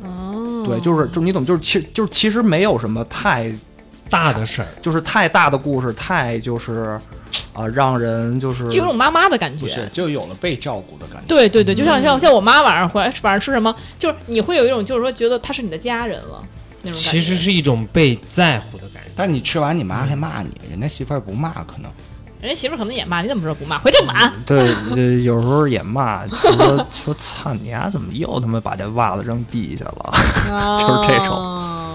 A: 哦，
D: 对，就是就是你怎么就是其就是其实没有什么太
C: 大的事儿，
D: 就是太大的故事，太就是啊、呃让人就是
A: 就有种妈妈的感
B: 不是
A: 觉。
B: 就有了被照顾的感觉。
A: 对对对，就
D: 嗯
A: 像像像我妈晚上回来晚上吃什么，就是你会有一种就是说觉得她是你的家人了那种感觉。
C: 其实是一种被在乎的感 觉。，
B: 但你吃完，你妈还骂你，人家媳妇儿不骂，可能
A: 人家媳妇儿可能也骂，你怎么知道不骂？回正版。
D: 对，呃有时候也骂，说说操你丫、怎么又他妈把这袜子扔地下了？ 就是这
A: 哦
D: 种
A: 种。
D: 嗯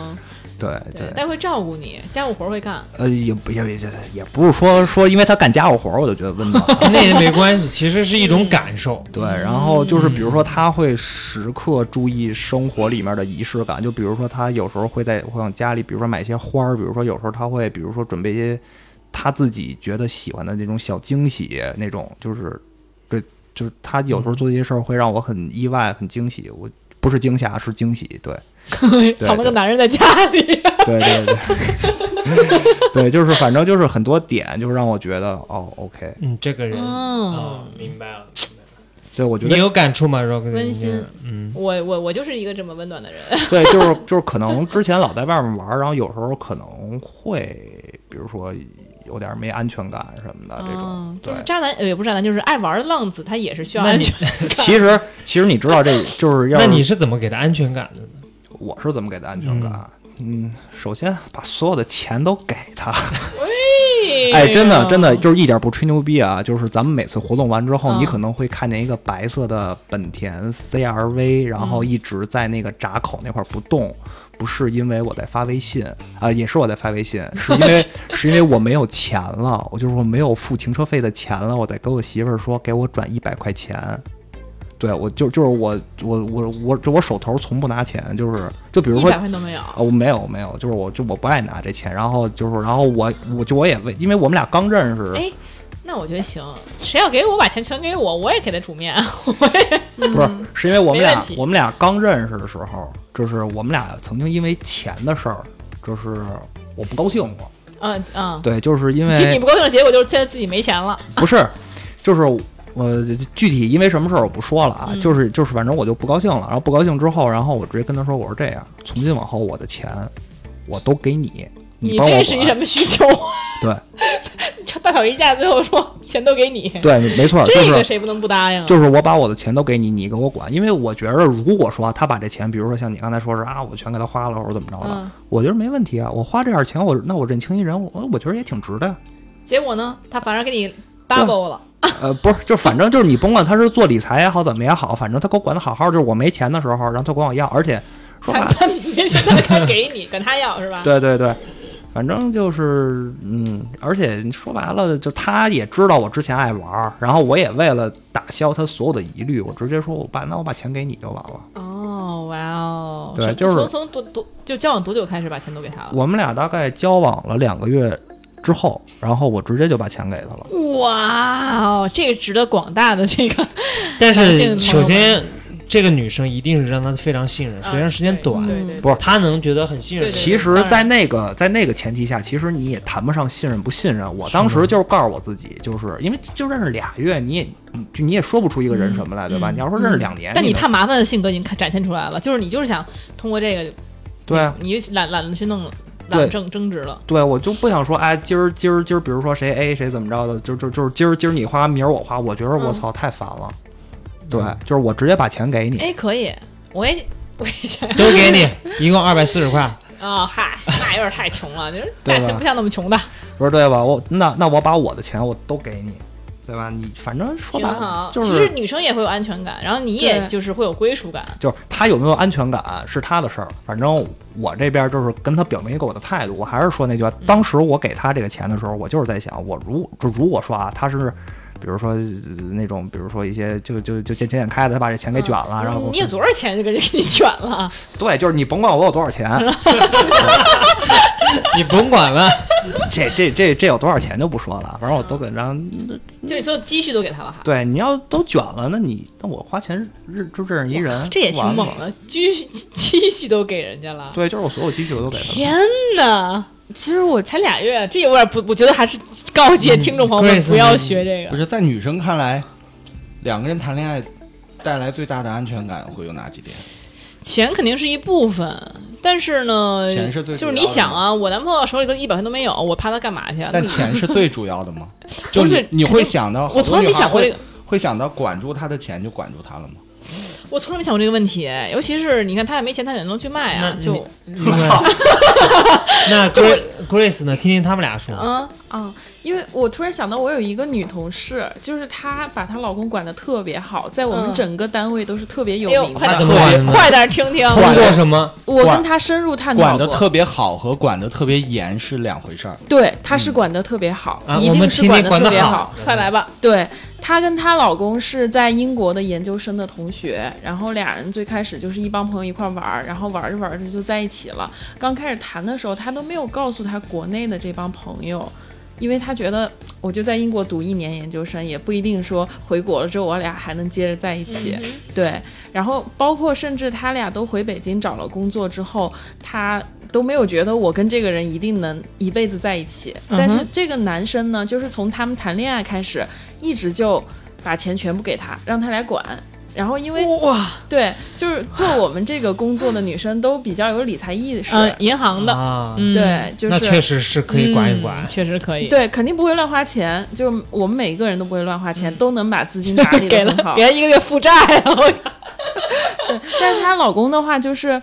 D: 对
A: 对，但会照顾你，家务活儿会干。
D: 呃，也不也也也不是说说因为他干家务活儿我就觉得温暖
C: 那也没关系，其实是一种感受。
D: 对，然后就是比如说他会时刻注意生活里面的仪式感，就比如说他有时候会在会往家里，比如说买一些花儿，比如说有时候他会比如说准备一些他自己觉得喜欢的那种小惊喜，那种就是对，就是他有时候做这些事儿会让我很意外、很惊喜，我不是惊吓是惊喜，对。
A: 藏了个男人在家里，
D: 对对对，对，就是反正就是很多点，就是让我觉得哦，OK，
C: 嗯，这个人，
A: 嗯
C: 哦，明白了。明白了
D: 对我觉
C: 你
D: 得
C: 有感触吗，Rock？
A: 温馨，
C: 嗯，
A: 我我我就是一个这么温暖的人。
D: 对，就是就是可能之前老在外面玩儿，然后有时候可能会，比如说有点没安全感什么的这种
A: 嗯，，
D: 对
A: 就是。渣男呃也不是渣男，就是爱玩的浪子，他也是需要
C: 那
A: 安
C: 你
A: 全。
D: 其实其实你知道这就是 要
C: 那你是
D: 是
C: 怎么给他安全感的呢？
D: 我是怎么给的安全感？嗯，首先把所有的钱都给他，哎，真
A: 哦
D: 的真的就是一点不吹牛逼啊！就是咱们每次活动完之后，
A: 嗯
D: 你可能会看见一个白色的本田 CRV，然
A: 嗯
D: 后一直在那个闸口那块儿不动，不是因为我在发微信啊、也是我在发微信，是因 为是因为我没有钱了，我就是我没有付停车费的钱了，我得跟我媳妇儿说给我转一百块钱。对，我就就是我我我我就我手头从不拿钱，就是就比如
A: 一
D: 说
A: 百块都没有。
D: 啊，我没有没有，就是我就我不爱拿这钱，然后就是然后我我就我也为，因为我们俩刚认识，
A: 哎，那我觉得行，谁要给我把钱全给我，我也给他煮面，啊 我也
D: 不是是因为我们
A: 嗯没
D: 俩
A: 问题
D: 我们俩刚认识的时候，就是我们俩曾经因为钱的事儿，就是我不高兴过，
A: 嗯嗯。
D: 对，就是因
A: 其实你
D: 为
A: 不高兴的结果就是现在自己没钱了。
D: 不是，就是我具体因为什么事儿我不说了啊，
A: 嗯
D: 就是就是反正我就不高兴了，然后不高兴之后，然后我直接跟他说我说这样，从今往后我的钱我都给你，
A: 你
D: 帮我
A: 这是你什
D: 管，
A: 么需求？
D: 对，
A: 大吵一架，最后说钱都给你，
D: 对，没啊错，就
A: 这
D: 是
A: 个谁不能不答应？啊
D: 就是我把我的钱都给你，你给我管，因为我觉得如果说他把这钱，比如说像你刚才说是啊，我全给他花了或者怎么着的，
A: 嗯
D: 我觉得没问题啊，我花这点钱，我那我认清一人，我我觉得也挺值的呀。
A: 结果呢，他反而给你 double 了，
D: 呃，不是，就反正就是你甭管他是做理财也好，怎么也好，反正他给我管的好好，就是我没钱的时候，然后他管我要，而且说白
A: 他
D: 了，
A: 他没钱他该给你，管他要是吧？
D: 啊对对对，反正就是嗯，而且说白了，就他也知道我之前爱玩儿，然后我也为了打消他所有的疑虑，我直接说我爸，那我把钱给你就完了。
A: 哦，哇哦，
D: 对
A: 什
D: 就是
A: 从从多多就交往多久开始把钱都给他了？
D: 我们俩大概交往了两个月之后，然后我直接就把钱给他了。
A: 哇哦，这个值得广大的这 个
C: 但
A: 男性朋友
C: 是
A: 们
C: 首先，这个女生一定是让他非常信任，虽然时间短，
A: 啊对对对
D: 不是
C: 他能觉得很信任
A: 对对。对
D: 其
A: 当
D: 实，
A: 然
D: 在那个在那个前提下，其实你也谈不上信任不信任。我当时就是告诉我自己，就是因为就认识俩月，你也你就你也说不出一个人什么来，对吧？
A: 嗯
D: 你要说认识两年，
A: 但你
D: 能
A: 怕麻烦的性格已经看展现出来了，就是你就是想通过这个，
D: 对啊
A: 你就懒懒得去弄了，
D: 对
A: 懒得争争执了。
D: 对我就不想说，哎，今儿今儿今儿，比如说谁 A 谁怎么着的，就就就是今儿今儿你花，明儿我花，我觉得我
A: 嗯
D: 操太烦了。对，就是我直接把钱给你，
A: 哎，可以，我也我也想
C: 都给你，一共二百四十块，
A: 啊、嗨，那有点太穷了，就是
D: 对
A: 大
D: 吧
A: 钱不像那么穷的，
D: 我说对吧？我那那我把我的钱我都给你，对吧？你反正说
A: 挺
D: 白
A: 好
D: 了。就
A: 其实
D: 是
A: 女生也会有安全感，然后你也
F: 对
A: 就是会有归属感。
D: 就是他有没有安全感是他的事儿，反正我这边就是跟他表明一个我的态度。我还是说那句话，当时我给他这个钱的时候，我就是在想，我如就如果说啊，他是比如说、呃那种，比如说一些就就就捡捡捡开的，他把这钱给卷了，然后
A: 嗯你有多少钱就给人给你卷了？啊
D: 对，就是你甭管我有多 少钱，
C: 你甭管了。
D: 这这这这有多少钱就不说了，反正我都给然后
A: 就
D: 嗯
A: 你所有积蓄都给他了哈，
D: 对，你要都卷了，那你那我花钱认就认识一人，
A: 这也挺
D: 完了
A: 猛的，积蓄积蓄都给人家了。
D: 对，啊就是我所有积蓄我都给他了。
A: 天哪，
F: 其实我
A: 才俩月，这有点不，我觉得还是告诫听众朋友们
C: Grace，
A: 不要学这
B: 不
A: 个。
B: 是在女生看来，两个人谈恋爱带来最大的安全感会有哪几点？
A: 钱肯定是一部分，但是呢，
B: 钱是最主
A: 就
B: 要
A: 是
B: 的
A: 你想啊，我男朋友手里都一百块都没有，我怕他干嘛去 啊？
B: 但钱是最主要的吗？就
A: 不是
B: 你你
A: 肯
B: 会
A: 定
B: 想到，
A: 我从来没想过这个
B: 会，会想到管住他的钱就管住他了吗？
A: 我从来没想过这个问题，尤其是你看他也没钱，他哪能去卖
C: 那
A: 啊？
C: 你
A: 就
C: 我操！ 那 Grace Grace 呢？听听他们俩说，
A: 嗯，
F: 啊，因为我突然想到，我有一个女同事，就是她把她老公管得特别好，在我
A: 嗯
F: 们整个单位都是特别有
A: 哎呦，
F: 名
A: 快
C: 他
F: 的。
C: 怎
A: 点，
C: 么管的呢
A: 快点听听。
C: 通过什么？
F: 我
B: 管
F: 跟她深入探
B: 管
F: 讨
B: 得
F: 过，
B: 特别好和管得特别严是两回事儿。
F: 对，她是管得特别好，
C: 嗯啊，
F: 一
C: 我们
F: 定是
C: 听听
F: 得
C: 管
F: 特
C: 得
F: 别
C: 好。的，
A: 快来吧！
F: 对她跟她老公是在英国的研究生的同学，然后俩人最开始就是一帮朋友一块儿玩儿，然后玩着玩着就在一起了。刚开始谈的时候，她都没有告诉她国内的这帮朋友，因为她觉得我就在英国读一年研究生，也不一定说回国了之后我俩还能接着在一起。
A: 嗯
F: 对，然后包括甚至他俩都回北京找了工作之后，他都没有觉得我跟这个人一定能一辈子在一起。但
A: 嗯
F: 是
A: 哼
F: 这个男生呢，就是从他们谈恋爱开始，一直就把钱全部给他，让他来管。然后因为
A: 哇，
F: 对，就是做我们这个工作的女生都比较有理财意识，
A: 嗯，银行的，
C: 啊，
A: 嗯，
F: 对，就是
C: 那确实是可以管一管
A: 嗯。确实可以。
F: 对，肯定不会乱花钱，就是我们每一个人都不会乱花钱，都能把资金打理
A: 嗯 给
F: 得
A: 了
F: 很好。
A: 给了一个月负债了，我靠
F: 对，但是她老公的话就是。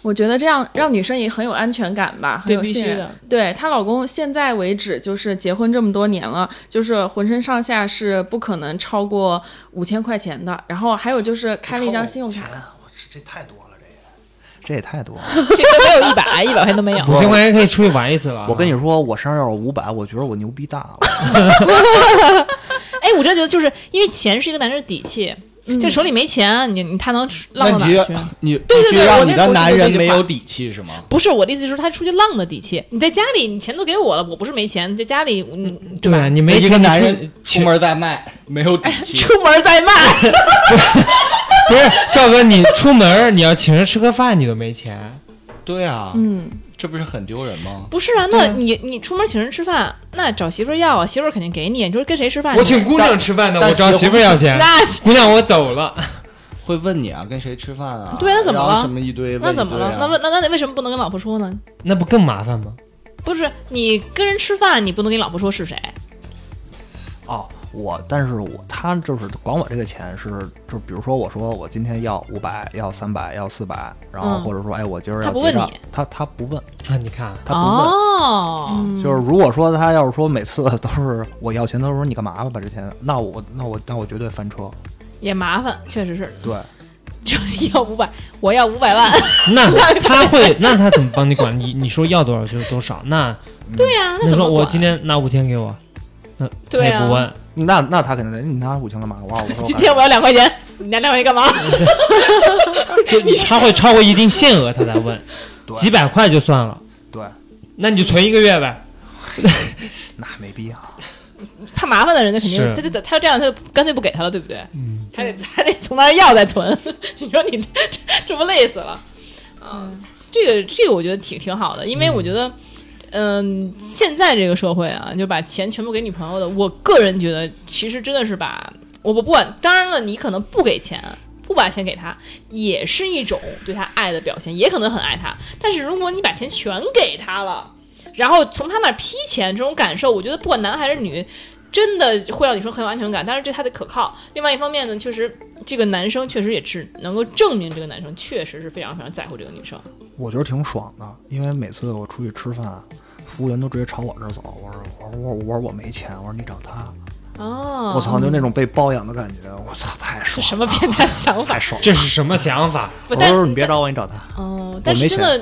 F: 我觉得这样让女生也很有安全感吧，很
A: 对
F: 有
A: 必
F: 信
A: 须
F: 任
A: 的。
F: 对她老公现在为止，就是结婚这么多年了，就是浑身上下是不可能超过五千块钱的。然后还有就是开了一张信用
D: 钱
F: 卡，，
D: 我这这太多了，这也这也太多了。
A: 这边没有一百，一百块都没有。
C: 五千块钱可以出去玩一次了。
D: 我跟你说，我身上要是五百，我觉得我牛逼大了。
A: 哎，我真觉得就是因为钱是一个男人的底气，
F: 嗯
A: 就手里没钱，你你他能出浪
B: 问
A: 到哪
B: 题
A: 儿去？
B: 你
F: 对
B: 必须
F: 对
B: 让
F: 我
B: 你的
F: 那同事
B: 男
F: 就
B: 人
F: 这句
B: 没
F: 话
B: 有底气是吗？
A: 不是我的意思，是他出去浪的底气。你在家里，你钱都给我了，我不是没钱，在家里，嗯，
C: 对啊，你没
B: 一
C: 钱
B: 个
C: 你
B: 男
C: 出
B: 人出
C: 去
B: 门在外 没有底气，
A: 出门再卖，
C: 不是赵哥，你出门儿你要请人吃个饭你都没钱，
B: 对啊，
F: 嗯，
B: 这不是很丢人吗？
A: 不是啊？那你你出门请人吃饭，那找媳妇儿要啊，媳妇儿肯定给你。你啊说跟谁吃饭？
C: 我请姑娘吃饭呢，
B: 但
C: 我找媳妇儿要钱，
A: 那
C: 姑娘我走了。
B: 会问你啊，跟谁吃饭啊？
A: 对啊怎么
B: 然后
A: 了
B: 什么一堆问一堆
A: 那
B: 啊？
A: 怎么了？那问那那你为什么不能跟老婆说呢？
C: 那不更麻烦吗？
A: 不是你跟人吃饭，你不能跟你老婆说是谁。
D: 哦，我，但是我他就是管我这个钱是，就比如说我说我今天要五百，要三百，要四百，然后
A: 嗯
D: 或者说哎我今儿
A: 他
D: 要
A: 不
D: 结
A: 问
D: 账
A: 你，
D: 他他不问，
C: 啊，你看，
D: 他不问。
A: 哦，
F: 嗯
D: 就是如果说他要是说每次都是我要钱，他说你干嘛吧，把这钱，那我那我那我绝对翻车。
A: 也麻烦，确实是。
D: 对，
A: 就你要五百，我要五百万。
C: 那他会，那他怎么帮你管？你你说要多少就多少。那
A: 对呀、那怎
C: 那
A: 么
C: 说我
A: 管
C: 今天拿五千给我，那他
A: 对
C: 也
A: 啊
C: 不问。
D: 那那他肯定得，你拿五千干嘛？我我说
A: 今天我要两块钱，你拿两块钱干嘛？
C: 他会超过一定限额，他才问，
D: 对
C: 几百块就算了，
D: 对，
C: 那你就存一个月呗。
D: 那没必要。
A: 怕麻烦的人，他肯定
C: 是
A: 他他他要这样，他就干脆不给他了，对不对？嗯，还得 还得从那儿要再存。 你说你这这这不累死了？嗯，这个这个我觉得挺挺好的，因为我觉得，嗯、现在这个社会啊，就把钱全部给女朋友的，我个人觉得其实真的是把我不不管，当然了，你可能不给钱。不把钱给他，也是一种对他爱的表现，也可能很爱他。但是如果你把钱全给他了，然后从他那儿批钱，这种感受，我觉得不管男还是女，真的会让你说很有安全感，但是这他得可靠。另外一方面呢，确实这个男生确实也是能够证明这个男生确实是非常非常在乎这个女生。
D: 我觉得挺爽的，因为每次我出去吃饭，服务员都直接朝我这儿走。我说我说我我说我没钱，我说你找他。
A: 哦，
D: 我操，就那种被包养的感觉，我操，太
A: 是
D: 爽了！
A: 什么变态的想法？
C: 这是什么想法？
A: 不
D: 我
A: 但
D: 说你别找我，你找他。
A: 哦，但是真的。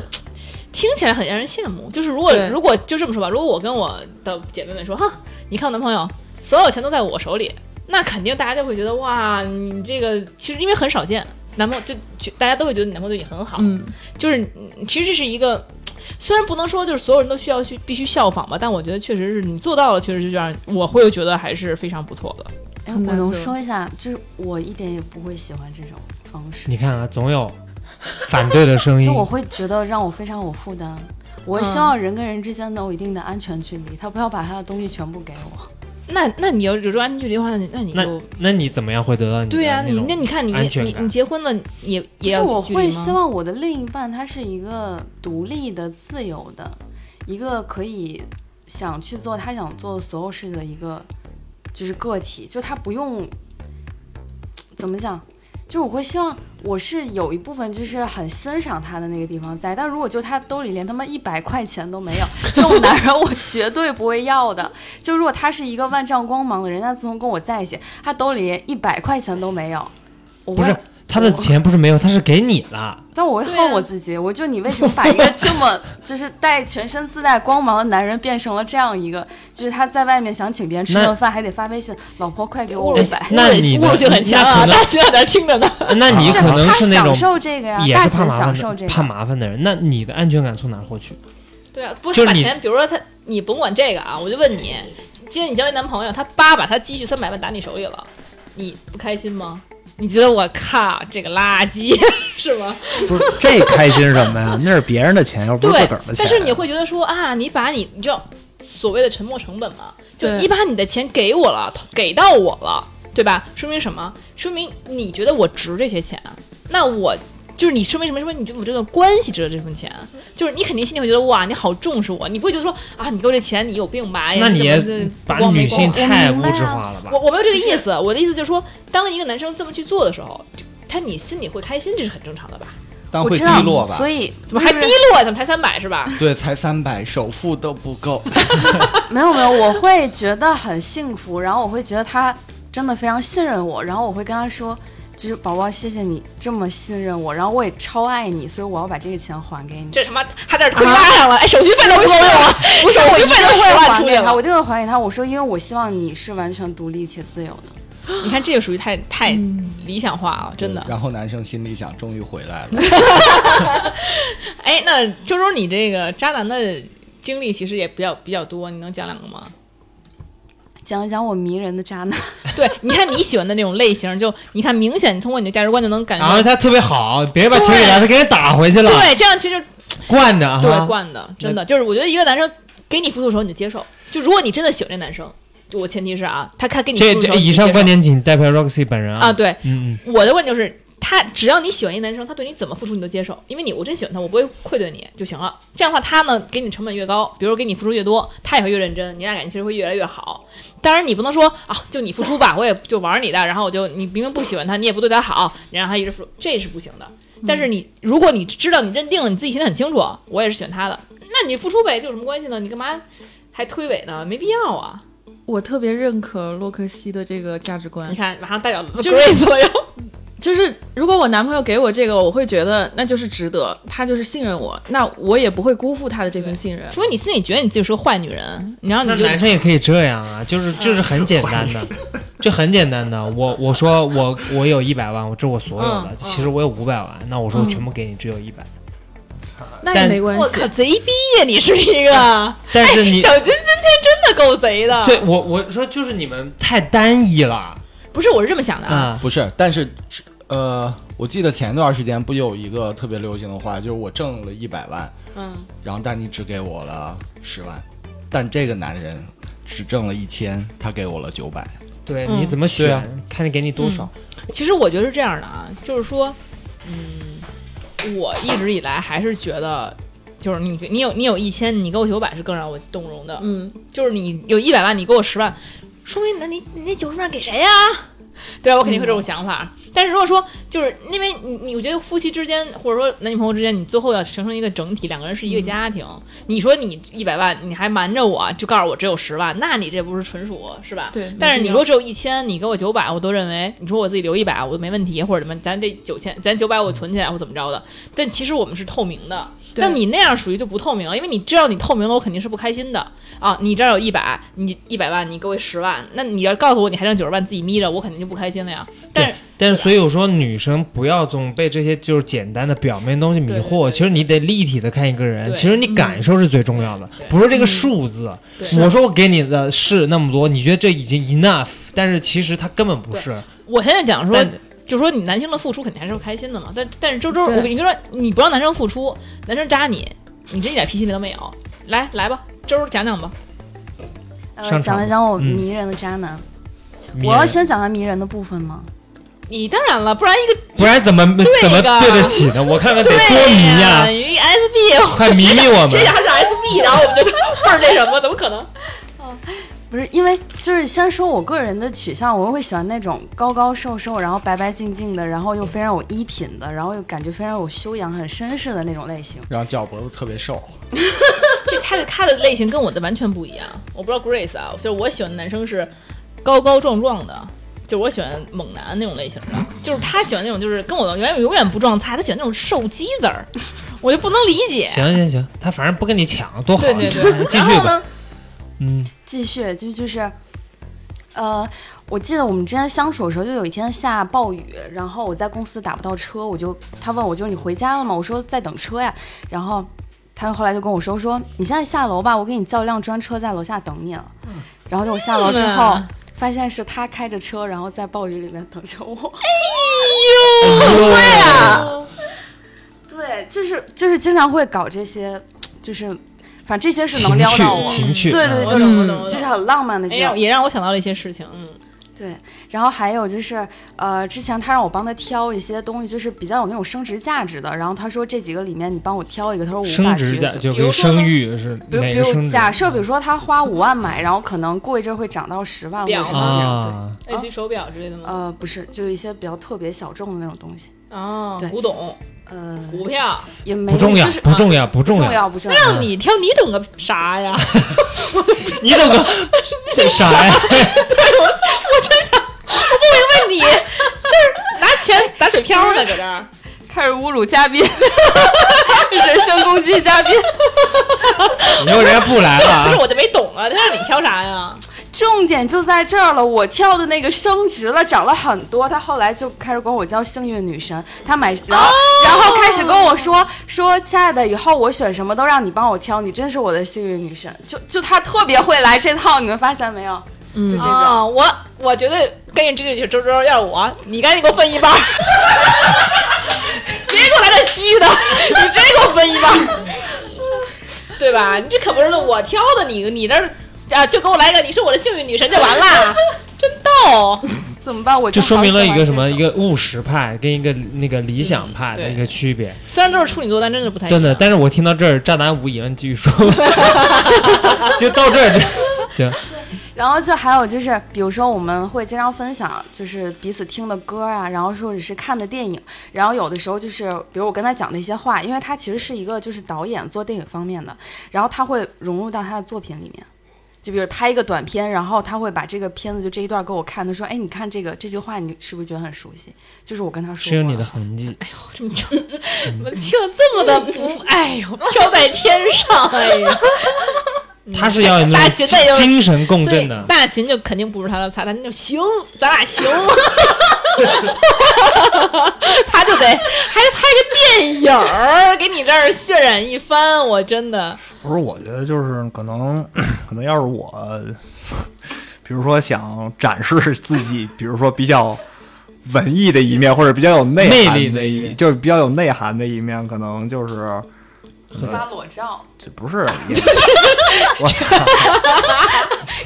A: 听起来很让人羡慕，就是如果
F: 对
A: 如果就这么说吧，如果我跟我的姐妹们说哈，你看我男朋友所有钱都在我手里，那肯定大家就会觉得哇，你这个其实因为很少见，男朋友就就大家都会觉得你男朋友对你很好，
F: 嗯，
A: 就是嗯其实这是一个，虽然不能说就是所有人都需要去必须效仿吧，但我觉得确实是你做到了，确实就让我会觉得还是非常不错的。
E: 哎，我
F: 很难
E: 能
F: 得
E: 说一下，就是我一点也不会喜欢这种方式，
C: 你看啊，总有反对的声音
E: 就。我会觉得让我非常有负担。我希望人跟人之间能有一定的安全距离，他不要把他的东西全部给我。
A: 那那你要有这种安全距离的话，那你那你
C: 那
A: 就
C: 那你怎么样会得到你的
A: 对呀、你
C: 种
A: 那你看你
C: 安全
A: 你
C: 感
A: 你结婚了也
E: 就
A: 也
E: 是
A: 要
E: 我
A: 有距离
E: 会
A: 吗
E: 希望我的另一半他是一个独立的、自由的，一个可以想去做他想做的所有事的一个就是个体，就他不用怎么讲。就我会希望我是有一部分就是很欣赏他的那个地方在，但如果就他兜里连他妈一百块钱都没有，这种男人我绝对不会要的。就如果他是一个万丈光芒的人，他自从跟我在一起，他兜里连一百块钱都没有，我
C: 不
E: 会
C: 是他的钱不是没有，他是给你了。
E: 但我会
A: 对
E: 恨
A: 啊
E: 我自己，我就你为什么把一个这 么就是带全身自带光芒的男人变成了这样一个，就是他在外面想请别人吃
C: 那
E: 顿饭还得发微信，老婆快给我
A: 侮
E: 五
A: 辱
E: 百。
C: 那你
A: 侮辱性很强啊！
C: 那可能
A: 大家在那听着呢。
C: 那你可能
E: 他
C: 那
E: 享
C: 种
E: 受这个呀，
C: 也
E: 大
C: 是
E: 姐
C: 怕麻
E: 享受
C: 烦
E: 这
C: 的、
E: 个
C: 怕。麻烦的人。那你的安全感从哪儿获取？
A: 对啊，不
C: 就是是
A: 把
C: 你
A: 钱，比如说他，你甭管这个啊，我就问你，今天你交一男朋友，他叭把他积蓄三百万打你手里了，你不开心吗？你觉得我靠这个垃圾 是吗？
D: 不是这开心什么呀？那是别人的钱，又不
A: 对
D: 是自个儿的，钱。
A: 但是你会觉得说啊，你把你你知道所谓的沉没成本嘛，就
F: 对
A: 你把你的钱给我了，给到我了，对吧？说明什么？说明你觉得我值这些钱，啊那我。就是你说明什么？说明你觉得我这段关系值得这份钱，啊就是你肯定心里会觉得哇，你好重视我，你不会觉得说啊，你给我这钱，你有病吧？哎呀
C: 那
A: 你
C: 你
A: 怎
C: 也
A: 么这
C: 把
A: 光没
C: 女
A: 光
C: 性
E: 我明
C: 太物
E: 白
C: 质
E: 啊
C: 化了吧？
A: 我我没有这个意思，我的意思就是说，当一个男生这么去做的时候，就他你心里会开心，这是很正常的吧？
B: 但
E: 我
B: 会
E: 知
B: 低
E: 道，
B: 落吧？
E: 所以
A: 怎么还
E: 就
A: 低
E: 是
A: 落？怎么才三百是吧？
B: 对，才三百，首付都不够。
E: 没有没有，我会觉得很幸福，然后我会觉得他真的非常信任我，然后我会跟他说，就是宝宝，谢谢你这么信任我，然后我也超爱你，所以我要把这个钱还给你。
A: 这他妈还在这推
C: 啊
A: 拉上了，哎，手续费都不够用了，
E: 不是，我一定会还给他，
A: 了
E: 我一定会还给他。我说，因为我希望你是完全独立且自由的。
A: 你看这个属于太太
C: 嗯
A: 理想化了，真的。
B: 然后男生心里想，终于回来了。
A: 哎，那周周，你这个渣男的经历其实也比较比较多，你能讲两个吗？
E: 讲一讲我迷人的渣男，
A: 对，你看你喜欢的那种类型，就你看明显通过你的价值观就能感觉
C: 然
A: 到
C: 后，他特别好，别把钱给他，他给人打回去了，
A: 对，这样其实
C: 惯着啊。
A: 对惯的，真的就是我觉得一个男生给你付出的时候你就接受，就如果你真的喜欢这男生，就我前提是啊，他他给你付
C: 这
A: 出的时
C: 这
A: 候你
C: 以
A: 就接
C: 上
A: 受
C: 观点仅代表 Roxy 本人
A: 啊，对，
C: 嗯嗯，
A: 我的问题就是，他只要你喜欢一男生，他对你怎么付出你都接受，因为你我真喜欢他，我不会愧对你就行了。这样的话，他呢给你成本越高，比如说给你付出越多，他也会越认真，你俩感情其实会越来越好。当然，你不能说啊，就你付出吧，我也就玩你的，然后我就你明明不喜欢他，你也不对他好，你让他一直付出，这是不行的。
C: 嗯
A: 但是你如果你知道你认定了，你自己心里很清楚，我也是喜欢他的，那你付出呗，这有什么关系呢？你干嘛还推诿呢？没必要啊！
F: 我特别认可洛克希的这个价值观
A: 你，看，马上代表
F: 是
A: Grace 了又。
F: 就是如果我男朋友给我这个，我会觉得那就是值得，他就是信任我，那我也不会辜负他的这份信任。
A: 除非你心里觉得你自己是个坏女人，然后
C: 那
A: 你就
C: 男生也可以这样啊，就是就是很简单 的，这很简单的。我我说我我有一百万，我这是我所有的
A: 嗯，嗯嗯
C: 其实我有五百万，那我说我全部给你，只有一百。
F: 那也
C: 但
F: 没关
A: 我
F: 系
A: 靠，，贼逼呀！你是一个
C: 但是你
A: 小金，今天真的够贼的。
C: 对我我说就是你们太单一了
A: 不是我是这么想的啊，
C: 啊，
B: 不是，但是，呃，我记得前段时间不有一个特别流行的话，就是我挣了一百万，
A: 嗯，
B: 然后但你只给我了十万，但这个男人只挣了一千，他给我了九百。
C: 对，
A: 嗯
C: 你怎么
B: 对啊
C: 选，看你给你多少。
A: 其实我觉得是这样的啊，就是说，嗯，我一直以来还是觉得。就是你，你有你有一千，你给我九百是更让我动容的。
F: 嗯，
A: 就是你有一百万，你给我十万，说明那你你那九十万给谁呀、对啊吧？我肯定会这种想法。但是如果说就是因为你你，我觉得夫妻之间或者说男女朋友之间，你最后要形成一个整体，两个人是一个家庭。你说你一百万，你还瞒着我，就告诉我只有十万，那你这不是纯属是吧？
F: 对没
A: 但是
F: 必
A: 你
F: 要
A: 说只有一千，你给我九百，我都认为你说我自己留一百，我都没问题，或者什么，咱这九千，咱九百我存起来或怎么着的。但其实我们是透明的。
F: 对
A: 那你那样属于就不透明了，因为你知道你透明了，我肯定是不开心的啊！你这儿有一百，你一百万，你给我十万，那你要告诉我你还剩九十万自己眯着，我肯定就不开心了呀。但是
C: 但是所以我说，女生不要总被这些就是简单的表面东西迷
A: 对对
C: 惑，其实你得立体的看一个人，
A: 对嗯
C: 其实你感受是最重要的，不是这个数字。
A: 对
C: 我说我给你的是那么多，你觉得这已经 enough，但是其实它根本不是。
A: 我现在讲说
C: 但，
A: 就说你男生的付出肯定还是开心的嘛，但但是周周，
F: 对
A: 我跟你说，你不让男生付出，男生扎你，你这一点脾气都没有。来来吧，周周讲讲吧，
E: 呃，
C: 上
E: 讲
C: 场
E: 一讲我
C: 嗯
E: 迷人的渣男。
C: 迷
E: 我要
C: 人
E: 先讲完迷人的部分吗？
A: 你当然了，不然一个
C: 不然怎么怎么
A: 的
C: 对得起呢？我看看得
A: 对
C: 多迷
A: 呀、
C: 呀、
A: 一个 SB，
C: 快迷迷我
A: 啊这
C: 们！
A: 家 伙是 SB，然后我们就倍儿那什么，怎么可能？
E: 不是，因为就是先说我个人的取向，我会喜欢那种高高瘦瘦，然后白白净净的，然后又非常有衣品的，然后又感觉非常有修养、很绅士的那种类型。
B: 然后叫脖子特别瘦，
A: 这他的他的类型跟我的完全不一样。我不知道 Grace 啊，就是我喜欢的男生是高高壮壮的，就我喜欢猛男那种类型的，就是他喜欢那种就是跟我永远永远不撞菜，他喜欢那种瘦鸡子儿，我就不能理解。
C: 行行行，他反正不跟你抢，多好！
A: 对对对，
C: 继
A: 然
C: 续
A: 后
C: 吧。
A: 呢？
C: 嗯，
E: 继续，就就是，呃，我记得我们之前相处的时候，就有一天下暴雨，然后我在公司打不到车，我就他问我就是你回家了吗？我说在等车呀，然后他后来就跟我说说你现在下楼吧，我给你叫辆专车在楼下等你了。然后就我下楼之后。
A: 嗯
E: 发现是他开着车，然后在暴雨里面等着 我。
C: 对
E: 啊对，就是就是经常会搞这些，就是反正这些是能撩
C: 情趣
E: 到我，
C: 情趣，
E: 对对
C: 嗯
E: 对
A: 我懂我懂我
E: 就是
A: 懂。
E: 很浪漫的
A: 哎
E: 这
A: 呀，
E: 种。
A: 也让我想到了一些事情，嗯，
E: 对，然后还有就是，呃，之前他让我帮他挑一些东西，就是比较有那种升值价值的。然后他说这几个里面你帮我挑一个，他说我无法
C: 生殖
E: 抉
C: 在
E: 择。
C: 就
A: 比如
C: 跟
A: 说呢
C: 生育是
E: 比如，
C: 哪
E: 比
C: 个啊生
E: 如
C: 殖
E: 假设，比如说他花五万买，然后可能过一阵会涨到十万或
A: 表
E: 者什么这种。对，
C: 啊，
A: 类似于手表之类的吗？
E: 呃，不是，就一些比较特别小众的那种东西。
A: 哦
E: 对，
A: 古董、
E: 呃，
A: 股票，
E: 也没
C: 不重要
E: 就，是啊
C: 不重要，不重
E: 重
C: 要。
E: 要不重要？
A: 让你挑，你懂个啥呀？
C: 你怎 么这啥呀？
A: 问你，就是拿钱打水漂呢，搁 这儿。
E: 开始侮辱嘉宾， 人身攻击嘉宾。
C: 以后人家不来了
A: 不是，
C: 啊！
A: 我就没懂啊，他让你挑啥呀？
E: 重点就在这儿了，我跳的那个升值了，涨了很多。他后来就开始管我叫幸运女神，他买，然
A: 哦
E: 后、然后开始跟我说说，亲爱的，以后我选什么都让你帮我挑，你真是我的幸运女神。就就他特别会来这套，你们发现没有？
F: 嗯
E: 就这种、
A: 啊，我我觉得跟你这就周周，要是我，你赶紧给我分一半儿，别给我来这虚的， 你直接给我分一半儿，对吧？你这可不是我挑 的，你你这儿啊，就给我来个你是我的幸运女神就完了，真逗。
E: 怎么办？我
C: 就
E: 正
C: 说
E: 好
C: 明了
E: 喜
C: 一
E: 欢
C: 个
E: 这
C: 什么一
E: 种嗯
C: 个务实派跟一个那个理想派的
A: 对
C: 一个区别。
A: 虽然都是处女座，但真的不太一样
C: 真的，但是我听到这儿，渣男无言，继续说， 就到这儿，行，
E: 然后就还有就是，比如说我们会经常分享，就是彼此听的歌啊，然后或者是看的电影，然后有的时候就是，比如我跟他讲的一些话，因为他其实是一个就是导演做电影方面的，然后他会融入到他的作品里面。就比如拍一个短片，然后他会把这个片子就这一段给我看，他说：“哎，你看这个这句话，你是不是觉得很熟悉？就是我跟他说
C: 是有
E: 过
C: 你
E: 了
C: 的痕迹。
E: 哎
A: 这么着，怎么听了这么的不，哎呦，飘在天上，哎 呀，
C: 他是
E: 嗯
C: 要有那
A: 大秦
C: 种
A: 的有
C: 精神共
A: 所以
C: 振嗯的，
A: 大秦就肯定不是他的菜，大秦就行，咱俩行， 他就得还得拍个电影儿，给你这儿渲染一番，我真的
D: 不是，我觉得就是可能， 可能要是我，比如说想展示自己，比如说比较文艺的一面，或者比较有内
C: 魅
D: 涵
C: 力的
D: 的
C: 一
D: 一，
C: 面
D: 就是比较有内涵的一面，可能就是
E: 发裸照，
D: 这 不是，也我操，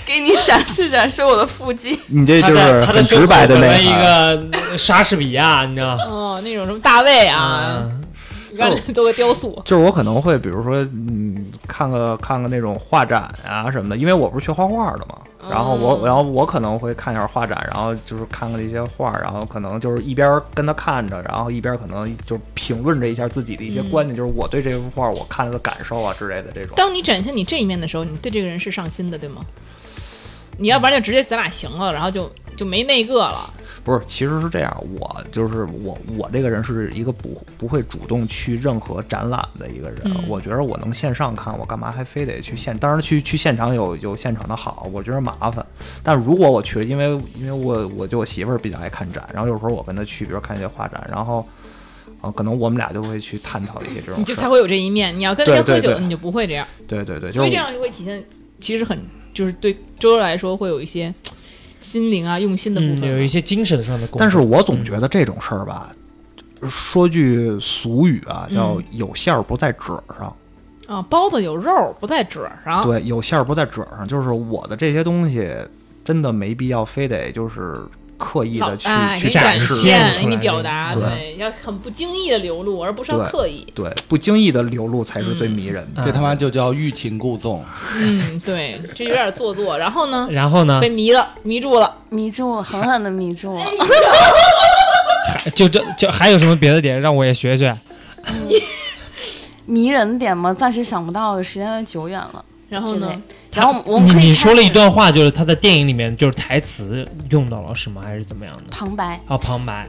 E: 给你展示展示我的腹肌。
D: 你这
C: 他
D: 就
C: 在
D: 是
C: 他的
D: 很
C: 胸
D: 直白
C: 口
D: 的
C: 本来
D: 内涵。
C: 一个莎士比亚，你知道吗？
A: 哦，那种什么大卫啊，
C: 嗯，
A: 你看都个雕塑，
D: 就是我可能会，比如说，嗯，看个看个那种画展啊什么的，因为我不是学画画的嘛，
C: 哦
D: 然后我，然后我可能会看一下画展，然后就是看看这些画，然后可能就是一边跟他看着，然后一边可能就评论着一下自己的一些
C: 嗯
D: 观点，就是我对这幅画我看了的感受啊之类的这种。
A: 当你展现你这一面的时候，你对这个人是上心的，对吗？你要不然就直接咱俩行了，然后就就没那个了。
D: 不是，其实是这样，我就是我，我这个人是一个不不会主动去任何展览的一个人。
A: 嗯
D: 我觉得我能线上看，我干嘛还非得去现？当然去去现场有有现场的好，我觉得麻烦。但如果我去，因为因为我我就我媳妇儿比较爱看展，然后有时候我跟她去，比如看一些画展，然后。啊，可能我们俩就会去探讨一些这
A: 你
D: 种
A: 就
D: 事
A: 才
D: 儿。
A: 会有这一面。你要跟人家
D: 对
A: 喝
D: 对
A: 酒，
D: 对
A: 你就不会这样，
D: 对对对，就
A: 所
D: 是
A: 以这
D: 我
A: 样就会体现，其实很就是对周来说会有一些心灵啊用心的部
C: 嗯，
A: 分。
C: 有一些精神上的共振。
D: 但是我总觉得这种事儿吧，说句俗语啊，叫
A: 嗯
D: “有馅儿不在褶儿上”
A: 啊，包子有肉不在褶儿上。
D: 对，有馅儿不在褶儿上，就是我的这些东西真的没必要非得就是刻意
A: 老
D: 的去、
A: 哎，给
D: 去
A: 你
C: 展
A: 展
D: 示，
A: 现，
C: 出
A: 给你
C: 来
A: 表
C: 那
A: 达，
D: 个
A: 对，要很不经意的流露，而不是要
D: 对
A: 刻意。
D: 对，不经意的流露才是最迷人的。
C: 嗯
B: 这他妈就叫欲擒故纵。
A: 嗯，对，这有点做作。然后呢，
C: 然后呢
A: 被，迷了，迷住了。
E: 迷住我，狠狠的迷住我。
C: 就这就还有什么别的点让我也学学？
E: 迷人点吗？暂时想不到，时间久远了。
A: 然后
E: 之
A: 呢
E: 类？然后我们
C: 你
E: 可以
C: 你
E: 开
C: 说了一
E: 始
C: 段话，就是他在电影里面就是台词用到了什么，还是怎么样的？
E: 旁白，
C: 啊，旁白，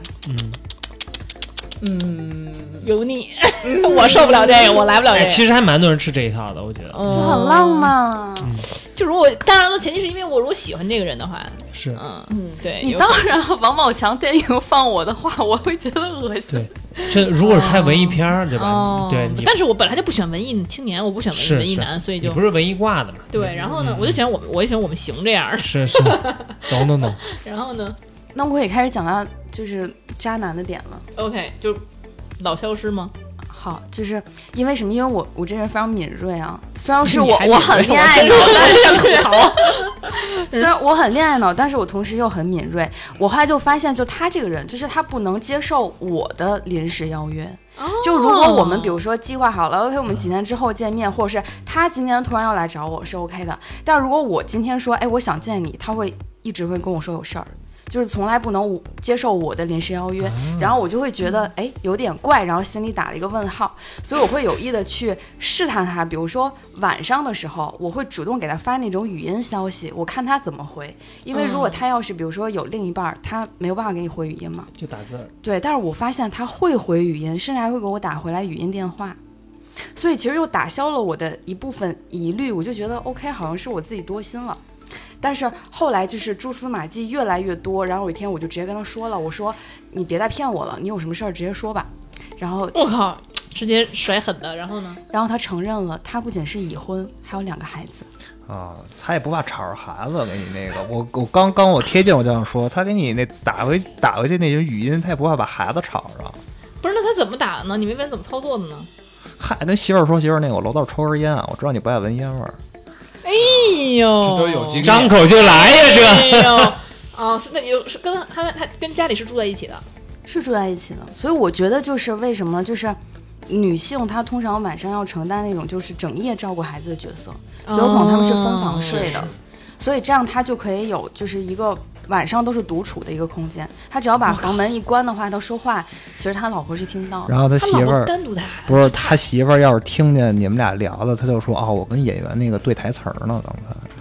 C: 嗯，
A: 油腻，嗯 我受不了这个，我来不了这
C: 哎，
A: 个。
C: 其实还蛮多人吃这一套的，我觉得
E: 就
A: 嗯
E: 很浪漫。
A: 就如果当然了，前提是因为我如果喜欢这个人的话，
C: 是。
A: 嗯嗯，对，
E: 你
A: 有
E: 当然了，王宝强电影放我的话，我会觉得恶心
C: 对。这如果是拍文艺片儿，对吧？对哎你
A: 哦但是我本来就不喜欢文艺青年，我不喜欢文艺
C: 是
A: 文艺
C: 是
A: 男，所以
C: 你
A: 就
C: 不是文艺挂的嘛？
A: 对。然后呢，我就喜欢我们，我也喜欢我们行这样儿。
C: 是是，懂懂懂。
A: 然后呢
E: 那我也开始讲到就是渣男的点了。
A: ，OK，就老消失吗？
E: 好，就是因为什么？因为我我这人非常敏锐啊，虽 然是我
A: 还
E: 我
A: 比
E: 很
A: 我
E: 恋爱
A: 真
E: 脑
A: 是，
E: 但是
A: 我真想吐槽。
E: 虽然我很恋爱脑，但是我同时又很敏锐。我后来就发现，就他这个人，就是他不能接受我的临时邀约。
A: 哦
E: 就如果我们比如说计划好了，OK，我们几天之后见面，或者是他今天突然要来找我是 OK 的。但如果我今天说，哎，我想见你，他会一直会跟我说有事儿，就是从来不能我接受我的临时邀约，然后我就会觉得，哎，有点怪，然后心里打了一个问号，所以我会有意的去试探他，比如说晚上的时候，我会主动给他发那种语音消息，我看他怎么回，因为如果
A: 嗯
E: 他要是比如说有另一半儿，他没有办法给你回语音嘛，
C: 就打字儿，
E: 对，但是我发现他会回语音，甚至还会给我打回来语音电话，所以其实又打消了我的一部分疑虑，我就觉得 OK，好像是我自己多心了。但是后来就是蛛丝马迹越来越多，然后有一天我就直接跟他说了，我说你别再骗我了，你有什么事儿直接说吧。然后，
A: 我靠，直接甩狠的。然后呢？
E: 然后他承认了，他不仅是已婚，还有两个孩子。
D: 啊，他也不怕吵着孩子给你那个。我我刚刚我贴近我就想说，他给你那打回打回去那些语音，他也不怕把孩子吵着。
A: 不是，那他怎么打的呢？你没问怎么操作的呢？
D: 嗨，跟媳妇儿说媳妇儿那个，我楼道抽根烟啊，我知道你不爱闻烟味儿。
A: 哎呦，
D: 哦
B: 这都有经验
C: 张口就来呀，
A: 哎呦，哦，是那你就是跟他们他跟家里是住在一起的，
E: 是住在一起的，所以我觉得就是为什么就是女性她通常晚上要承担那种就是整夜照顾孩子的角色，所以我可能他们是分房睡的，所以这样她就可以有就是一个晚上都是独处的一个空间。她只要把房门一关的话，她说话其实她老婆是听到的。
D: 然后他
A: 哦他
D: 媳
A: 老
D: 妇
A: 公
D: 儿
A: 单独带孩子，
D: 不是他媳妇儿，要是听见你们俩聊的，他就说啊、我跟演员那个对台词儿呢，刚才。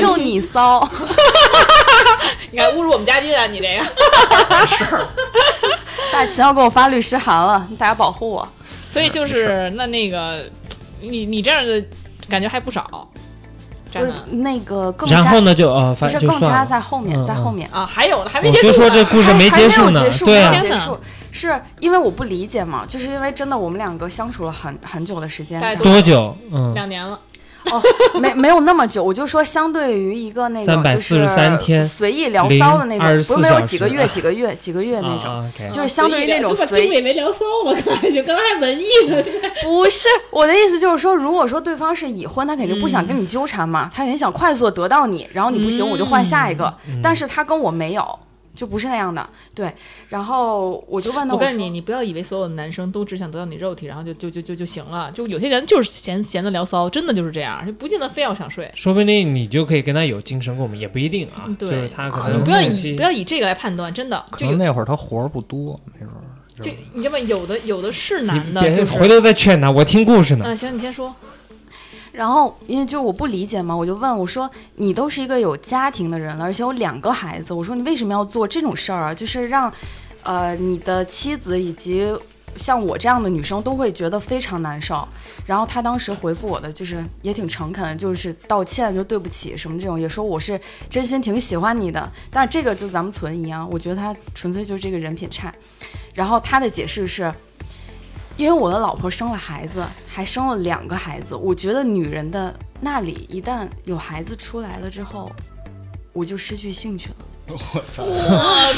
E: 就你骚，
A: 你看侮辱我们嘉宾啊，你这个。
E: 大秦要给我发律师函了，大家保护我。
A: 所以 就是那那个，你你这样的感觉还不少，渣
E: 不是
A: 男
E: 那个更
C: 然
E: 加
C: 后呢就呃，
E: 不
C: 反
E: 是
C: 正就
E: 更
C: 算
E: 加
C: 了。
E: 在后面，
C: 嗯
E: 在后
C: 嗯
E: 面。
A: 啊，还有呢还没
C: 我
A: 结
C: 就
A: 束
C: 说
A: 呢
C: 这故事
E: 还
C: 没
E: 还没
C: 结束呢
E: 有结，束，
C: 对
E: 没
C: 啊
E: 有
A: 天
E: 结
A: 哪
E: 束，是因为我不理解嘛，就是因为真的我们两个相处了很很久的时间，
A: 大概
E: 然
C: 多久？嗯，
A: 两年了，
E: 后没没有那么久，我就说相对于一个那种就是
C: 343天
E: 随意聊骚的那
C: 零
E: 种，不是没
C: 24小
E: 有几个
C: 时
E: 月几个月几个月那种，
C: 啊，OK
E: 就是相对于那种
A: 就把
E: 随嗯
A: 丁伟没聊骚 嘛，刚才就刚才还文艺呢，现在
E: 不是我的意思就是说，如果说对方是已婚，他肯定
C: 嗯
E: 不想跟你纠缠嘛，他肯定想快速的得到你，然后你不行我就换下一
C: 嗯
E: 个，但是他跟我没有。就不是那样的，对。然后我就问他，
A: 我
E: 我
A: 告诉
E: 说
A: 你，你不要以为所有的男生都只想得到你肉体，然后就就就就就行了。就有些人就是闲闲的聊骚，真的就是这样，就不见得非要想睡。
C: 说不定你就可以跟他有精神共鸣，也不一定啊
A: 嗯。对
C: 就是他
D: 可
C: 可
D: 能
C: 能
A: 不要
C: 后
A: 以
C: 期
A: 不要以这个来判断，真的
D: 可
A: 就
D: 能
A: 有
D: 那会儿他活儿不多，没准儿。
A: 就你知道吗？有的有的是男的，
C: 别
A: 就是
C: 回头再劝他，我听故事呢。
A: 嗯，行，你先 说。
E: 然后因为就我不理解嘛，我就问我说：“你都是一个有家庭的人了，而且有两个孩子，我说你为什么要做这种事儿啊？就是让，呃，你的妻子以及像我这样的女生都会觉得非常难受。”然后他当时回复我的就是也挺诚恳的，就是道歉，就对不起什么这种，也说我是真心挺喜欢你的，但是这个就咱们存疑啊，我觉得他纯粹就是这个人品差。然后他的解释是，因为我的老婆生了孩子，还生了两个孩子，我觉得女人的那里一旦有孩子出来了之后，我就失去兴趣了。
A: 我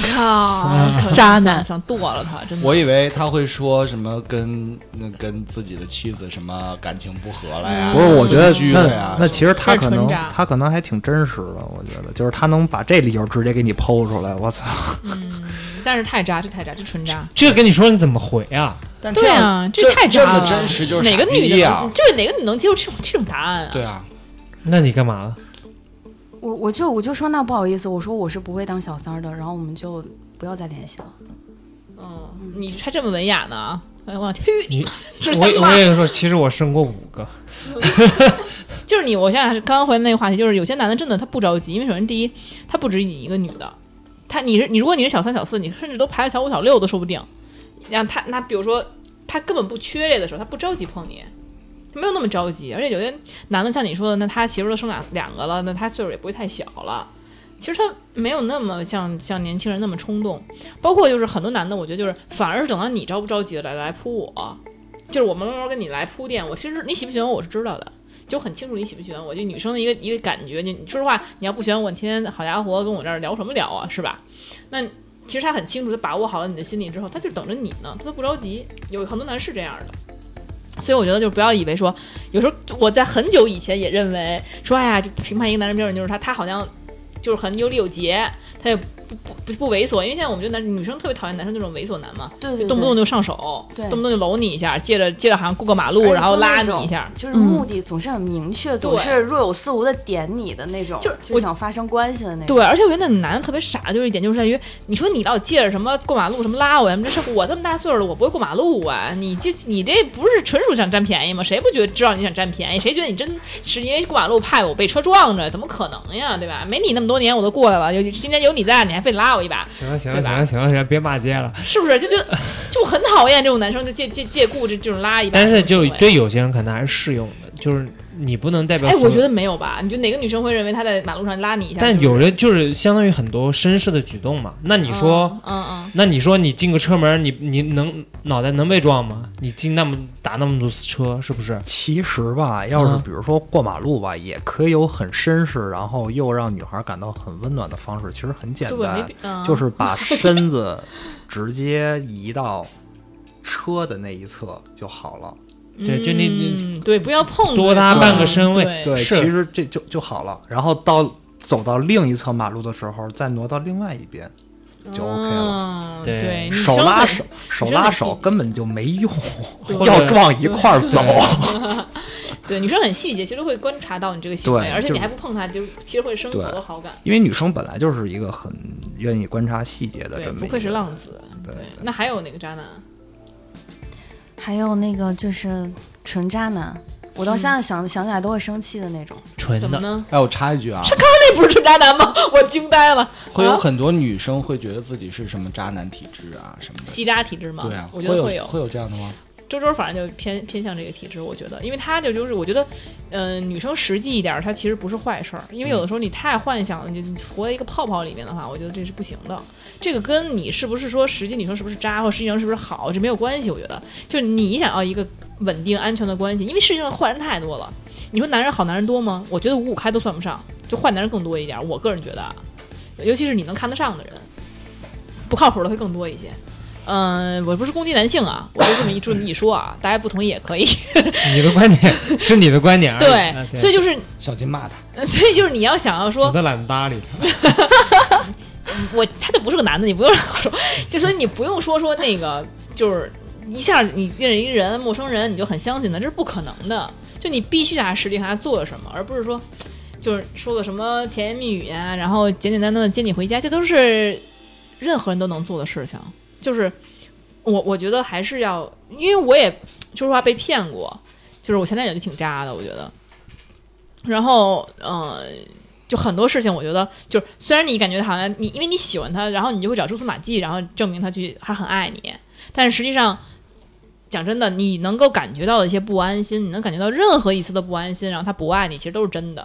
A: 靠，
F: 渣男
A: 啊想剁了他，真的。
B: 我以为他会说什么跟那跟自己的妻子什么感情不和了呀，
D: 嗯不是，我觉得
A: 嗯
B: 分居了
D: 那
B: 呀，
D: 那其实他可
A: 这是
D: 能
A: 纯渣
D: 他可能还挺真实的，我觉得就是他能把这理由直接给你剖出来，我操！
A: 但是太渣，这太渣，这纯渣。
C: 这跟你说你怎么回啊？
B: 但这
A: 对
B: 样
A: 啊，
B: 这
A: 太
B: 这
A: 渣
B: 么
A: 了。
B: 真实就是
A: 哪个
B: 傻
A: 女的
B: 逼呀
A: 能，就是哪个女能接受这种这种答案啊？
B: 对啊，
C: 那你干嘛了？
E: 我我就我就说那不好意思，我说我是不会当小三儿的，然后我们就不要再联系了。
A: 嗯，你还这么文雅呢？哎，我去，
C: 你
A: 这是
C: 我也
A: 他
C: 我
A: 骂
C: 也说，其实我生过五个，
A: 就是你，我现在刚刚回那个话题，就是有些男的真的他不着急，因为首先第一，他不止你一个女的，他你是你，如果你是小三小四，你甚至都排到小五小六都说不定。让他那比如说他根本不缺这的时候，他不着急碰你，没有那么着急。而且有些男的像你说的，那他媳妇儿都生两两个了，那他岁数也不会太小了。其实他没有那么像像年轻人那么冲动，包括就是很多男的，我觉得就是反而是等到你着不着急的来来扑我，就是我慢慢慢慢跟你来铺垫。我其实你喜不喜欢我是知道的，就很清楚你喜不喜欢我，就女生的一个一个感觉。就你说实话，你要不喜欢我，你天天好家伙跟我这儿聊什么聊啊，是吧？那其实他很清楚，他把握好了你的心理之后，他就等着你呢，他都不着急。有很多男是这样的，所以我觉得就不要以为说，有时候我在很久以前也认为说，哎呀，就评判一个男人标准就是他，他好像就是很有礼有节，他也不不不不猥琐，因为现在我们觉得男女生特别讨厌男生那种猥琐男嘛，
E: 对对
A: 动不动就上手，
E: 对
A: 动不动就搂你一下，借着借着好像过个马
E: 而
A: 路
E: 且
A: 然后
E: 就那
A: 拉你
E: 种
A: 一下，
E: 就是
F: 嗯
E: 目的总是很明确，总
A: 对
E: 是若有似无的点你的那种，
A: 就
E: 就是
A: 我
E: 是想发生关系的
C: 哎
E: 那种。
A: 对，而且我觉得那男的特别傻，就是一点就是在于，你说你老借着什么过马路什么拉我呀，这是我这么大岁数了，我不会过马路啊！你这你这不是纯属想占便宜吗？谁不觉得知道你想占便宜？谁觉得你真是因为过马路怕我被车撞着？怎么可能呀，对吧？没你那么多年我都过来了，有今天有你在，你还非得拉我一把，
C: 行了行了
A: 对吧
C: 行了行了行了，别骂街了。
A: 是不是？就觉 得就很讨厌这种男生，就借借借故这这种拉一把
C: 但
A: 这种
C: 是
A: 行
C: 就
A: 为。
C: 对有些人可能还是适用的，就是你不能代表
A: 哎，
C: 所有。
A: 我觉得没有吧？你觉得哪个女生会认为她在马路上拉你一下？
C: 但
A: 是不
C: 有
A: 是
C: 人就是相当于很多绅士的举动嘛。那你说，，
A: 嗯嗯嗯，
C: 那你说你进个车门，你你能脑袋能被撞吗？你进那么打那么多次车，是不是？
D: 其实吧，要是
C: 嗯
D: 比如说过马路吧，也可以有很绅士，然后又让女孩感到很温暖的方式，其实很简
A: 对，没
D: 单
A: 必，嗯
D: 就是把身子 直接移到车的那一侧就好了。
C: 对就你你
A: 嗯对，不要碰
C: 多搭
A: 对
C: 半
A: 方
C: 个身位
A: 对
D: 对，
C: 是
D: 其实这就就好了。然后到走到另一侧马路的时候，再挪到另外一边，就 OK 了。
A: 嗯
C: 对
A: 对，女
D: 手
A: 生
D: 拉
A: 很
D: 手，手拉
A: 你
D: 手
A: 真的
D: 根本就没用，
A: 对
D: 要往一块儿走。
A: 对女生很细节，其实会观察到你这个行为，
D: 对
A: 而且
D: 就
A: 你还不碰她，就是其实会生
D: 对
A: 好多好感。
D: 因为女生本来就是一个很愿意观察细节的
A: 对，
D: 这么
A: 不
D: 一
A: 愧是
D: 个
A: 浪子。
D: 对
A: 对，那还有哪个渣男？
E: 还有那个就是纯渣男，我到现在想、想起来都会生气的那种。
C: 纯
A: 怎么
C: 的，
A: 呢？
B: 哎，我插一句啊，
A: 那不是纯渣男吗？我惊呆了。
B: 会有
A: 啊
B: 很多女生会觉得自己是什么渣男体质啊什么的。
A: 吸渣体质吗？
B: 对啊，
A: 我觉得
B: 会
A: 有。
B: 会有这样的吗？
A: 周周反正就偏偏向这个体质，我觉得，因为他就就是我觉得，嗯、女生实际一点儿，她其实不是坏事儿，因为有的时候你太幻想了，你你活在一个泡泡里面的话，我觉得这是不行的。这个跟你是不是说实际女生是不是渣，或实际上是不是好，这没有关系。我觉得，就你想要一个稳定安全的关系，因为世界上坏人太多了。你说男人好男人多吗？我觉得五五开都算不上，就坏男人更多一点儿。我个人觉得，啊，尤其是你能看得上的人，不靠谱的会更多一些。嗯，我不是攻击男性啊，我就这么一这么一说啊，大家不同意也可以。
C: 你的 观点是你的观点而已，
A: 对
C: 啊，
A: 所以就是，
B: 小金骂他，
A: 所以就是你要想要
C: 我
A: 说，
C: 都懒得搭理他。
A: 我他就不是个男的，你不用 说，就说你不用说说那个，就是一下你认识一人陌生人，你就很相信他，这是不可能的。就你必须得实力看他做了什么，而不是说就是说个什么甜言蜜语呀、然后简简单单的接你回家，这都是任何人都能做的事情。就是我我觉得还是要，因为我也说实话被骗过，就是我前男友就挺渣的，我觉得。然后，嗯、就很多事情，我觉得就是虽然你感觉好像你因为你喜欢他，然后你就会找蛛丝马迹，然后证明他去他很爱你，但是实际上。讲真的，你能够感觉到的一些不安心，你能感觉到任何一丝的不安心，然后他不爱你，其实都是真的。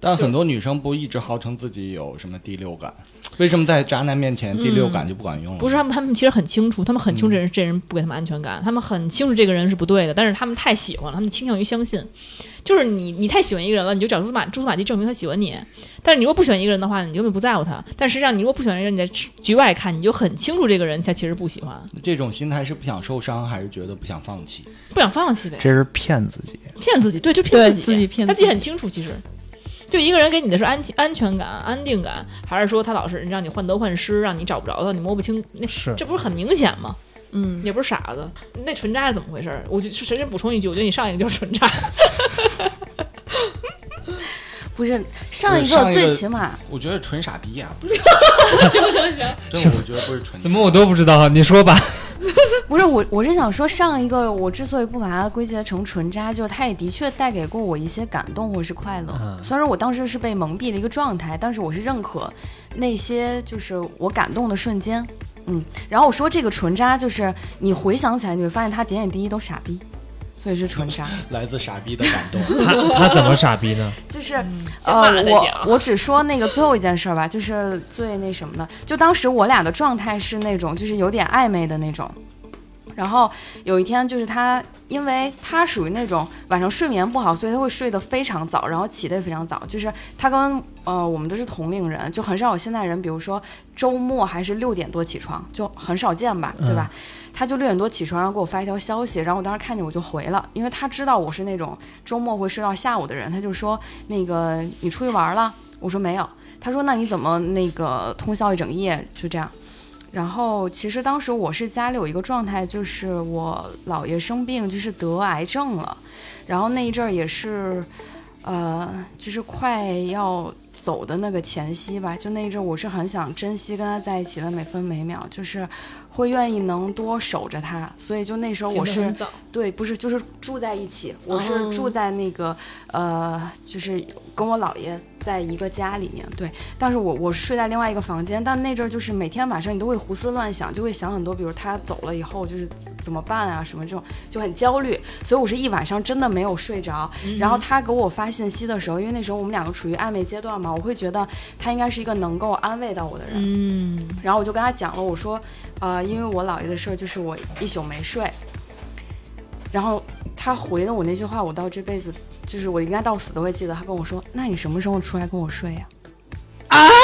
B: 但很多女生不一直号称自己有什么第六感，为什么在渣男面前第六感就不管
F: 嗯
B: 用了？
A: 嗯不是他们，他们其实很清楚，他们很清楚这人、这人不给他们安全感，他们很清楚这个人是不对的，但是他们太喜欢了，他们倾向于相信，就是你你太喜欢一个人了，你就找蛛丝马蛛丝马迹证明他喜欢你，但是你如果不喜欢一个人的话，你根本不在乎他，但实际上你如果不喜欢一个人，你在局外看，你就很清楚这个人他其实不喜欢，
B: 这种心态是不想受伤，还是觉得不想放弃？
A: 不想放弃呗，
D: 这是骗自己。
A: 骗自己，对，就
F: 对
A: 骗己，
F: 自己骗
A: 他
F: 自
A: 自己
F: 己
A: 很清楚，其实。就一个人给你的是安安全感、安定感，还是说他老是让你患得患失，让你找不着他，你摸不清？那
C: 是
A: 这不是很明显吗？
F: 嗯，
A: 也不是傻子，那纯渣是怎么回事儿？我就是深深补充一句，我觉得你上一个就是纯渣。
E: 不是上一
B: 不是上
E: 个
B: 一个
E: 最起码
B: 我觉得纯傻逼呀、不是，
A: 行行 行，
B: 真的我觉得不是纯。
C: 怎么我都不知道，你说吧。
E: 不是我，我是想说，上一个我之所以不把它归结成纯渣，就是它也的确带给过我一些感动或是快乐。
C: 嗯
E: 虽然我当时是被蒙蔽的一个状态，但是我是认可那些就是我感动的瞬间。嗯，然后我说这个纯渣，就是你回想起来，你会发现他点点滴滴都傻逼，所以是纯渣。
B: 来自傻逼的感动？
C: 他他怎么傻逼呢？
E: 就是、
A: 嗯先骂了
E: 呃，
A: 再
E: 我
A: 讲
E: 我只说那个最后一件事儿吧，就是最那什么的，就当时我俩的状态是那种就是有点暧昧的那种，然后有一天就是他。因为他属于那种晚上睡眠不好，所以他会睡得非常早，然后起得也非常早。就是他跟呃我们都是同龄人，就很少有现代人，比如说周末还是六点多起床，就很少见吧，对吧？他就六点多起床，然后给我发一条消息，然后我当时看见我就回了，因为他知道我是那种周末会睡到下午的人，他就说那个你出去玩了？我说没有。他说那你怎么那个通宵一整夜就这样？然后其实当时我是家里有一个状态，就是我姥爷生病，就是得癌症了，然后那一阵儿也是，呃，就是快要走的那个前夕吧，就那一阵儿我是很想珍惜跟他在一起的每分每秒，就是会愿意能多守着他，所以就那时候我是对，不是，就是住在一起。我
A: 哦
E: 是住在那个、呃，就是跟我姥爷在一个家里面。对，但是我我睡在另外一个房间。但那阵儿就是每天晚上你都会胡思乱想，就会想很多，比如他走了以后就是怎么办啊，什么这种就很焦虑。所以我是一晚上真的没有睡着。
A: 嗯
E: 然后他给我发信息的时候，因为那时候我们两个处于暧昧阶段嘛，我会觉得他应该是一个能够安慰到我的人。
A: 嗯，
E: 然后我就跟他讲了，我说，呃，因为我姥爷的事儿，就是我一宿没睡。然后他回的我那句话，我到这辈子就是我应该到死都会记得。他跟我说：“那你什么时候出来跟我睡啊呀、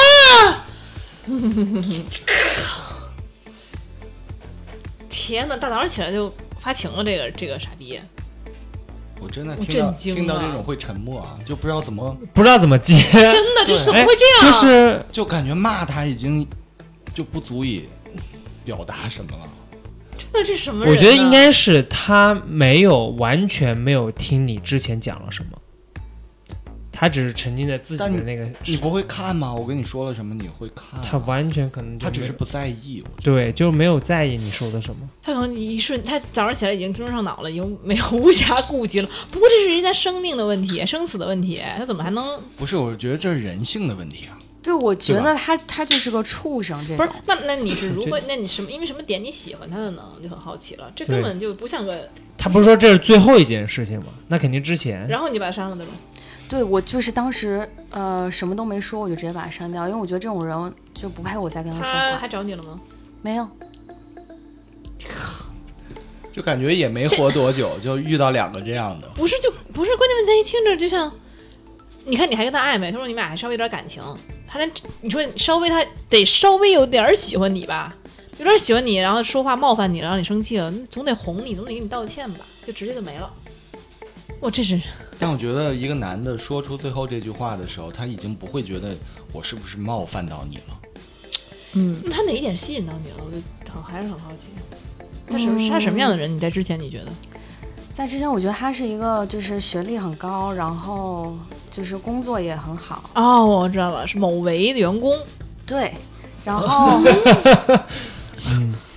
C: 哎
A: 天呐，大早上起来就发情了，这个这个傻逼，
B: 我真的
A: 我
B: 听到
A: 震惊
B: 听到这
A: 了
B: 种会沉默啊，就不知道怎么，
C: 不知道怎么接，
A: 真的，这
B: 对
A: 怎么
C: 哎
A: 会这样？啊
C: 就是
B: 就感觉骂他已经就不足以表达什么了。
A: 真的，这什么人？啊
C: 我觉得应，该是他没有完全没有听你之前讲了什么，他只是沉浸在自己
B: 但
C: 的那个
B: 你
C: 世，
B: 不会看吗？我跟你说了什么，你会看啊、
C: 他完全可能就
B: 他只
C: 没
B: 是不在意。我
C: 对，就是没有在意你说的什么。
A: 他可能一瞬，他早上起来已经蒸上脑了，已经没有 无暇顾及了。不过这是人家生命的问题，生死的问题，他怎么还能
B: 不是，我觉得这是人性的问题啊。
E: 对，我觉
B: 对吧
E: 得他他就是个畜生，这
A: 不
E: 种
A: 是，那那你是如何？那你什么？因为什么点你喜欢他的呢？我就很好奇了。这根
C: 对哎
A: 本就不像个，
C: 他不是说这是最后一件事情吗？那肯定之前。
A: 然后你就把他删了，对吧？
C: 哎
E: 对我就是当时呃什么都没说，我就直接把他删掉，因为我觉得这种人就不配我再跟他说
A: 他
E: 话。
A: 还找你了吗？
E: 没有，
B: 就感觉也没活多久，就遇到两个这样的，
A: 不是就不是，关键问题一听着就像，你看你还跟他暧昧，他说你们俩还稍微有点感情，他连你说稍微他得稍微有点儿喜欢你吧，有点儿喜欢你，然后说话冒犯你了，让你生气了，那总得哄你，总得给你道歉吧，就直接就没了。我这是
B: 但我觉得一个男的说出最后这句话的时候，他已经不会觉得我是不是冒犯到你了。
F: 嗯，
A: 那他哪一点吸引到你了？我就很还是很好奇，嗯他什么他什么样的人？你在之前你觉得？
E: 在之前我觉得他是一个就是学历很高，然后就是工作也很好，
A: 哦，我知道了，是某维的员工，
E: 对，然后。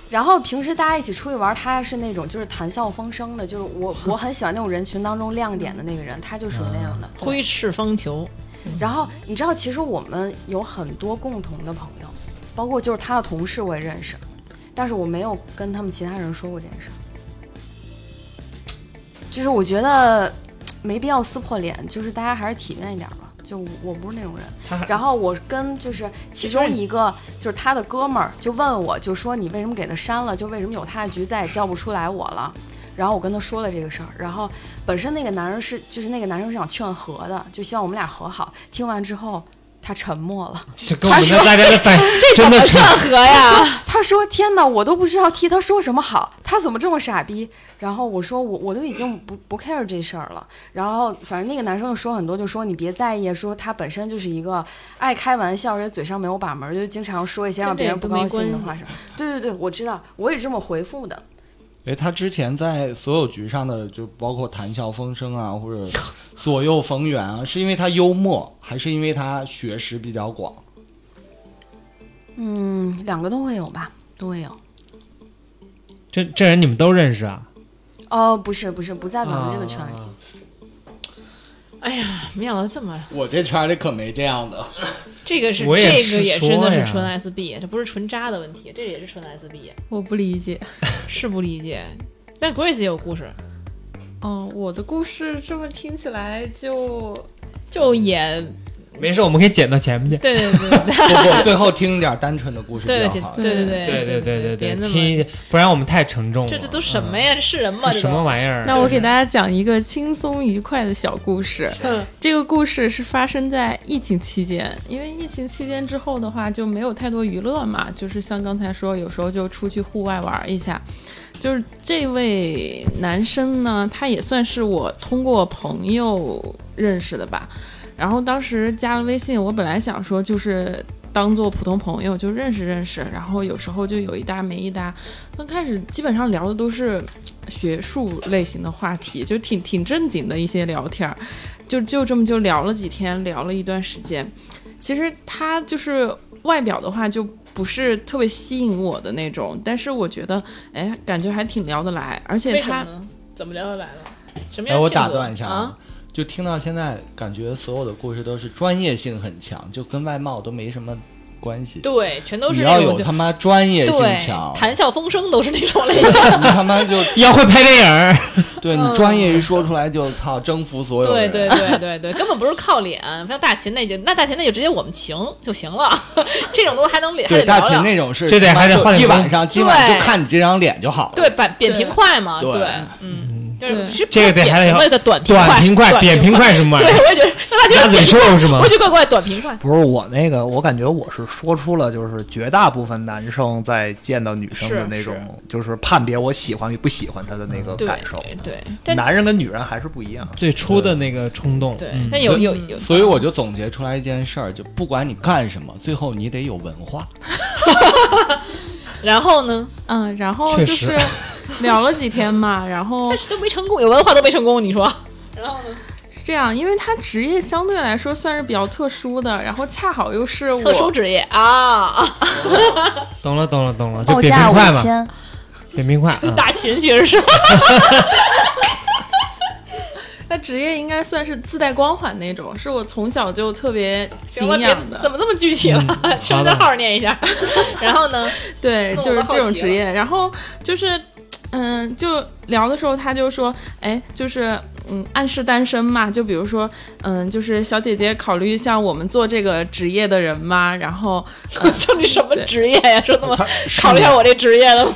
E: 然后平时大家一起出去玩，他是那种就是谈笑风生的，就是我我很喜欢那种人群当中亮点的那个人，他就属于那样的。
A: 推斥方遒。
E: 然后你知道，其实我们有很多共同的朋友，包括就是他的同事我也认识，但是我没有跟他们其他人说过这件事儿。就是我觉得没必要撕破脸，就是大家还是体面一点吧。就我不是那种人，
C: 他 还
E: 然后我跟就是其中一个就是他的哥们儿就问我，就说你为什么给他删了？就为什么有他的局再也叫不出来我了？然后我跟他说了这个事儿，然后本身那个男人是就是那个男生是想劝和的，就希望我们俩和好。听完之后，他沉默了。
C: 这跟我们的大家的反应真的是
A: 和呀？
E: 他说：“天哪，我都不知道替他说什么好，他怎么这么傻逼？”然后我说：“我我都已经不不 care 这事儿了。”然后反正那个男生就说很多，就说你别在意，说他本身就是一个爱开玩笑，而且嘴上没有把门儿，就经常说一些让别人不高兴的话什么。对对对，我知道，我也这么回复的。
B: 哎，他之前在所有局上的，就包括谈笑风生啊，或者左右逢源啊，是因为他幽默，还是因为他学识比较广？
E: 嗯，两个都会有吧，都会有。
C: 这这人你们都认识啊？
E: 哦，不是不是，不在我们这个圈里。
C: 啊
A: 哎呀，没想到这么，
B: 我这圈里可没这 样的。
A: 这个是
C: 我也
A: 这个
C: 是
A: 也真的
C: 说
A: 是
C: 呀
A: 纯 SB，这不是纯渣的问题，这也是纯 SB，
F: 我不理解。
A: 是不理解。但 Grace 也有故事，
F: 嗯，我的故事这么听起来就
A: 就也
C: 没事，我们可以剪到前面去。
A: 对对对对
B: 不不，最后听一点单纯的故事比
A: 对
B: 较
A: 对
B: 好。
A: 对
C: 对
A: 对别
C: 对
A: 那
C: 对对，
A: 么
C: 听一下，不然我们太沉重了。
A: 这这都什么呀？这是人吗？这
C: 什么
A: 都
C: 玩意儿？
F: 那我给大家讲一个轻松愉快的小故事。
A: 嗯
F: 这个故事是发生在疫情期间，因为疫情期间之后的话就没有太多娱乐嘛，就是像刚才说，有时候就出去户外玩一下。就是这位男生呢，他也算是我通过朋友认识的吧。然后当时加了微信，我本来想说就是当做普通朋友就认识认识，然后有时候就有一搭没一搭。刚开始基本上聊的都是学术类型的话题，就挺挺正经的一些聊天儿，就就这么就聊了几天，聊了一段时间。其实他就是外表的话，就不是特别吸引我的那种，但是我觉得，哎，感觉还挺聊得来，而且
A: 为什
F: 他
A: 么呢？怎么聊得来了？什么
B: 哎，
A: 样？
B: 我打断一下
A: 啊，，
B: 就听到现在，感觉所有的故事都是专业性很强，就跟外貌都没什么关系。
A: 对，全都
B: 你
A: 是
B: 要
A: 那
B: 有
A: 种
B: 他妈专业性
A: 对
B: 强，
A: 谈笑风生都是那种类
B: 对
A: 型。
B: 你他妈就
C: 要会拍电影儿，
B: 对你专业一说出来就操征服所有
A: 对
B: 人。
A: 对对对对，根本不是靠脸，像大秦那就那大秦那就直接我们情就行了， 这种东西还能脸还
B: 对
A: 得
B: 大
A: 聊
B: 秦
A: 聊，
B: 那种是
C: 这得还得
B: 他妈就
C: 换脸
B: 一晚
C: 妆
B: 上，今晚就
A: 对
B: 看你这张脸就好了。
A: 对，扁扁平快嘛，
B: 对
A: 对，嗯，就是是
C: 这个得还得要
A: 那个短平
C: 短平快、扁平快是什么玩
A: 对，
C: 意儿？
A: 我也觉得 那
C: 鸭
A: 辣
C: 嘴
A: 椒，
C: 兽是吗
A: 我？就怪怪短平快。
D: 不是我那个，我感觉我是说出了，就是绝大部分男生在见到女生的
A: 是
D: 那种，
A: 是
D: 就是判别我喜欢与不喜欢她的那个
A: 对
D: 感受。
A: 对，但
D: 男人跟女人还是不一样。
C: 最初的那个冲动，
A: 对
C: 嗯，
A: 但有有有，
B: 所以我就总结出来一件事儿，就不管你干什么，最后你得有文化。
A: 然后呢？
F: 嗯，然后
C: 确
F: 就
C: 实
F: 是 聊了几天嘛，然后
A: 但是都没成功，有文化都没成功，你说？
F: 是这样，因为他职业相对来说算是比较特殊的，然后恰好又是我
A: 特殊职业啊，
B: 嗯
C: 懂了懂了懂了，就
E: 报
C: 扁
E: 价
C: 平
E: 五
C: 快嘛，
E: 千，
C: 扁平快啊，
A: 打琴其实是
F: 他职业应该算是自带光环那种，是我从小就特别敬
A: 行了，别
F: 仰的
A: 怎。么这么具体
C: 嗯
A: 了？身份证号念一下。然后呢？
F: 对，
A: 那
F: 就
A: 我
F: 是
A: 好
F: 这种
A: 奇
F: 职
A: 了
F: 业。然后就是，嗯，就聊的时候他就说，哎，就是嗯，暗示单身嘛。就比如说，嗯，就是小姐姐考虑像我们做这个职业的人吗？然后，
A: 说你什么职业呀？说那么
B: 他
A: 考虑一下我这职业了吗？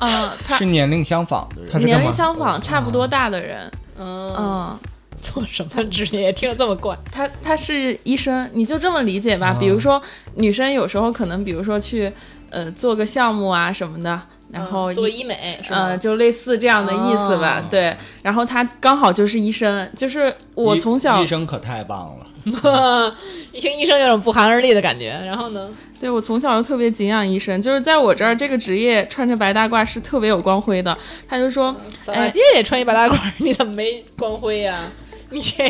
F: 嗯，他
B: 是年龄相仿的
C: 他
B: 人，
C: 是
F: 年
C: 干嘛
F: 龄相仿，差不多大的人，
A: 嗯，
F: 嗯。
A: 做什么职业？听着这么怪。
F: 他他是医生，你就这么理解吧。
C: 啊
F: 比如说，女生有时候可能，比如说去呃做个项目啊什么的，然后
A: 嗯啊做医美是
F: 呃，
A: 吗？
F: 就类似这样的意思吧。
A: 哦
F: 对，然后他刚好就是医生，就是我
B: 医
F: 从小
B: 医生可太棒了，
A: 一听医生有种不寒而栗的感觉。然后呢？
F: 对我从小就特别敬仰医生，就是在我这儿这个职业穿着白大褂是特别有光辉的。他就说，
A: 扫
F: 哎
A: 大街也穿一白大褂， 你怎么没光辉呀？你 这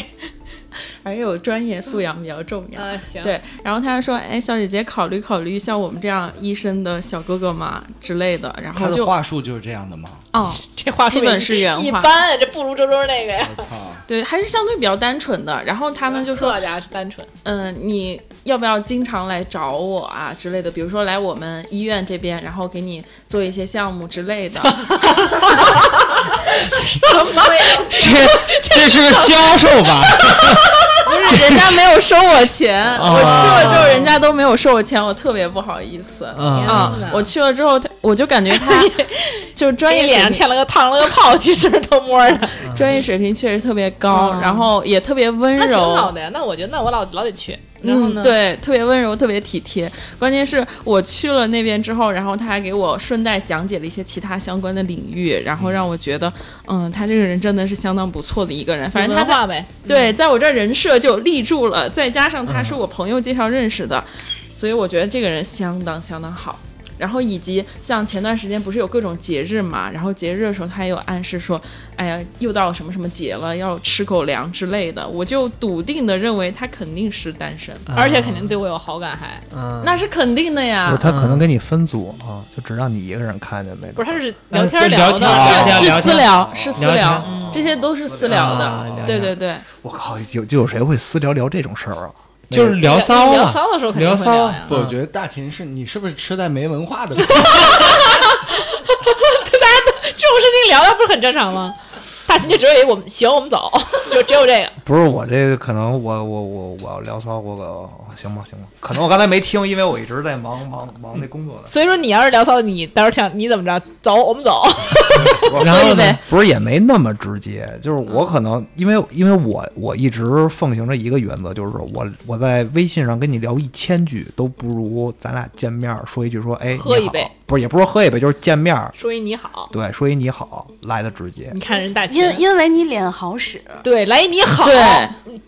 F: 还是有哎专业素养比较重要。
A: 啊行，
F: 对，然后他就说：“哎，小姐姐，考虑考虑像我们这样医生的小哥哥嘛之类的。”然
B: 他
F: 后
B: 的
F: 就，
B: 话术就是这样的吗？
F: 哦，
A: 这话
F: 基
A: 术
F: 本是原
A: 一
F: 话
A: 般，这不如周周那个呀。
B: 我操！
F: 对，还是相对比较单纯的。然后他们就说
A: 大家是单纯，：“
F: 嗯、你要不要经常来找我啊之类的？比如说来我们医院这边，然后给你做一些项目之类 的。”
C: 这这是个销售吧？
F: 不是，人家没有收我钱，我去了之后人家都没有收我钱，我特别不好意思。
C: 啊，
F: 啊、我去了之后，他我就感觉他就专
A: 专业
F: 业
A: 脸
F: 水
A: 上
F: 平，
A: 贴了个烫了个泡，其实偷摸的，
F: 专业水平确实特别高，
A: 嗯
F: 然后也特别温
A: 那挺好
F: 柔，
A: 的呀。那我觉得，那我老老得去。然后
F: 嗯，
A: 呢？，
F: 对，特别温柔，特别体贴。关键是我去了那边之后，然后他还给我顺带讲解了一些其他相关的领域，然后让我觉得，嗯，他这个人真的是相当不错的一个人。反正他
A: 文
F: 在
A: 化嗯呗，
F: 对，在我这儿人设就立住了，再加上
A: 嗯
F: 他是我朋友介绍认识的，所以我觉得这个人相当相当好。然后以及像前段时间不是有各种节日嘛，然后节日的时候他也有暗示说，哎呀，又到什么什么节了，要吃狗粮之类的，我就笃定的认为他肯定是单身，
A: 而且肯定对我有好感，还
C: 啊
F: 那是肯定的
A: 啊
D: 不
F: 呀
D: 是，。他可能给你分组啊，就只让你一个人看见没准。
A: 不是他是
C: 呃
A: 聊天
C: 就
A: 聊的
C: 天，
D: 是
C: 聊
F: 是
C: 天
F: 是私聊，是私
C: 聊
F: 聊
C: 天，
A: 嗯
F: 这些都是私聊
C: 啊
F: 的
C: 聊。
F: 对对
C: 天
F: 对，
D: 我靠，有就有谁会私聊聊这种事儿啊？
C: 就是聊骚啊
A: 聊
C: 了。
A: 骚的时候肯定会
C: 聊骚
A: 呀
B: 不，。我觉得大秦是你是不是吃在没文化的 地方？
A: 这种事情聊聊不是很正常吗？大秦就只有一我们行，我们 走，就只有这个。
D: 不是我这个可能我我我我要聊骚，我我行吧行吧，可能我刚才没听，因为我一直在忙忙忙那 工作呢。
A: 所以说，你要是聊骚，你到时候想你怎么着，走，我们走。
C: 然后呢？
D: 不是也没那么直接，就是
A: 嗯
D: 我可能因为因为我我一直奉行着一个原则，就是我我在微信上跟你聊一千句都不如咱俩见面儿说一句说哎你
A: 喝一
D: 好
A: 杯，
D: 不是也不是说喝一杯，就是见面儿
A: 说一你好，
D: 对说一你好来的直接。
A: 你看人大秦，
E: 因因为你脸好使，
A: 对，来一你好，
F: 对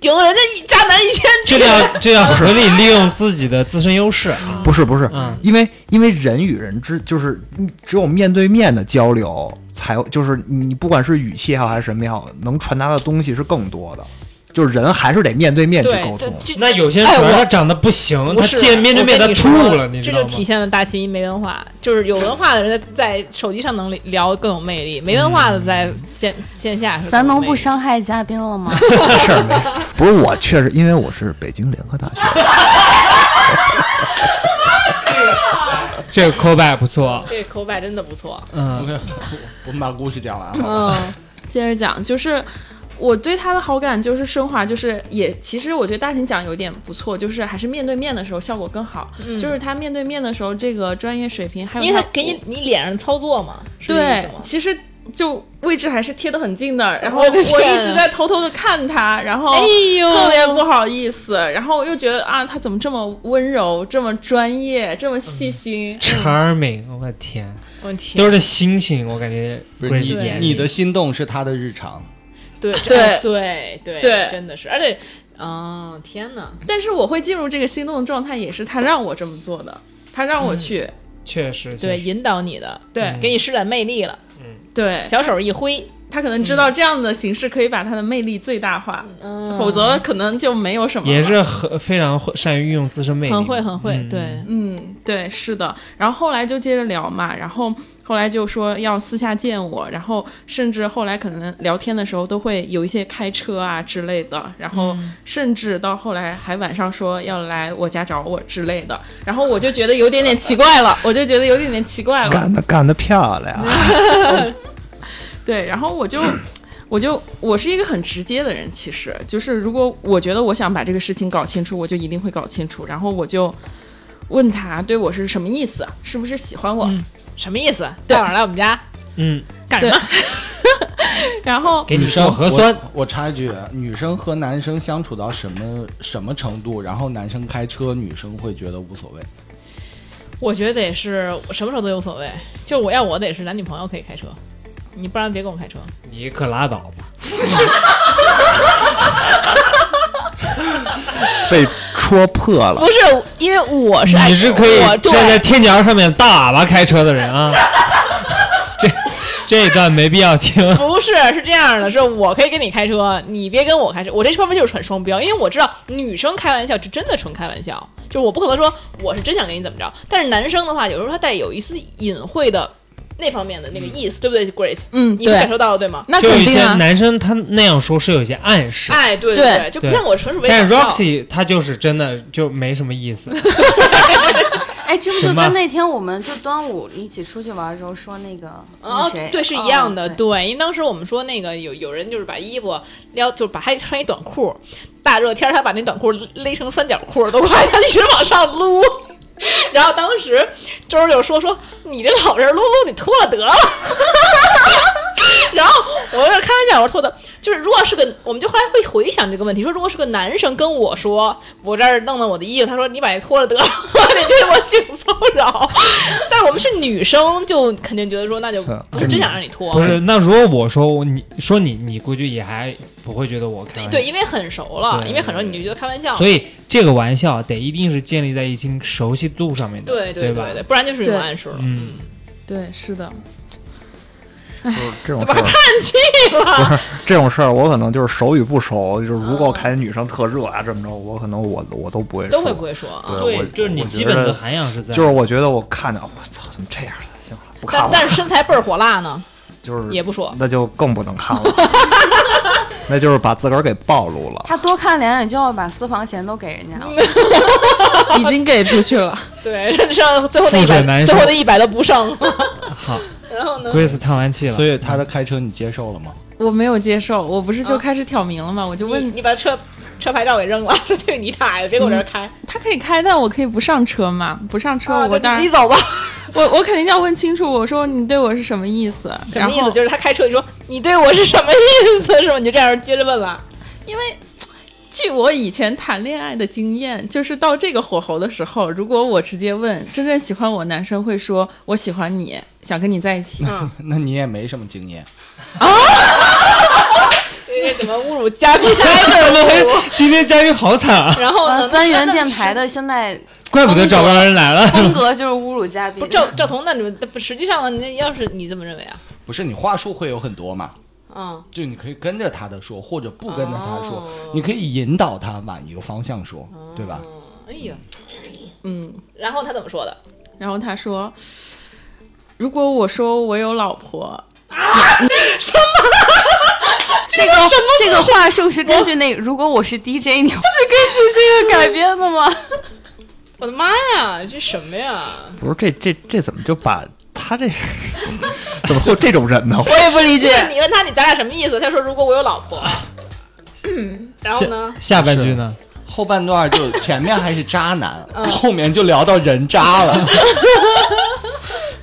A: 顶人家一渣男一千
C: 这 叫这叫合理利用自己的自身优势啊！
D: 不是不是
C: 嗯，
D: 因为因为人与人之就是只有面对面的交流，才就是你不管是语气也好还是什么也好，能传达的东西是更多的。就是人还是得面对面去
A: 对
D: 沟通。
A: 这
C: 那有些人
A: 哎
C: 主要
A: 我
C: 他长得不行，
A: 不
C: 他
A: 是
C: 见面对面
A: 我
C: 他
A: 跟你
C: 吐
A: 说
C: 了，你知
A: 这
C: 道
A: 就
C: 吗
A: 体？现了大秦没文化，就是有文化的人在在手机上能聊更有魅力，没文化的在线线下是更有
E: 咱能
A: 魅
E: 不
A: 力？
E: 伤害嘉宾了吗？
D: 事儿没，不是我确实，因为我是北京联合大学，
C: 这个 callback 不错，
A: 这口白真的不错，
C: 嗯，
B: 我们把故事讲完好吧？
A: 嗯，
F: 接着讲，就是我对他的好感就是升华，就是也其实我觉得大秦讲有点不错，就是还是面对面的时候效果更好。就是他面对面的时候，这个专业水平还
A: 嗯
F: 有
A: 因为他
F: 他
A: 给你你脸上操作嘛，是这意
F: 对
A: 思吗，
F: 其实就位置还是贴得很近的，然后
A: 我
F: 我
A: 的天
F: 一直在偷偷的看他，然后
A: 啊哎呦，
F: 特别不好意思，然后又觉得啊，他怎么这么温柔，这么专业，这么细心？
C: charming，我的天，
A: 我天，
C: 都是星星，我感觉
B: 不是你
C: Grace 眼里
B: 你的心动是他的日常，
A: 对
F: 对
A: 对对
F: 对
A: 真的是，而且，嗯，天哪，
F: 但是我会进入这个心动的状态，也是他让我这么做的，他让我去，
C: 确实
A: 对，
C: 确实
A: 引导你的，
F: 对、
C: 嗯
A: 给你施展魅力了，
F: 对，
A: 小手一挥，
F: 他可能知道这样的形式可以把他的魅力最大化，
A: 嗯
F: 否则可能就没有什么了。
C: 也是很非常会善于运用自身魅力，
A: 啊很会很会，
C: 嗯
A: 对，
F: 嗯，对，是的。然后后来就接着聊嘛，然后后来就说要私下见我，然后甚至后来可能聊天的时候都会有一些开车啊之类的，然后甚至到后来还晚上说要来我家找我之类的，然后我就觉得有点点奇怪了，我就觉得有点点奇怪了。
D: 干得干得漂 亮！
F: 对，然后我就，我就我是一个很直接的人，其实就是如果我觉得我想把这个事情搞清楚，我就一定会搞清楚，然后我就问他对我是什么意思，是不是喜欢我，
A: 嗯什么意思？
F: 对
A: 到晚上来我们家
C: 嗯，
A: 干什么？
F: 然后
C: 给你做核酸，
B: 我。我插一句，啊女生和男生相处到什么什么程度，然后男生开车，女生会觉得无所谓。
C: 嗯
A: 我觉得得是我什么时候都无所谓，就我要我得是男女朋友可以开车，你不然别跟我开车。
C: 你可拉倒吧，
D: 被戳破了
A: 不，是，因为我是爱
C: 你是可以
A: 我
C: 站
A: 对
C: 在天桥上面大喇叭开车的人 啊，这这一段没必要听，
A: 不是是这样的，是我可以跟你开车，你别跟我开车。我这方面就是纯双标，因为我知道女生开玩笑是真的纯开玩笑，就是我不可能说我是真想跟你怎么着。但是男生的话，有时候他带有一丝隐晦的那方面的那个意思，对不对，Grace？
F: 嗯，
A: 你是感
F: 对，
A: 受到了对吗？
F: 那
C: 就有
F: 肯
C: 一
F: 定
C: 些
F: 啊，
C: 男生他那样说是有一些暗示，
A: 哎，对
F: 对
A: 对，就不像我纯属为
C: 但是
A: 享受
C: Roxy 他就是真的就没什么意思，
E: 哎，这不
C: 行
E: 就
C: 吧
E: 跟那天我们就端午一起出去玩的时候说那个那
A: 哦
E: 谁，
A: 对，是一样的，
E: 哦对
A: 对，因为当时我们说那个有有人就是把衣服撩，就是把还穿一短裤，大热天儿他把那短裤勒成三角裤，都快他一直往上撸。 然后当时周儿就说说你这老人撸撸，你脱了得了。 然后我在开玩笑，我说脱的，就是如果是个，我们就后来会回想这个问题，说如果是个男生跟我说，我这儿弄弄我的衣服，他说你把这脱了得 了，我得对我性骚扰。但是我们是女生，就肯定觉得说那就不是真想让你脱，
C: 啊不是？那如果我说我你说你，你估计也还不会觉得我开玩笑。
A: 对，因为很熟了，
C: 对
A: 因为很熟你就觉得开玩笑，
C: 所以这个玩笑得一定是建立在一定熟悉度上面的，
A: 对
C: 对
A: 对
C: 吧？
A: 不然就是一种
F: 对
A: 暗示了。
C: 嗯，
F: 对，是的，
D: 就是这种
A: 把
D: 事
A: 他
D: 儿，
A: 叹气了，
D: 这种事儿我可能就是手语不熟，就是如果看见女生特热啊这么着，我可能我我都不会
A: 都会
D: 说
A: 不会说啊？
D: 对我
C: 就是你
D: 我觉
C: 基本的
D: 得
C: 涵养是在，
D: 就是我觉得我看着我操怎么这样的，行了不看
A: 但但
D: 了，
A: 是身材倍儿火辣呢，
D: 就是
A: 也不说
D: 那就更不能看 了，那就是把自个儿给暴露了。
E: 他多看两眼就要把私房钱都给人家
A: 嗯
E: 了。
F: 已经给出去了，
A: 对， 上最后那一
C: 覆水
A: 百，
C: 难
A: 最后
C: 收
A: 那一百都不剩了。
C: 好
A: 然后呢？
C: ，Grace 叹完气了
B: 所，以他的开车你接受了吗？
F: 我没有接受，我不是就
A: 啊
F: 开始挑明了嘛，我就
A: 你
F: 问
A: 你把车车牌照给扔了，说这个你打的，别给我这儿开。
F: 他可以开，但我可以不上车嘛，不上车，
A: 啊
F: 我
A: 对
F: 当
A: 你自
F: 然
A: 己走吧。
F: 我我肯定要问清楚，我说你对我是什么意思，
A: 什么意
F: 然
A: 思？
F: 后
A: 就是他开车，你说你对我是什么意思？ 是吧？你就这样接着问了。
F: 据我以前谈恋爱的经验，就是到这个火候的时候，如果我直接问真正喜欢我男生会说“我喜欢你，想跟你在一起
A: 嗯，
B: 那你也没什么经验。
A: 这怎么侮辱嘉宾？
C: 怎么回？今天嘉宾好惨啊，
A: 然后
E: 啊，
A: 呢？
E: 三元电台的现在
C: 怪不得找不着人来了。
E: 风格就是侮辱嘉 宾
A: 不，赵赵彤，那你们不实际上呢？你要是你这么认为啊？
B: 不是你话术会有很多嘛？
A: 嗯，
B: 就你可以跟着他的说，或者不跟着他说，
A: 哦
B: 你可以引导他往一个方向说，对吧？
A: 哎呀，”，
F: 嗯，
A: 然后他怎么说的？
F: 然后他说：“如果我说我有老婆，
E: 这个这个话术是根据那如果我是 DJ，你
F: 是根据这个改编的 吗
A: 我的妈呀，这什么呀？
D: 不是这这这怎么就把他 这怎么会有这种人呢？
A: 我也不理 解。你问他你咱俩什么意思？他说如果我有老婆。然后呢？
C: 下半句呢？
B: 后半段就前
A: 嗯
B: 面还是渣男，后面就聊到人渣了。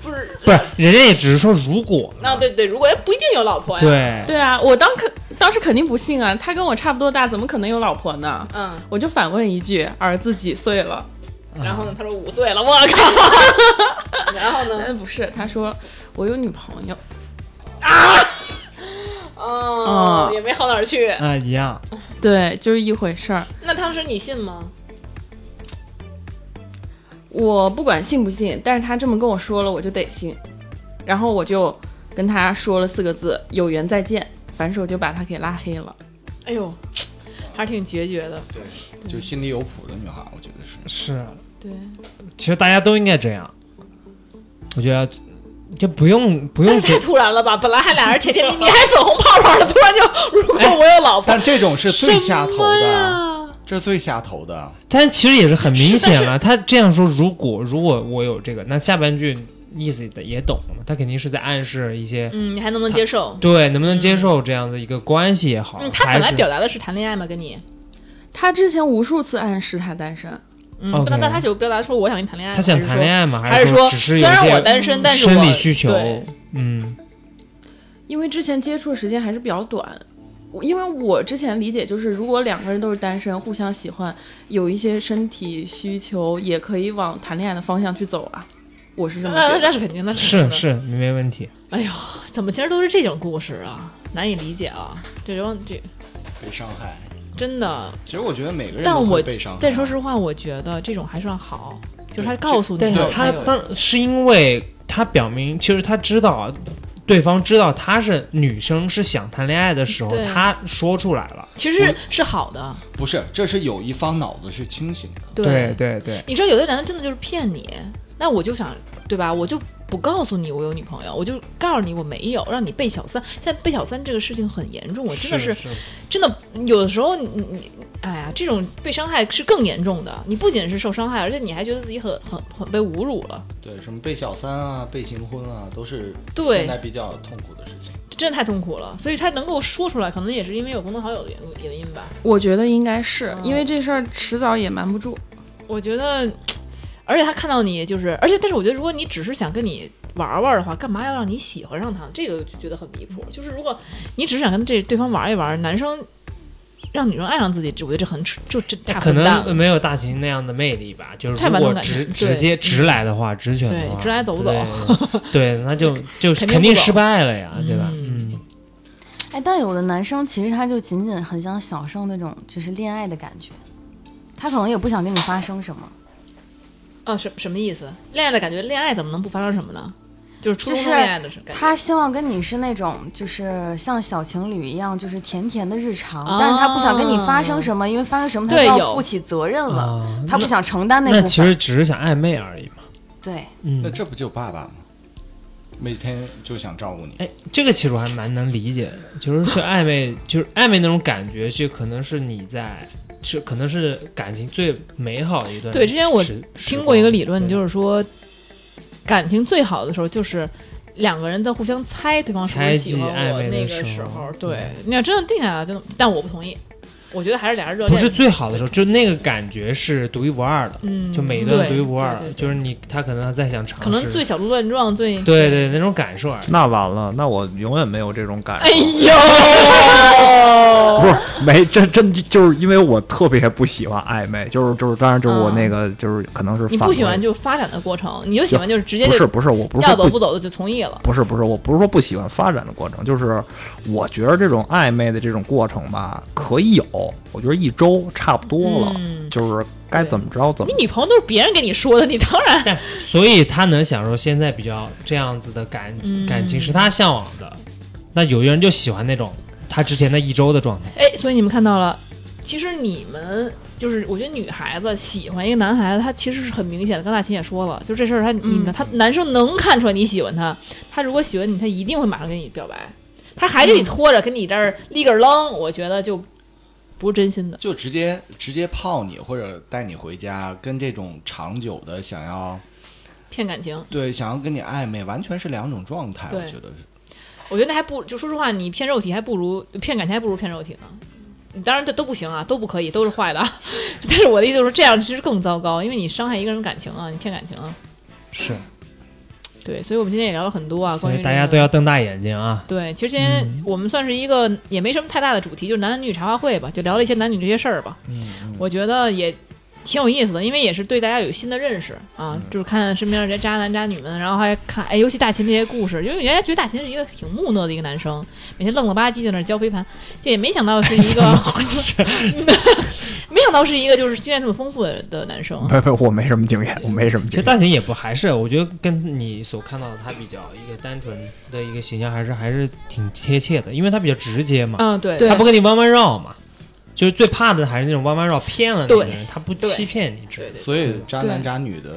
A: 不是
C: 不是，人家也只是说如果嘛
A: 啊，对对，如果不一定有老婆呀，，
C: 对
F: 对啊，我当肯当时肯定不信啊，他跟我差不多大，怎么可能有老婆呢？
A: 嗯，
F: 我就反问一句：儿子几岁了？
A: 然后呢，他说五岁了，我靠， 然后呢，
F: 嗯，不是，他说我有女朋友。
A: 哦，
F: 嗯
A: 也没好哪儿去。
C: 啊一样，
F: 对，就是一回事儿。
A: 那当时你信吗？
F: 我不管信不信，但是他这么跟我说了，我就得信。然后我就跟他说了四个字：有缘再见。反手就把他给拉黑了。
A: 哎呦，还是挺决绝的。
B: 就心里有谱的女孩，我觉得是。
C: 是，
F: 对，
C: 其实大家都应该这样，我觉得就不用不
A: 但
C: 用
A: 是太
C: 给
A: 突然了吧？本来还俩人甜甜蜜蜜，还粉红泡泡的，突然就如果我有 老婆，
B: 但这种是最下头
A: 什么
B: 的，
A: 呀
B: 这最下头的。
C: 但其实也是很明显了。他这样说，如果如果我有这个，那下半句意思的也懂了嘛，他肯定是在暗示一些、
A: 嗯，你还能不能接受？
C: 对能不能接受这样的一个关系也好，
A: 嗯，他本来
C: 还是
A: 表达的是谈恋爱嘛，跟你，
F: 他之前无数次暗示他单身，
A: 嗯，
C: OK
A: 那那他就表达说我想跟你谈恋爱嘛，
C: 哦他想谈恋爱嘛，
A: 还
C: 是
A: 是说，
C: 只是
A: 虽
C: 有一
A: 然我
C: 些
A: 单身，但是我
C: 生理需求
A: 对，
C: 嗯，
F: 因为之前接触的时间还是比较短。我因为我之前理解就是，如果两个人都是单身，互相喜欢，有一些身体需求，也可以往谈恋爱的方向去走啊。我是这么
A: 那
F: 觉得。
A: 那呃是肯定，那
C: 是
A: 肯定的。
C: 是没问题。
A: 哎呦，怎么今儿都是这种故事啊？难以理解啊！这种这
B: 被伤害，
A: 真的，
B: 其实我觉得每个人
A: 但
B: 都
A: 我
B: 会被伤害。啊
A: 但说实话，我觉得这种还算好，就是他
B: 对
A: 告诉你
C: 但
A: 有，
C: 是他
A: 有
C: 当是因为他表明，其实他知道，对方知道他是女生是想谈恋爱的时候
A: 对，
C: 他说出来了。
A: 其实是好的，
B: 不是，这是有一方脑子是清醒的，
C: 对对对，
A: 你知道有的男的真的就是骗你，那我就想，对吧？我就不告诉你我有女朋友，我就告诉你我没有，让你背小三。现在背小三这个事情很严重，我真的是
C: 是
A: 真的有的时候你你，哎呀，这种被伤害是更严重的。你不仅是受伤害，而且你还觉得自己很很很被侮辱了，
B: 对什么被小三啊、被行婚啊，都是
A: 对
B: 现在比较痛苦的事情。
A: 这真的太痛苦了。所以他能够说出来，可能也是因为有共同好友的原原因吧。
F: 我觉得应该是
A: 嗯
F: 因为这事儿迟早也瞒不住。
A: 我觉得，而且他看到你就是，而且但是我觉得，如果你只是想跟你玩玩的话，干嘛要让你喜欢上他？这个就觉得很离谱。就是如果你只是想跟这对方玩一玩，男生让女生爱上自己，这我觉得这很扯，就这太
C: 可
A: 混蛋
C: 能嗯
A: 了。
C: 没有大秦那样的魅力吧，就是
A: 太
C: 如
A: 蛮
C: 果
A: 能感
C: 直
A: 觉
C: 直
A: 对
C: 接直来的话，直选的
A: 对
C: 话，
A: 直来走不走
C: 对？对，那就就
A: 肯定
C: 肯定
A: 不走
C: 失败了呀，对吧？
A: 嗯
C: 嗯，
E: 哎，但有的男生其实他就仅仅很想享受那种就是恋爱的感觉，他可能也不想跟你发生什么，
A: 啊，什什么意思？恋爱的感觉，恋爱怎么能不发生什么呢？就是初中
E: 就是
A: 的恋爱的是感觉。
E: 他希望跟你是那种就是像小情侣一样，就是甜甜的日常，
A: 啊
E: 但是他不想跟你发生什么，因为发生什么他就
A: 对
E: 要
A: 有
E: 负起责任了，
C: 啊
A: 嗯
E: 他不想承担
C: 那
E: 部
C: 其实
E: 分。
C: 只是想暧昧而已嘛。
E: 对，
B: 那
C: 嗯，
B: 这不就爸爸吗？每天就想照顾你，
C: 哎，这个其实我还蛮能理解的，就是是暧昧，就是暧昧那种感觉，就可能是你在，是可能是感情最美好的一段时。
A: 对之前我
C: 时
A: 听过一个理论，
C: 对
A: 就是说，感情最好的时候就是两个人在互相猜对方是不是喜欢
C: 猜忌暧
A: 我
C: 昧的
A: 那个
C: 时候
A: 时候，对，你要真的定下来，就但我不同意，我觉得还是俩人热
C: 不
A: 恋
C: 是最好的时候，就那个感觉是独一无二的，
A: 嗯，
C: 就每一段独
A: 对
C: 一无二
A: 对对，对
C: 就是你他可能在想尝试，
A: 可能最小鹿乱撞，最
C: 对对那种感受而啊已。
G: 那完了，那我永远没有这种感
A: 哎
G: 受。
A: 呦，
G: 不是没，这真就是因为我特别不喜欢暧昧，就是就是，当然就是我
A: 啊
G: 那个、就是可能是
A: 你
G: 反
A: 不喜欢
G: 过
A: 就发展的过程，你就喜欢就是直接
G: 不是
A: 就
G: 不是，我不是
A: 要
G: 说
A: 走
G: 不
A: 不走的就同意了，
G: 不是不是，我不是说不喜欢发展的过程，就是我觉得这种暧昧的这种过程吧，可以有，我觉得一周差不多了，
A: 嗯，
G: 就是该怎么着怎
A: 你
G: 么。
A: 女朋友都是别人跟你说的，你当然
C: 但所以他能享受现在比较这样子的感
A: 嗯
C: 感情，是他向往的。那有些人就喜欢那种他之前的一周的状态，
A: 哎，所以你们看到了，其实你们就是，我觉得女孩子喜欢一个男孩子，他其实是很明显的。刚大秦也说了，就这事儿，他你呢，
F: 嗯
A: 他男生能看出来你喜欢他，他如果喜欢你，他一定会马上跟你表白，他还跟你拖着，跟你这儿立个愣，我觉得就不是真心的。
B: 就直接直接泡你或者带你回家，跟这种长久的想要
A: 骗感情，
B: 对想要跟你暧昧，完全是两种状态。我
A: 对
B: 觉得是。
A: 我觉得那还不就说实话，你骗肉体还不如骗感情还不如骗肉体呢。当然这都不行啊，都不可以，都是坏的 啊。但是我的意思就是这样，其实更糟糕，因为你伤害一个人感情啊，你骗感情啊。
C: 是
A: 对，所以我们今天也聊了很多啊，
C: 所
A: 关于
C: 以大家
A: 这个
C: 都要瞪大眼睛啊。
A: 对，其实今天我们算是一个也没什么太大的主题，就是男男女女茶话会吧，就聊了一些男女这些事儿吧。
B: 嗯，
A: 我觉得也挺有意思的，因为也是对大家有新的认识
C: 嗯
A: 啊，就是看身边的这些渣男渣女们，然后还看哎，尤其大秦这些故事，因为人家觉得大秦是一个挺木讷的一个男生，每天愣了吧唧在那儿教飞盘，这也没想到 是一个 没想到是一个就是经验这么丰富的的 男生。
G: 没没，我没什么经验，我没什么经
C: 其实
G: 验。
C: 大秦也不还是，我觉得跟你所看到的他比较一个单纯的一个形象，还是还是挺贴切的，因为他比较直接嘛，
A: 嗯，对
F: 对
C: 他不跟你弯弯绕嘛，就是最怕的还是那种弯弯绕骗了你的人，他不
A: 对
C: 欺骗你，只
A: 对对
B: 所以渣男
F: 对
B: 渣女的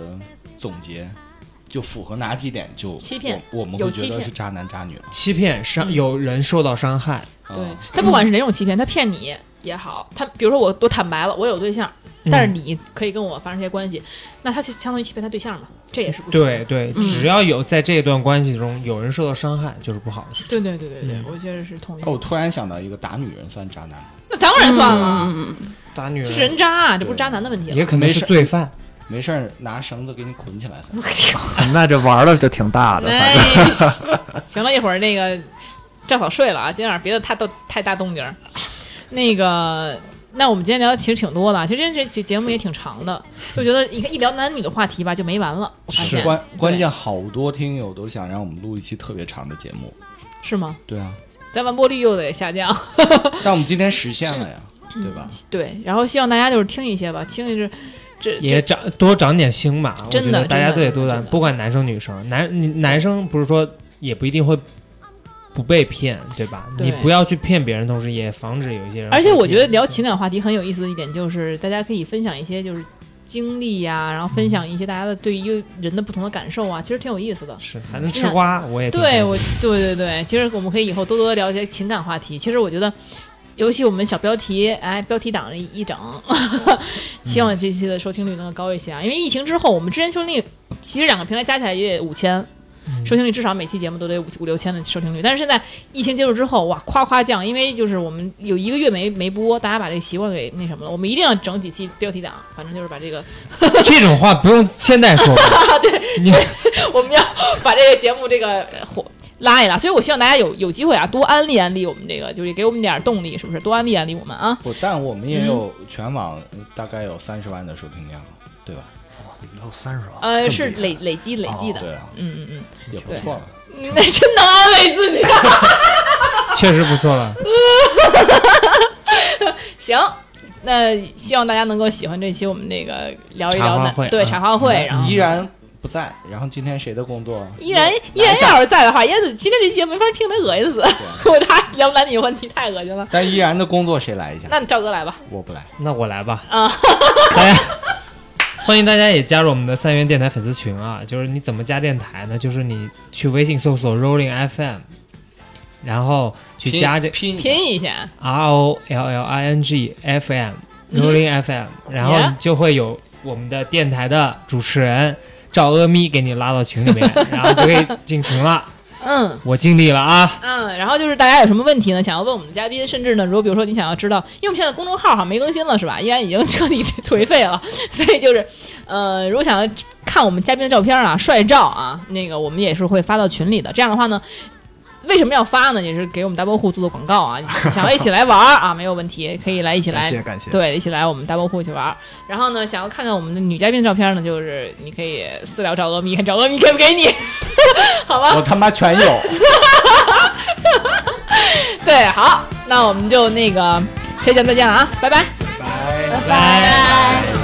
B: 总结就符合哪几点就
A: 欺骗
B: 我，我们
A: 有
B: 会觉
A: 欺
B: 得
A: 骗
B: 是渣男渣女了。
C: 欺骗伤
A: 嗯
C: 有人受到伤害，
A: 对
B: 嗯，
A: 他不管是哪种欺骗，他骗你也好，他比如说我我坦白了，我有对象，
C: 嗯
A: 但是你可以跟我发生一些关系，那他就相当于欺骗他对象嘛，这也是不行的
C: 对对，
A: 嗯
C: 只要有在这段关系中有人受到伤害，就是不好的事。
A: 对对对对对，
C: 嗯
A: 我觉得是同意
B: 哦，。我突然想到一个，打女人算渣男吗？
A: 那当然算了，
F: 嗯
C: 打女
A: 这
C: 人
A: 是人渣啊，这不是渣男的问题
C: 也
A: 了。
C: 可能是罪犯，
B: 没事儿，拿绳子给你捆起来算。
G: 那这玩的就挺大的，
A: 哎， 行了，一会儿那个赵嫂睡了啊，今天晚上别的太动太大动静儿。那个，那我们今天聊的其实挺多的啊，其实这这节目也挺长的，就觉得你看一聊男女的话题吧就没完了，我发现
B: 关关
A: 对
B: 键好多听友都想让我们录一期特别长的节目。
A: 是吗？
B: 对啊，
A: 咱完播率又得下降。
B: 但我们今天实现了呀，对吧？
A: 对，嗯然后希望大家就是听一些吧，听一些这
C: 也长多长点心吧。我
A: 真的
C: 觉得大家
A: 真的
C: 都得多
A: 真的
C: 长，
A: 真的
C: 不管男生女生，男你男生不是说也不一定会不被骗，对吧？
A: 对
C: 你不要去骗别人，同时也防止有一些嗯人。
A: 而且我觉得聊情，感话题很有意思的一点就是，大家可以分享一些就是经历呀、然后分享一些大家的对一个人的不同的感受啊，其实挺有意思的。
C: 是还能吃瓜，我也挺开
A: 对
C: 心
A: 我，对对对，其实我们可以以后多多聊一些情感话题。其实我觉得，尤其我们小标题，哎，标题党一 整，希望这期的收听率能够高一些啊。因为疫情之后，我们之前收听率其实两个平台加起来也得五千，
C: 嗯
A: 收听率至少每期节目都得五五六千的收听率，但是现在疫情结束之后，哇，夸夸降，因为就是我们有一个月没没播，大家把这个习惯给那什么了，我们一定要整几期标题党，反正就是把这个，
C: 这种话不用现在说吧，你
A: 我们要把这个节目这个呃火拉一拉，所以我希望大家有有机会啊，多安利安利我们这个，就是给我们点儿动力，是不是？多安利安利我们啊，
B: 不，但我们也有全网呃大概有三十万的收听量，对吧？
G: 有三十万，
A: 呃，是累累积累积
C: 哦
A: 的，
B: 对啊，
A: 嗯嗯嗯
B: 也不错了。
A: 嗯， 那真能安慰自己。
C: 确实不错了。
A: 行，那希望大家能够喜欢这期我们这个聊一
C: 茶
A: 聊
C: 话
A: 男
C: 会
A: 对
C: 嗯
A: 茶话会，然后
B: 依然不在，然后今天谁的工作？
A: 依然依然要是在的话，椰子今天这节目没法听，得恶心死。 我他聊男女问题太恶心了。
B: 但依然的工作谁来一下？
A: 那你赵哥来吧，
B: 我不来。
C: 那我来吧。
A: 啊，
C: 大家欢迎大家也加入我们的三元电台粉丝群啊！就是你怎么加电台呢？就是你去微信搜索 Rolling FM，然后去
B: 拼
C: 加这
B: 拼一下
A: 拼一下。
C: R O L L I N G F M Rolling FM，然后
A: Yeah
C: 你就会有我们的电台的主持人赵阿咪给你拉到群里面，然后就可以进群了。
A: 嗯
C: 我尽力了啊！
A: 嗯，然后就是大家有什么问题呢？想要问我们的嘉宾，甚至呢，如果比如说你想要知道，因为我们现在公众号哈没更新了是吧？依然已经彻底颓废了， 所以就是呃，如果想要看我们嘉宾的照片啊、帅照啊，那个我们也是会发到群里的。这样的话呢。为什么要发呢？也是给我们大包户做做广告啊！想要一起来玩儿啊，没有问题，可以来一起来
D: 感谢感谢。
A: 对，一起来我们大包铺去玩儿。然后呢，想要看看我们的女嘉宾照片呢，就是你可以私聊找阿咪，看找阿咪给不给你，好吧？
B: 我他妈全有。
A: 对，好，那我们就那个，下期节目再见了啊，拜拜，拜拜。拜拜